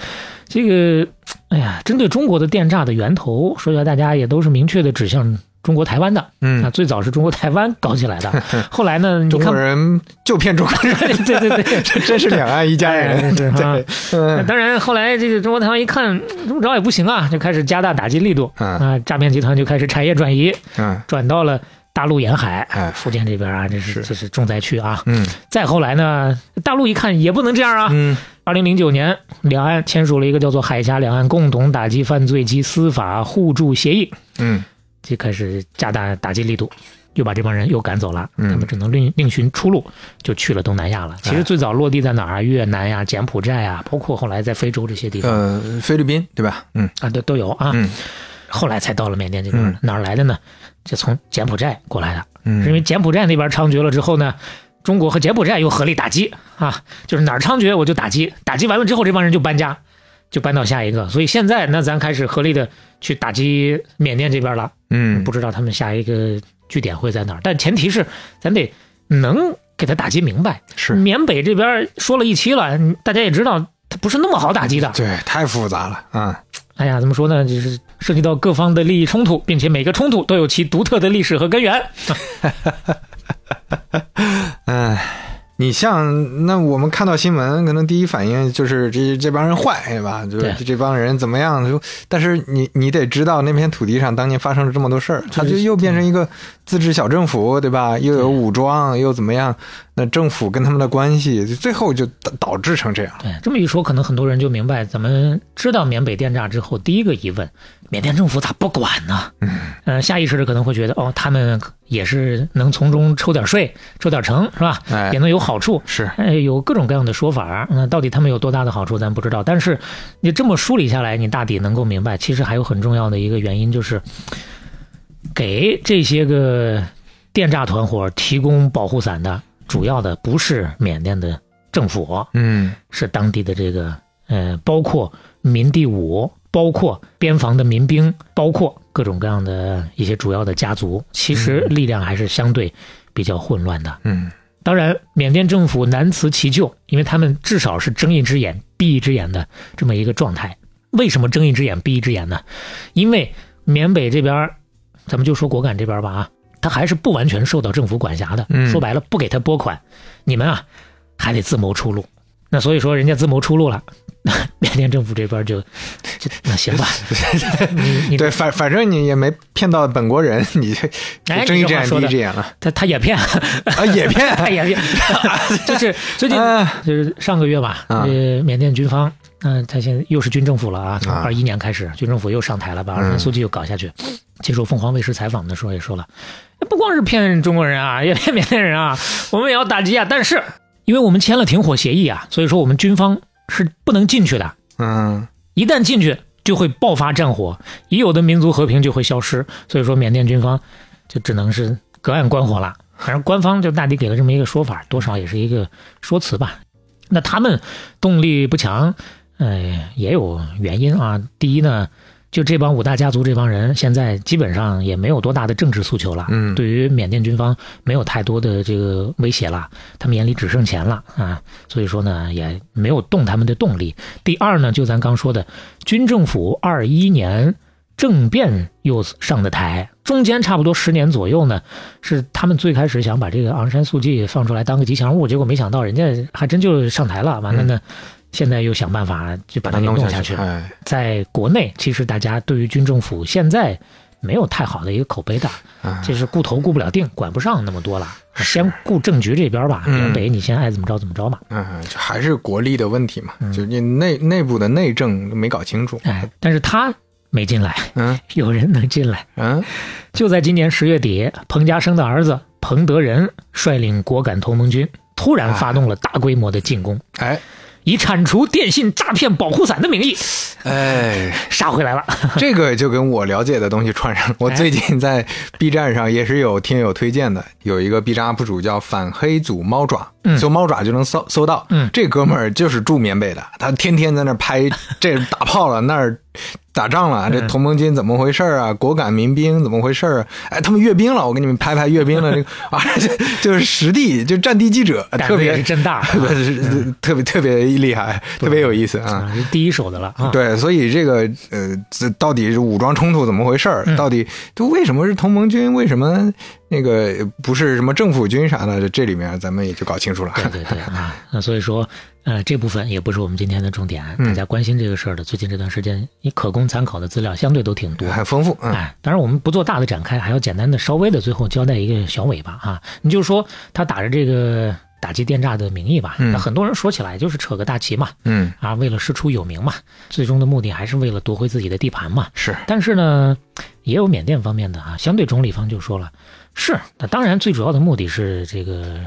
S2: 这个，哎呀，针对中国的电诈的源头，说起来大家也都是明确的指向中国台湾的。啊，
S3: 嗯，
S2: 最早是中国台湾搞起 来的，后来呢，你
S3: 中国
S2: 看，
S3: 人就骗中国人，
S2: 对对对，
S3: 这真是两岸一家
S2: 哎
S3: 人，
S2: 是啊
S3: 对，
S2: 那
S3: 嗯
S2: 当然后来这个中国台湾一看这么着也不行啊，就开始加大打击力度
S3: 嗯
S2: 啊，诈骗集团就开始产业转移，
S3: 嗯
S2: 转到了大陆沿海，
S3: 哎
S2: 福建这边啊，这是
S3: 是
S2: 这是重灾区啊。
S3: 嗯
S2: 再后来呢，大陆一看也不能这样啊。
S3: 嗯
S2: 二零零九年，两岸签署了一个叫做《海峡两岸共同打击犯罪及司法互助协议》，
S3: 嗯
S2: 就开始加大打击力度，又把这帮人又赶走了，
S3: 嗯
S2: 他们只能另另寻出路，就去了东南亚了。其实最早落地在哪儿啊？越南呀、柬埔寨呀，包括后来在非洲这些地方
S3: 呃，菲律宾对吧？嗯
S2: 啊，都都有啊。
S3: 嗯
S2: 后来才到了缅甸这边，
S3: 嗯
S2: 哪儿来的呢？就从柬埔寨过来的，
S3: 嗯，
S2: 是因为柬埔寨那边猖獗了之后呢。中国和柬埔寨又合力打击啊，就是哪儿猖獗我就打击，打击完了之后这帮人就搬家，就搬到下一个。所以现在那咱开始合力的去打击缅甸这边了，
S3: 嗯
S2: 不知道他们下一个据点会在哪儿，但前提是咱得能给他打击明白。
S3: 是
S2: 缅北这边说了一期了，大家也知道它不是那么好打击的。
S3: 对，太复杂了啊。
S2: 哎呀，怎么说呢？就是涉及到各方的利益冲突，并且每个冲突都有其独特的历史和根源。
S3: 哎，你像那我们看到新闻，可能第一反应就是这这帮人坏，对吧？就是
S2: 对
S3: 这帮人怎么样？就但是你你得知道那片土地上当年发生了这么多事儿，它就又变成一个自治小政府，对吧？又有武装，又怎么样？那政府跟他们的关系，就最后就导导致成这样。
S2: 对，这么一说，可能很多人就明白，咱们知道缅北电诈之后，第一个疑问，缅甸政府咋不管呢？嗯，呃，下意识的可能会觉得，哦，他们也是能从中抽点税，抽点成，是吧？
S3: 哎
S2: 也能有好处。
S3: 是，
S2: 哎，有各种各样的说法，那、到底他们有多大的好处，咱不知道。但是你这么梳理下来，你大抵能够明白，其实还有很重要的一个原因就是，给这些个电诈团伙提供保护伞的，主要的不是缅甸的政府，
S3: 嗯
S2: 是当地的这个呃，包括民地武，包括边防的民兵，包括各种各样的一些主要的家族，其实力量还是相对比较混乱的。
S3: 嗯
S2: 当然，缅甸政府难辞其咎，因为他们至少是睁一只眼闭一只眼的这么一个状态。为什么睁一只眼闭一只眼呢？因为缅北这边儿，咱们就说果敢这边儿吧啊，他还是不完全受到政府管辖的。
S3: 嗯
S2: 说白了，不给他拨款，你们啊还得自谋出路。那所以说，人家自谋出路了， 缅甸政府这边儿就就那行吧，你你
S3: 对，反反正你也没骗到本国人，你这
S2: 哎
S3: 睁一只
S2: 你这话
S3: 眼闭
S2: 说
S3: 一
S2: 的
S3: 只眼了
S2: 他他也骗，
S3: 啊，也骗。
S2: 他也骗，就是 最近
S3: 啊
S2: 就是上个月吧，
S3: 啊
S2: 呃，缅甸军方，嗯、他现在又是军政府了啊，从
S3: 啊
S2: 二一年开始，军政府又上台了，把二
S3: 嗯
S2: 年苏季又搞下去。接受凤凰卫视采访的时候也说了，不光是骗中国人啊，也骗缅甸人啊，我们也要打击啊。但是因为我们签了停火协议啊，所以说我们军方是不能进去的，
S3: 嗯。
S2: 一旦进去就会爆发战火，已有的民族和平就会消失。所以说，缅甸军方就只能是隔岸观火了。反正官方就大抵给了这么一个说法，多少也是一个说辞吧。那他们动力不强，呃，也有原因啊。第一呢，就这帮五大家族这帮人，现在基本上也没有多大的政治诉求了，
S3: 嗯
S2: 对于缅甸军方没有太多的这个威胁了，他们眼里只剩钱了啊，所以说呢，也没有动他们的动力。第二呢，就咱刚说的，军政府二一年政变又上的台，中间差不多十年左右呢，是他们最开始想把这个昂山素季放出来当个吉祥物，结果没想到人家还真就上台了，完了呢，现在又想办法就把它给弄下去。
S3: 哎，
S2: 在国内，其实大家对于军政府现在没有太好的一个口碑的，
S3: 啊
S2: 就是顾头顾不了腚，管不上那么多了，先顾政局这边吧。
S3: 嗯
S2: 缅北你先爱怎么着怎么着嘛。
S3: 嗯，就还是国力的问题嘛，就你内内部的内政没搞清楚。
S2: 哎，但是他没进来，
S3: 嗯
S2: 有人能进 来。
S3: 嗯
S2: 就在今年十月底，彭家声的儿子彭德仁率领果敢同盟军突然
S3: 啊
S2: 发动了大规模的进攻，
S3: 哎
S2: 以铲除电信诈骗保护伞的名义
S3: 哎，
S2: 杀回来了。
S3: 这个就跟我了解的东西串上了。
S2: 哎
S3: 我最近在 B 站上也是有听友推荐的，有一个 B 站 UP 主叫反黑组猫爪，
S2: 嗯
S3: 搜猫爪就能搜搜到。
S2: 嗯
S3: 这哥们儿就是住缅北的，他天天在那儿拍这打炮了那儿。打
S2: 嗯
S3: 仗了，这同盟军怎么回事儿啊？果敢民兵怎么回事儿啊？哎，他们阅兵了，我给你们拍拍阅兵了。这个 啊，这就是实地，就战地记者，
S2: 胆
S3: 特
S2: 子
S3: 别
S2: 也是真 大啊
S3: 不是特别特别厉害，特别有意思啊。
S2: 啊，是第一手的了啊。
S3: 对，所以这个
S2: 嗯
S3: 呃，这到底是武装冲突怎么回事儿？到底就为什么是同盟军？为什么那个不是什么政府军啥的，这里面咱们也就搞清楚了。
S2: 对对对啊， 那所以说，呃，这部分也不是我们今天的重点，
S3: 嗯
S2: 大家关心这个事儿的，最近这段时间，你可供参考的资料相对都挺多。
S3: 很丰富，嗯，
S2: 哎，当然我们不做大的展开，还要简单的稍微的最后交代一个小尾巴啊。你就说他打着这个打击电诈的名义吧，
S3: 嗯
S2: 那很多人说起来就是扯个大旗嘛，
S3: 嗯，
S2: 啊，为了师出有名嘛，最终的目的还是为了夺回自己的地盘嘛。
S3: 是，
S2: 但是呢，也有缅甸方面的啊，相对中立方就说了，是，那当然最主要的目的是这个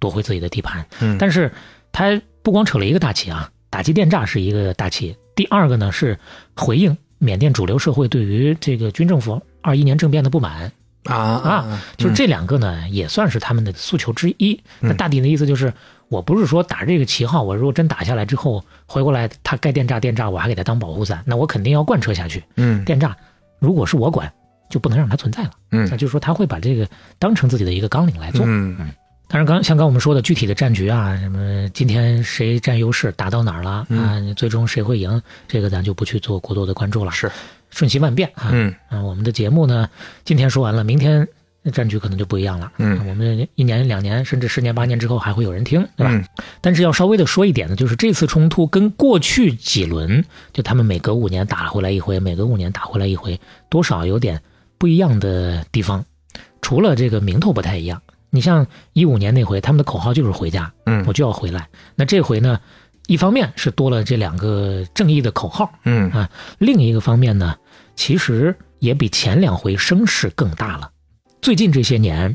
S2: 夺回自己的地盘，
S3: 嗯，
S2: 但是他不光扯了一个大旗啊，打击电诈是一个大旗，第二个呢是回应缅甸主流社会对于这个军政府二一年政变的不满，
S3: 啊
S2: 啊，就是这两个呢、也算是他们的诉求之一。那大抵的意思就是，我不是说打这个旗号，我如果真打下来之后回过来，他该电诈电诈，我还给他当保护伞，那我肯定要贯彻下去。
S3: 嗯，
S2: 电诈如果是我管，就不能让它存在了。
S3: 嗯
S2: 那就是说他会把这个当成自己的一个纲领来做。
S3: 嗯嗯
S2: 当然刚，像刚我们说的具体的战局啊，什么今天谁占优势，打到哪儿
S3: 嗯
S2: 了、啊，最终谁会赢，这个咱就不去做过多的关注了，
S3: 是，
S2: 瞬息万变啊。
S3: 嗯
S2: 啊，我们的节目呢，今天说完了，明天战局可能就不一样了。
S3: 嗯
S2: 啊我们一年、两年，甚至十年、八年之后还会有人听，对吧？
S3: 嗯
S2: 但是要稍微的说一点呢，就是这次冲突跟过去几轮，就他们每隔五年打回来一回，每隔五年打回来一回，多少有点不一样的地方，除了这个名头不太一样。你像一五年那回，他们的口号就是“回家”，
S3: 嗯
S2: 我就要回来。那这回呢，一方面是多了这两个正义的口号，
S3: 嗯
S2: 啊，另一个方面呢，其实也比前两回声势更大了。最近这些年，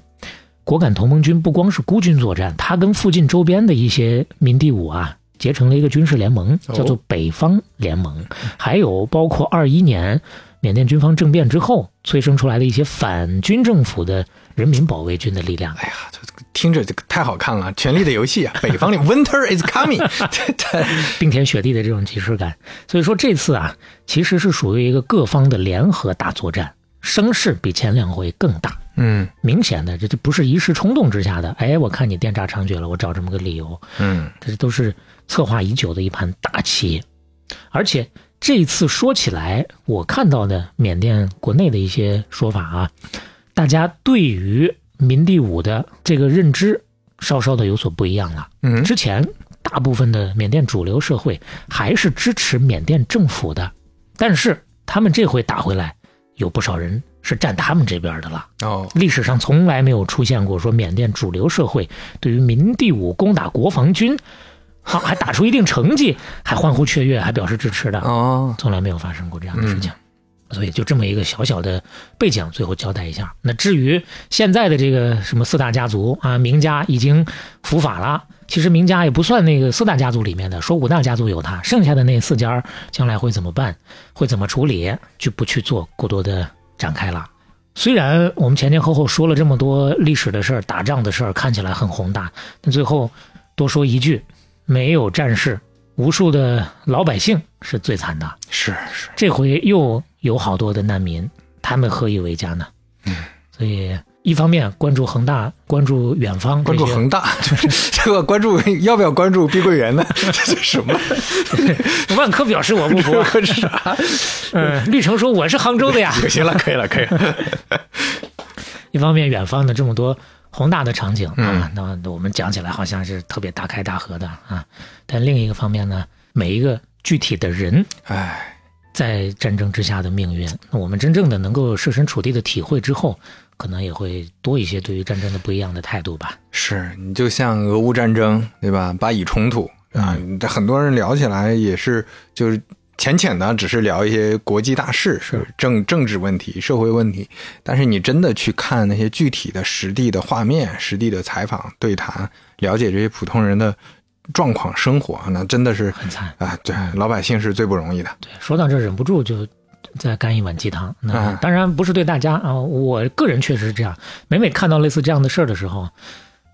S2: 果敢同盟军不光是孤军作战，它跟附近周边的一些民地武啊，结成了一个军事联盟，
S3: 哦
S2: 叫做北方联盟。还有包括二一年缅甸军方政变之后催生出来的一些反军政府的人民保卫军的力量。
S3: 哎呀，这听着这个太好看了，《权力的游戏》啊，北方的 Winter is coming，这 这
S2: 冰天雪地的这种即视感。所以说这次啊，其实是属于一个各方的联合大作战，声势比前两回更大。
S3: 嗯
S2: 明显的，这这不是一时冲动之下的。哎，我看你电诈猖獗了，我找这么个理由，
S3: 嗯
S2: 这都是策划已久的一盘大棋。而且这次说起来，我看到的缅甸国内的一些说法啊，大家对于民地武的这个认知稍稍的有所不一样了。
S3: 嗯
S2: 之前大部分的缅甸主流社会还是支持缅甸政府的，但是他们这回打回来，有不少人是站他们这边的了。
S3: 哦，
S2: 历史上从来没有出现过说缅甸主流社会对于民地武攻打国防军，好还打出一定成绩，还欢呼雀跃，还表示支持的，啊
S3: 哦，
S2: 从来没有发生过这样的事情。所以就这么一个小小的背景，最后交代一下。那至于现在的这个什么四大家族啊，名家已经伏法了。其实名家也不算那个四大家族里面的，说五大家族有他，剩下的那四家儿将来会怎么办，会怎么处理，就不去做过多的展开了。虽然我们前前后后说了这么多历史的事儿、打仗的事儿，看起来很宏大，但最后多说一句，没有战士，无数的老百姓是最惨的。
S3: 是是，
S2: 这回又有好多的难民，他们何以为家呢？
S3: 嗯
S2: 所以一方面关注恒大，关注远方，
S3: 关注
S2: 这些
S3: 恒大， 这个关注要不要关注碧桂园呢？ 这是什么？
S2: 万科表示我不服啊。
S3: 这 是啥？
S2: 嗯，绿城说我是杭州的 呀。
S3: 行了，可以了，可以了。
S2: 一方面，远方的这么多宏大的场景啊
S3: 嗯，
S2: 那我们讲起来好像是特别大开大合的啊。但另一个方面呢，每一个具体的人
S3: 哎，
S2: 在战争之下的命运，那我们真正的能够设身处地的体会之后，可能也会多一些对于战争的不一样的态度吧。
S3: 是你就像俄乌战争对吧？巴以冲突啊，这很多人聊起来也是就是。浅浅的，只是聊一些国际大事、政政治问题、社会问题，但是你真的去看那些具体的、实地的画面、实地的采访、对谈，了解这些普通人的状况、生活，那真的是
S2: 很惨。
S3: 啊，对，老百姓是最不容易的。
S2: 对，说到这儿忍不住就再干一碗鸡汤。那
S3: 啊
S2: 当然不是对大家啊，我个人确实是这样。每每看到类似这样的事儿的时候，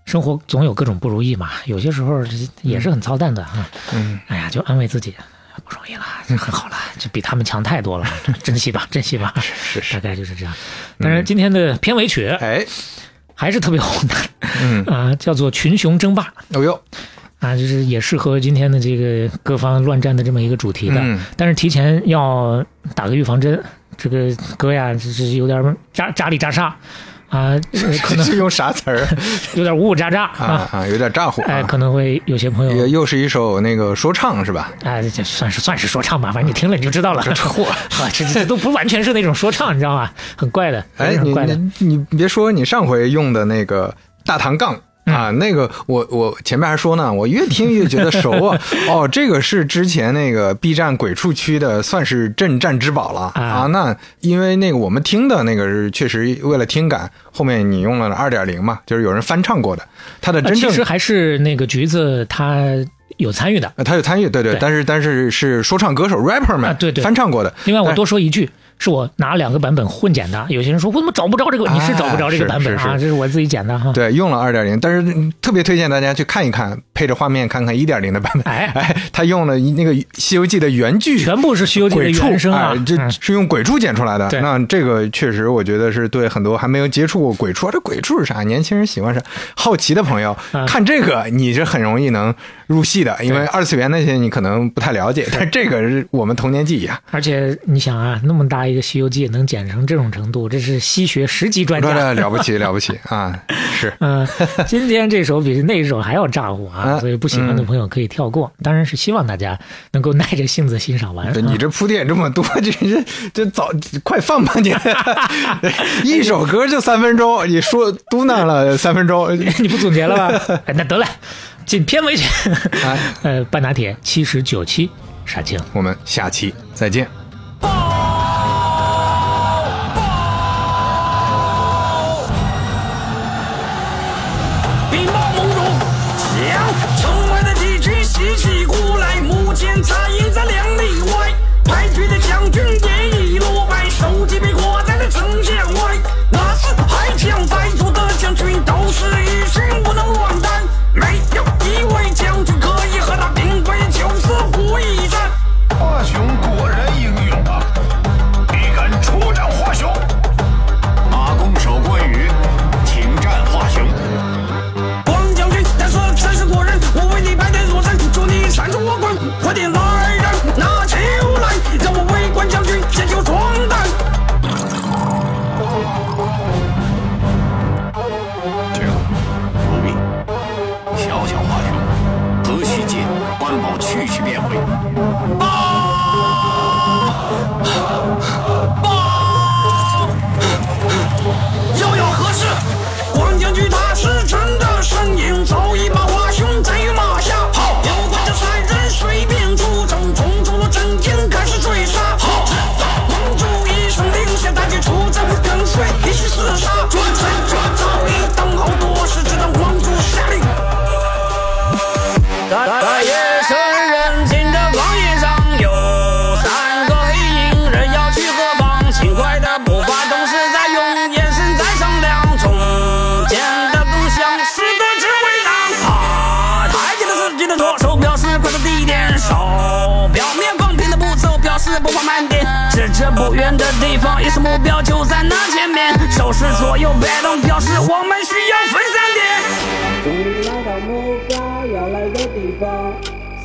S2: 生活总有各种不如意嘛，有些时候也是很操蛋的啊。
S3: 嗯，
S2: 哎呀，就安慰自己，不容易了，这很好了，这比他们强太多了， 珍惜吧，珍惜吧。
S3: 是 嗯
S2: 大，概就是这样。当然，今天的片尾曲
S3: 哎，
S2: 还是特别红的
S3: 嗯，
S2: 啊，叫做《群雄争霸》
S3: 哦呦，
S2: 啊，就是也适合今天的这个各方乱战的这么一个主题的。
S3: 嗯
S2: 但是提前啊要打个预防针，这个哥呀，这是有点儿扎扎里扎煞。啊、呃可
S3: 这
S2: 能
S3: 是用啥词儿
S2: 有点呜呜喳喳
S3: 啊
S2: 啊，
S3: 啊？有点咋呼
S2: 哎，
S3: 啊！
S2: 可能会有些朋
S3: 也
S2: 友，
S3: 又是一首那个说唱是吧？
S2: 哎，这算是算是说唱吧，反正你听了你就知道了。嚯， 啊，这这都不完全是那种说唱，你知道吗？很怪的，
S3: 哎，
S2: 很
S3: 你
S2: 怪的。
S3: 你你别说，你上回用的那个大唐杠。
S2: 嗯
S3: 啊，那个我我前面还说呢，我越听越觉得熟 啊。哦，这个是之前那个 B 站鬼畜区的，算是镇站之宝了
S2: 啊
S3: 啊。那因为那个我们听的那个是确实为了听感，后面你用了二点零嘛，就是有人翻唱过的，它的
S2: 啊
S3: 真
S2: 其
S3: 正
S2: 实还是那个橘子他有参与的。
S3: 呃他有参与，对对，
S2: 对
S3: 但是但是是说唱歌手 rapper 们
S2: 啊对对
S3: 翻唱过的，
S2: 另外，我
S3: 哎
S2: 多说一句，是我拿两个版本混剪的。有些人说我怎么找不着这个？你是找不着这个
S3: 啊
S2: 版本
S3: 是是
S2: 啊？这是我自己剪的 哈。
S3: 对，用了二点零，但是嗯特别推荐大家去看一看，配着画面看看一点零的版本。
S2: 哎
S3: 哎，他用了一那个《西游记》的原剧，
S2: 全部是《西游记》的
S3: 鬼畜
S2: 原声啊
S3: 哎！这
S2: 嗯
S3: 是用鬼畜剪出来的。
S2: 对
S3: 那这个确实，我觉得是对很多还没有接触过鬼畜，啊这鬼畜是啥？年轻人喜欢啥？好奇的朋友、
S2: 啊
S3: 看这个，你是很容易能入戏的，因为二次元那些你可能不太了解，但这个是我们童年记忆啊。
S2: 而且你想啊，那么大一个《西游记》能剪成这种程度，这是西学十级专
S3: 这
S2: 家。
S3: 这了不起，了不起啊！是，
S2: 嗯，今天这首比那首还要炸呼啊，
S3: 啊嗯
S2: 所以不喜欢的朋友可以跳过。当然是希望大家能够耐着性子欣赏完。
S3: 对你
S2: 啊
S3: 这铺垫这么多，这这这早快放吧你！一首歌就三分钟，你说嘟囔了三分钟，
S2: 你不总结了 吧？哎，那得了，进片尾曲。
S3: 哎，
S2: 呃，半拿铁七十九期，杀青。
S3: 我们下期再见。
S4: 禀报盟主，将城外的敌军袭起过来，目前才已在两里外，败退的将军也已落败，手机被挂在了城墙外。那是还将在座的将军都是一心不能乱担，没有一位将军可以和他平分九死无一战。
S5: 华雄果然英勇啊！你敢出战华雄？马弓手关羽，请战华雄。
S4: 光将军，他说战是果人，我为你白天所战，祝你闪出我关，快点来人，拿球来，让我为关将军解救床单。
S5: 这奴婢，小小华雄，何须借帮某去去便回。
S4: 又有何事？光将军他是臣的身影，早已把华雄斩于马下。好，有关这三人随便出征，冲出了阵营开始追杀。好，直到盟主一声令下，大军出战，我跟随一起厮杀。转转转，早已等候多时，直到盟主下令。大夜深人静的旷野上，有三个黑影人要去何方？轻快的步伐同时在用，眼神在商量。从前的故乡是个只围绕啊他抬起了自己的左手，表示快速地点。手表面放平的步骤，表示步伐慢点。指着不远的地方，一是目标就在那前面。手势左右摆动，表示我们需要分散点。
S6: 我们来到目标要来的地方，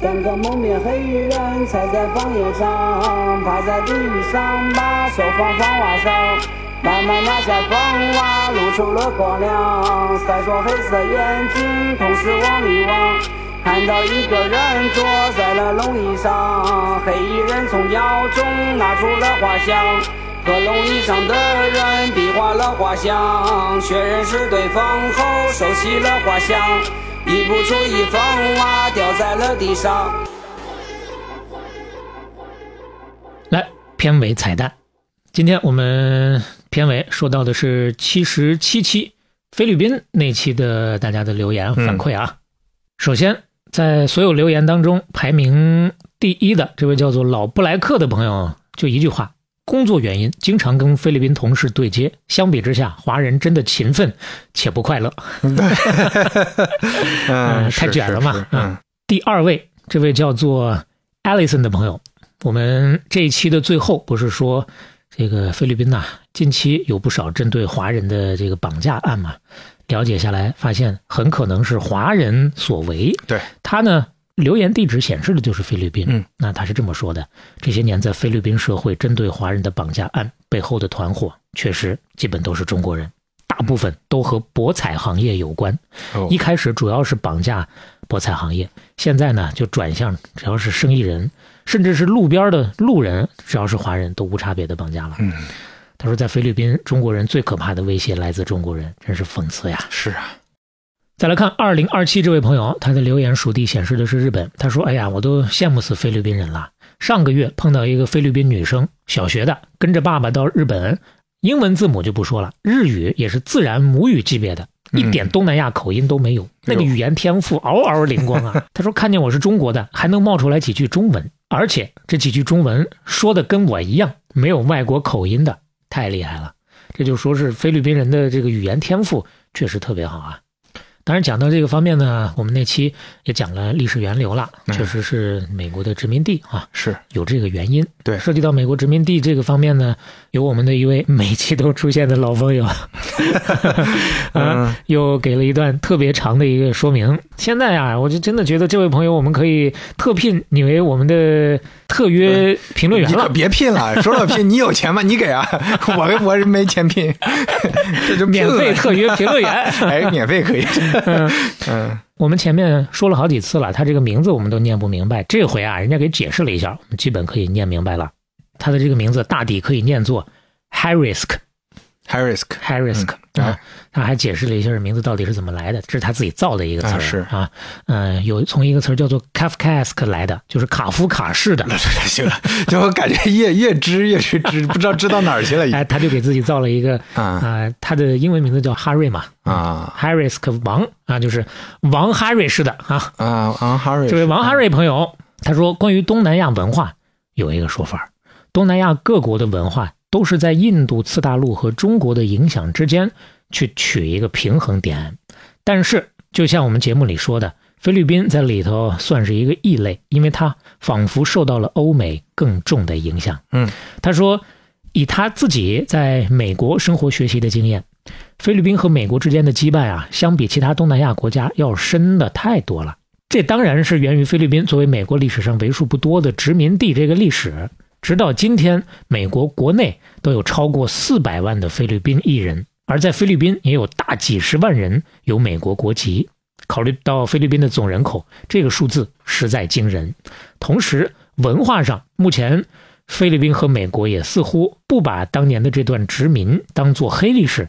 S6: 三个蒙面黑衣人踩在房檐上，趴在地上把手放房瓦上，慢慢拿下房瓦，露出了光亮，闪烁黑色眼睛，同时往里望，看到一个人坐在了龙椅上，黑衣人从腰中拿出了花香。和龙椅上的人比划了画像，确认是对方后收起了画像，一步出一方蛙掉在了地上。
S2: 来，片尾彩蛋。今天我们片尾说到的是七十七期菲律宾那期的大家的留言反馈啊。首先，在所有留言当中排名第一的这位叫做老布莱克的朋友，就一句话：工作原因，经常跟菲律宾同事对接。相比之下，华人真的勤奋且不快乐。
S3: 嗯，
S2: 太
S3: 是
S2: 卷了嘛
S3: 是是嗯
S2: 嗯，第二位，这位叫做 Allison 的朋友，我们这一期的最后不是说这个菲律宾呐、近期有不少针对华人的这个绑架案嘛？了解下来发现，很可能是华人所为。
S3: 对，
S2: 他呢留言地址显示的就是菲律宾。
S3: 嗯，
S2: 那他是这么说的：这些年在菲律宾社会针对华人的绑架案背后的团伙，确实基本都是中国人，大部分都和博彩行业有关。
S3: 哦
S2: 一开始主要是绑架博彩行业，现在呢就转向只要是生意人，甚至是路边的路人，只要是华人都无差别的绑架了。
S3: 嗯，
S2: 他说在菲律宾，中国人最可怕的威胁来自中国人，真是讽刺呀。
S3: 是啊，
S2: 再来看二零二七这位朋友，他的留言属地显示的是日本。他说：“哎呀，我都羡慕死菲律宾人了。上个月碰到一个菲律宾女生，小学的，跟着爸爸到日本，英文字母就不说了，日语也是自然母语级别的，
S3: 嗯
S2: 一点东南亚口音都没有，那个
S3: 哎呦
S2: 语言天赋嗷嗷灵光啊！”他说：“看见我是中国的，还能冒出来几句中文，而且这几句中文说的跟我一样，没有外国口音的，太厉害了。”这就说是菲律宾人的这个语言天赋确实特别好啊。当然，讲到这个方面呢，我们那期也讲了历史源流了，
S3: 嗯
S2: 确实是美国的殖民地啊，
S3: 是
S2: 有这个原因。
S3: 对
S2: 涉及到美国殖民地这个方面呢，有我们的一位每期都出现的老朋 友，
S3: 嗯
S2: 啊，又给了一段特别长的一个说明。现在啊，我就真的觉得这位朋友，我们可以特聘你为我们的特约评论员
S3: 你可
S2: 了。
S3: 别 聘了，说到聘，你有钱吗？你给啊，我我是没钱聘，这就聘
S2: 免
S3: 了
S2: 费特约评论 员，
S3: 哎，免费可以，嗯，
S2: 我们前面说了好几次了，他这个名字我们都念不明白。这回啊，人家给解释了一下，我们基本可以念明白了。他的这个名字大抵可以念作 Harisk
S3: high risk，
S2: Harisk、
S3: 嗯
S2: 啊。他还解释了一下这名字到底是怎么来的，这是他自己造的一个词儿
S3: 啊是
S2: 啊，呃，有从一个词儿叫做 Kafkaesque 来的，就是卡夫卡式的。
S3: 行了，就我感觉越越知越是知，不知道知到哪儿去了已经
S2: 哎，他就给自己造了一个
S3: 啊
S2: 呃，他的英文名字叫哈瑞嘛
S3: 啊
S2: ，Harisk 王啊，就是王哈瑞式的啊。
S3: 啊啊哈瑞
S2: 这位王哈瑞朋友，他说关于东南亚文化有一个说法，东南亚各国的文化都是在印度次大陆和中国的影响之间去取一个平衡点。但是，就像我们节目里说的，菲律宾在里头算是一个异类，因为它仿佛受到了欧美更重的影响。
S3: 嗯，
S2: 他说，以他自己在美国生活学习的经验，菲律宾和美国之间的羁绊啊，相比其他东南亚国家要深的太多了。这当然是源于菲律宾作为美国历史上为数不多的殖民地这个历史。直到今天，美国国内都有超过四百万的菲律宾艺人，而在菲律宾也有大几十万人有美国国籍。考虑到菲律宾的总人口，这个数字实在惊人。同时，文化上目前菲律宾和美国也似乎不把当年的这段殖民当作黑历史。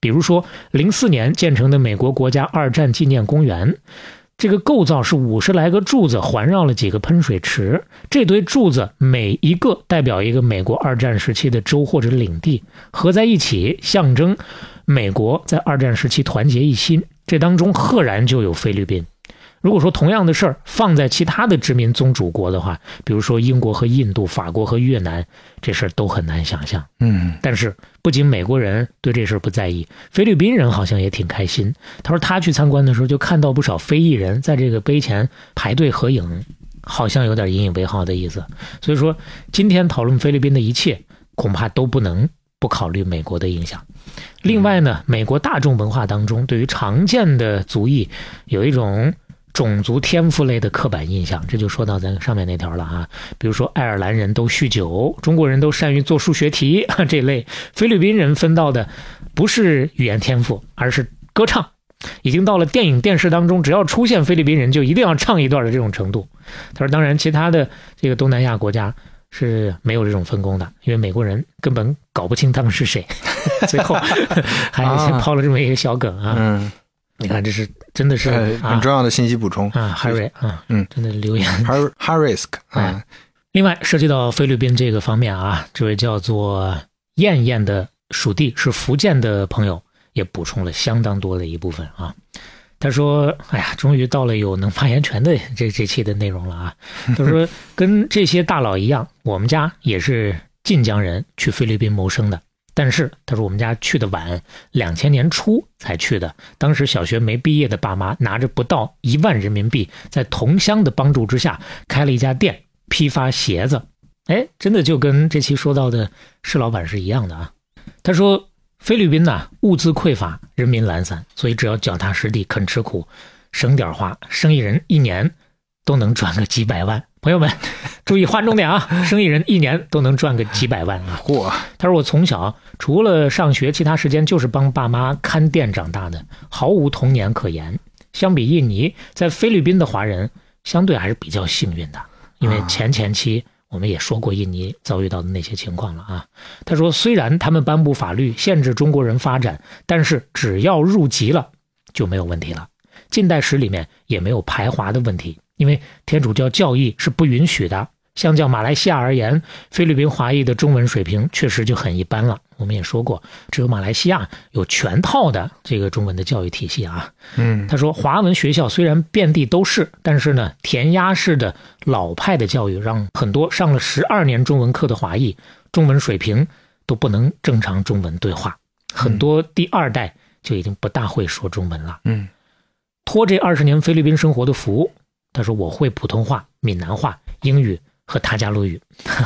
S2: 比如说，零四年建成的美国国家二战纪念公园，这个构造是五十来个柱子环绕了几个喷水池，这堆柱子每一个代表一个美国二战时期的州或者领地，合在一起象征美国在二战时期团结一心。这当中赫然就有菲律宾。如果说同样的事儿放在其他的殖民宗主国的话，比如说英国和印度、法国和越南，这事儿都很难想象。
S3: 嗯
S2: 但是不仅美国人对这事儿不在意，菲律宾人好像也挺开心。他说他去参观的时候就看到不少非裔人在这个碑前排队合影，好像有点引以为豪的意思。所以说，今天讨论菲律宾的一切，恐怕都不能不考虑美国的影响。另外呢，美国大众文化当中对于常见的族裔有一种。种族天赋类的刻板印象，这就说到咱上面那条了啊。比如说爱尔兰人都酗酒，中国人都善于做数学题 这类，菲律宾人分到的不是语言天赋，而是歌唱。已经到了电影、电视当中，只要出现菲律宾人，就一定要唱一段的这种程度。他说，当然，其他的这个东南亚国家是没有这种分工的，因为美国人根本搞不清他们是谁。 最后 还先
S3: 啊
S2: 抛了这么一个小梗啊！
S3: 嗯，
S2: 你看，这是真的是
S3: 呃
S2: 啊
S3: 很重要的信息补充
S2: 啊，哈瑞啊，
S3: 嗯
S2: 真的是留言
S3: ，high high risk 啊
S2: 哎，另外，涉及到菲律宾这个方面啊，这位叫做燕燕的属地是福建的朋友，也补充了相当多的一部分啊。他说：“哎呀，终于到了有能发言权的 这这期的内容了啊！”他说：“跟这些大佬一样，我们家也是晋江人去菲律宾谋生的，但是他说我们家去的晚，两千年初才去的，当时小学没毕业的爸妈拿着不到一万人民币，在同乡的帮助之下开了一家店，批发鞋子。哎，真的就跟这期说到的施老板是一样的啊。他说，菲律宾呐、物资匮乏，人民懒散，所以只要脚踏实地，肯吃苦，省点花，生意人一年都能赚个几百万，朋友们，注意划重点啊！生意人一年都能赚个几百万啊！
S3: 嚯，
S2: 他说我从小除了上学，其他时间就是帮爸妈看店长大的，毫无童年可言。相比印尼，在菲律宾的华人相对还是比较幸运的，因为前前期我们也说过印尼遭遇到的那些情况了啊。他说，虽然他们颁布法律限制中国人发展，但是只要入籍了就没有问题了。近代史里面也没有排华的问题，因为天主教教义是不允许的。相较马来西亚而言，菲律宾华裔的中文水平确实就很一般了。我们也说过，只有马来西亚有全套的这个中文的教育体系啊。
S3: 嗯，
S2: 他说，华文学校虽然遍地都是，但是呢，填鸭式的老派的教育让很多上了十二年中文课的华裔，中文水平都不能正常中文对话，很多第二代就已经不大会说中文了。
S3: 嗯，
S2: 托这二十年菲律宾生活的福，他说我会普通话、闽南话、英语和他加鲁语。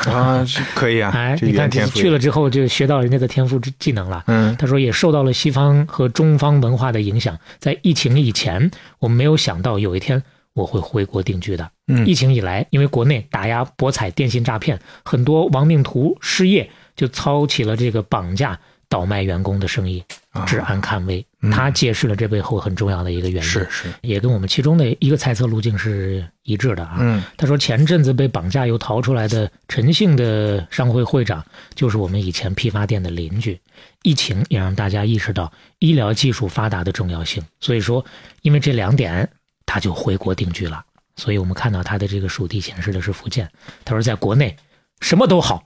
S3: 啊，是可以啊
S2: 哎，，
S3: 这
S2: 你
S3: 语言
S2: 看
S3: 天赋
S2: 去了，之后就学到人家的天赋之技能了。
S3: 嗯
S2: 他说也受到了西方和中方文化的影响，在疫情以前，我没有想到有一天我会回国定居的。
S3: 嗯
S2: 疫情以来，因为国内打压博彩、电信诈骗，很多亡命徒失业，就操起了这个绑架、倒卖员工的生意，
S3: 啊
S2: 治安堪危。他揭示了这背后很重要的一个原因，
S3: 嗯是是，
S2: 也跟我们其中的一个猜测路径是一致的啊。
S3: 嗯
S2: 他说前阵子被绑架又逃出来的陈姓的商会会长，就是我们以前批发店的邻居。疫情也让大家意识到医疗技术发达的重要性，所以说，因为这两点，他就回国定居了。所以我们看到他的这个属地显示的是福建。他说在国内什么都好，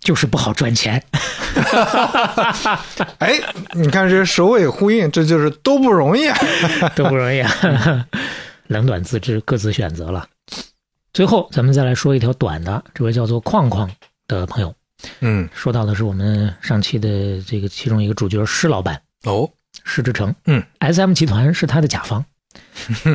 S2: 就是不好赚钱。
S3: 哎，你看这首尾呼应，这就是都不容易啊。
S2: 都不容易啊，冷暖自知，各自选择了。最后，咱们再来说一条短的，这位叫做框框的朋友
S3: 嗯，
S2: 说到的是我们上期的这个其中一个主角施老板
S3: 哦，
S2: 施志成，
S3: 嗯
S2: ，S M 集团是他的甲 方。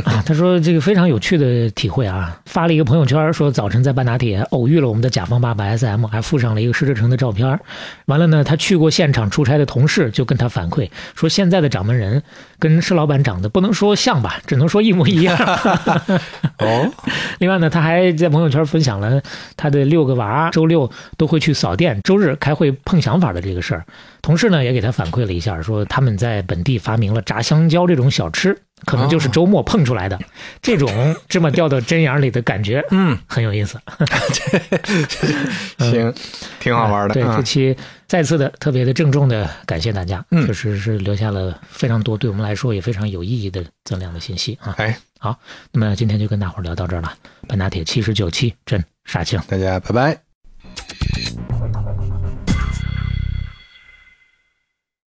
S2: 啊，他说这个非常有趣的体会啊，发了一个朋友圈说早晨在半打铁偶遇了我们的甲方爸爸 S M，还附上了一个施志成的照片儿。完了呢，他去过现场出差的同事就跟他反馈说，现在的掌门人跟施老板长得不能说像吧，只能说一模一样。
S3: 哦，
S2: 另外呢，他还在朋友圈分享了他的六个娃周六都会去扫店，周日开会碰想法的这个事儿。同事呢也给他反馈了一下，说他们在本地发明了炸香蕉这种小吃，可能
S3: 哦
S2: 就是周末碰出来的。 这种芝麻掉到针眼里的感觉，
S3: 嗯，
S2: 很有意思。
S3: 行，挺好玩
S2: 嗯哎
S3: 的。
S2: 对，这
S3: 嗯
S2: 期再次的特别的郑重的感谢大家，
S3: 嗯
S2: 确实是留下了非常多对我们来说也非常有意义的增量的信息啊。
S3: 哎，
S2: 好，那么今天就跟大伙儿聊到这儿了。半打铁七十九期，真杀青。
S3: 大家拜拜。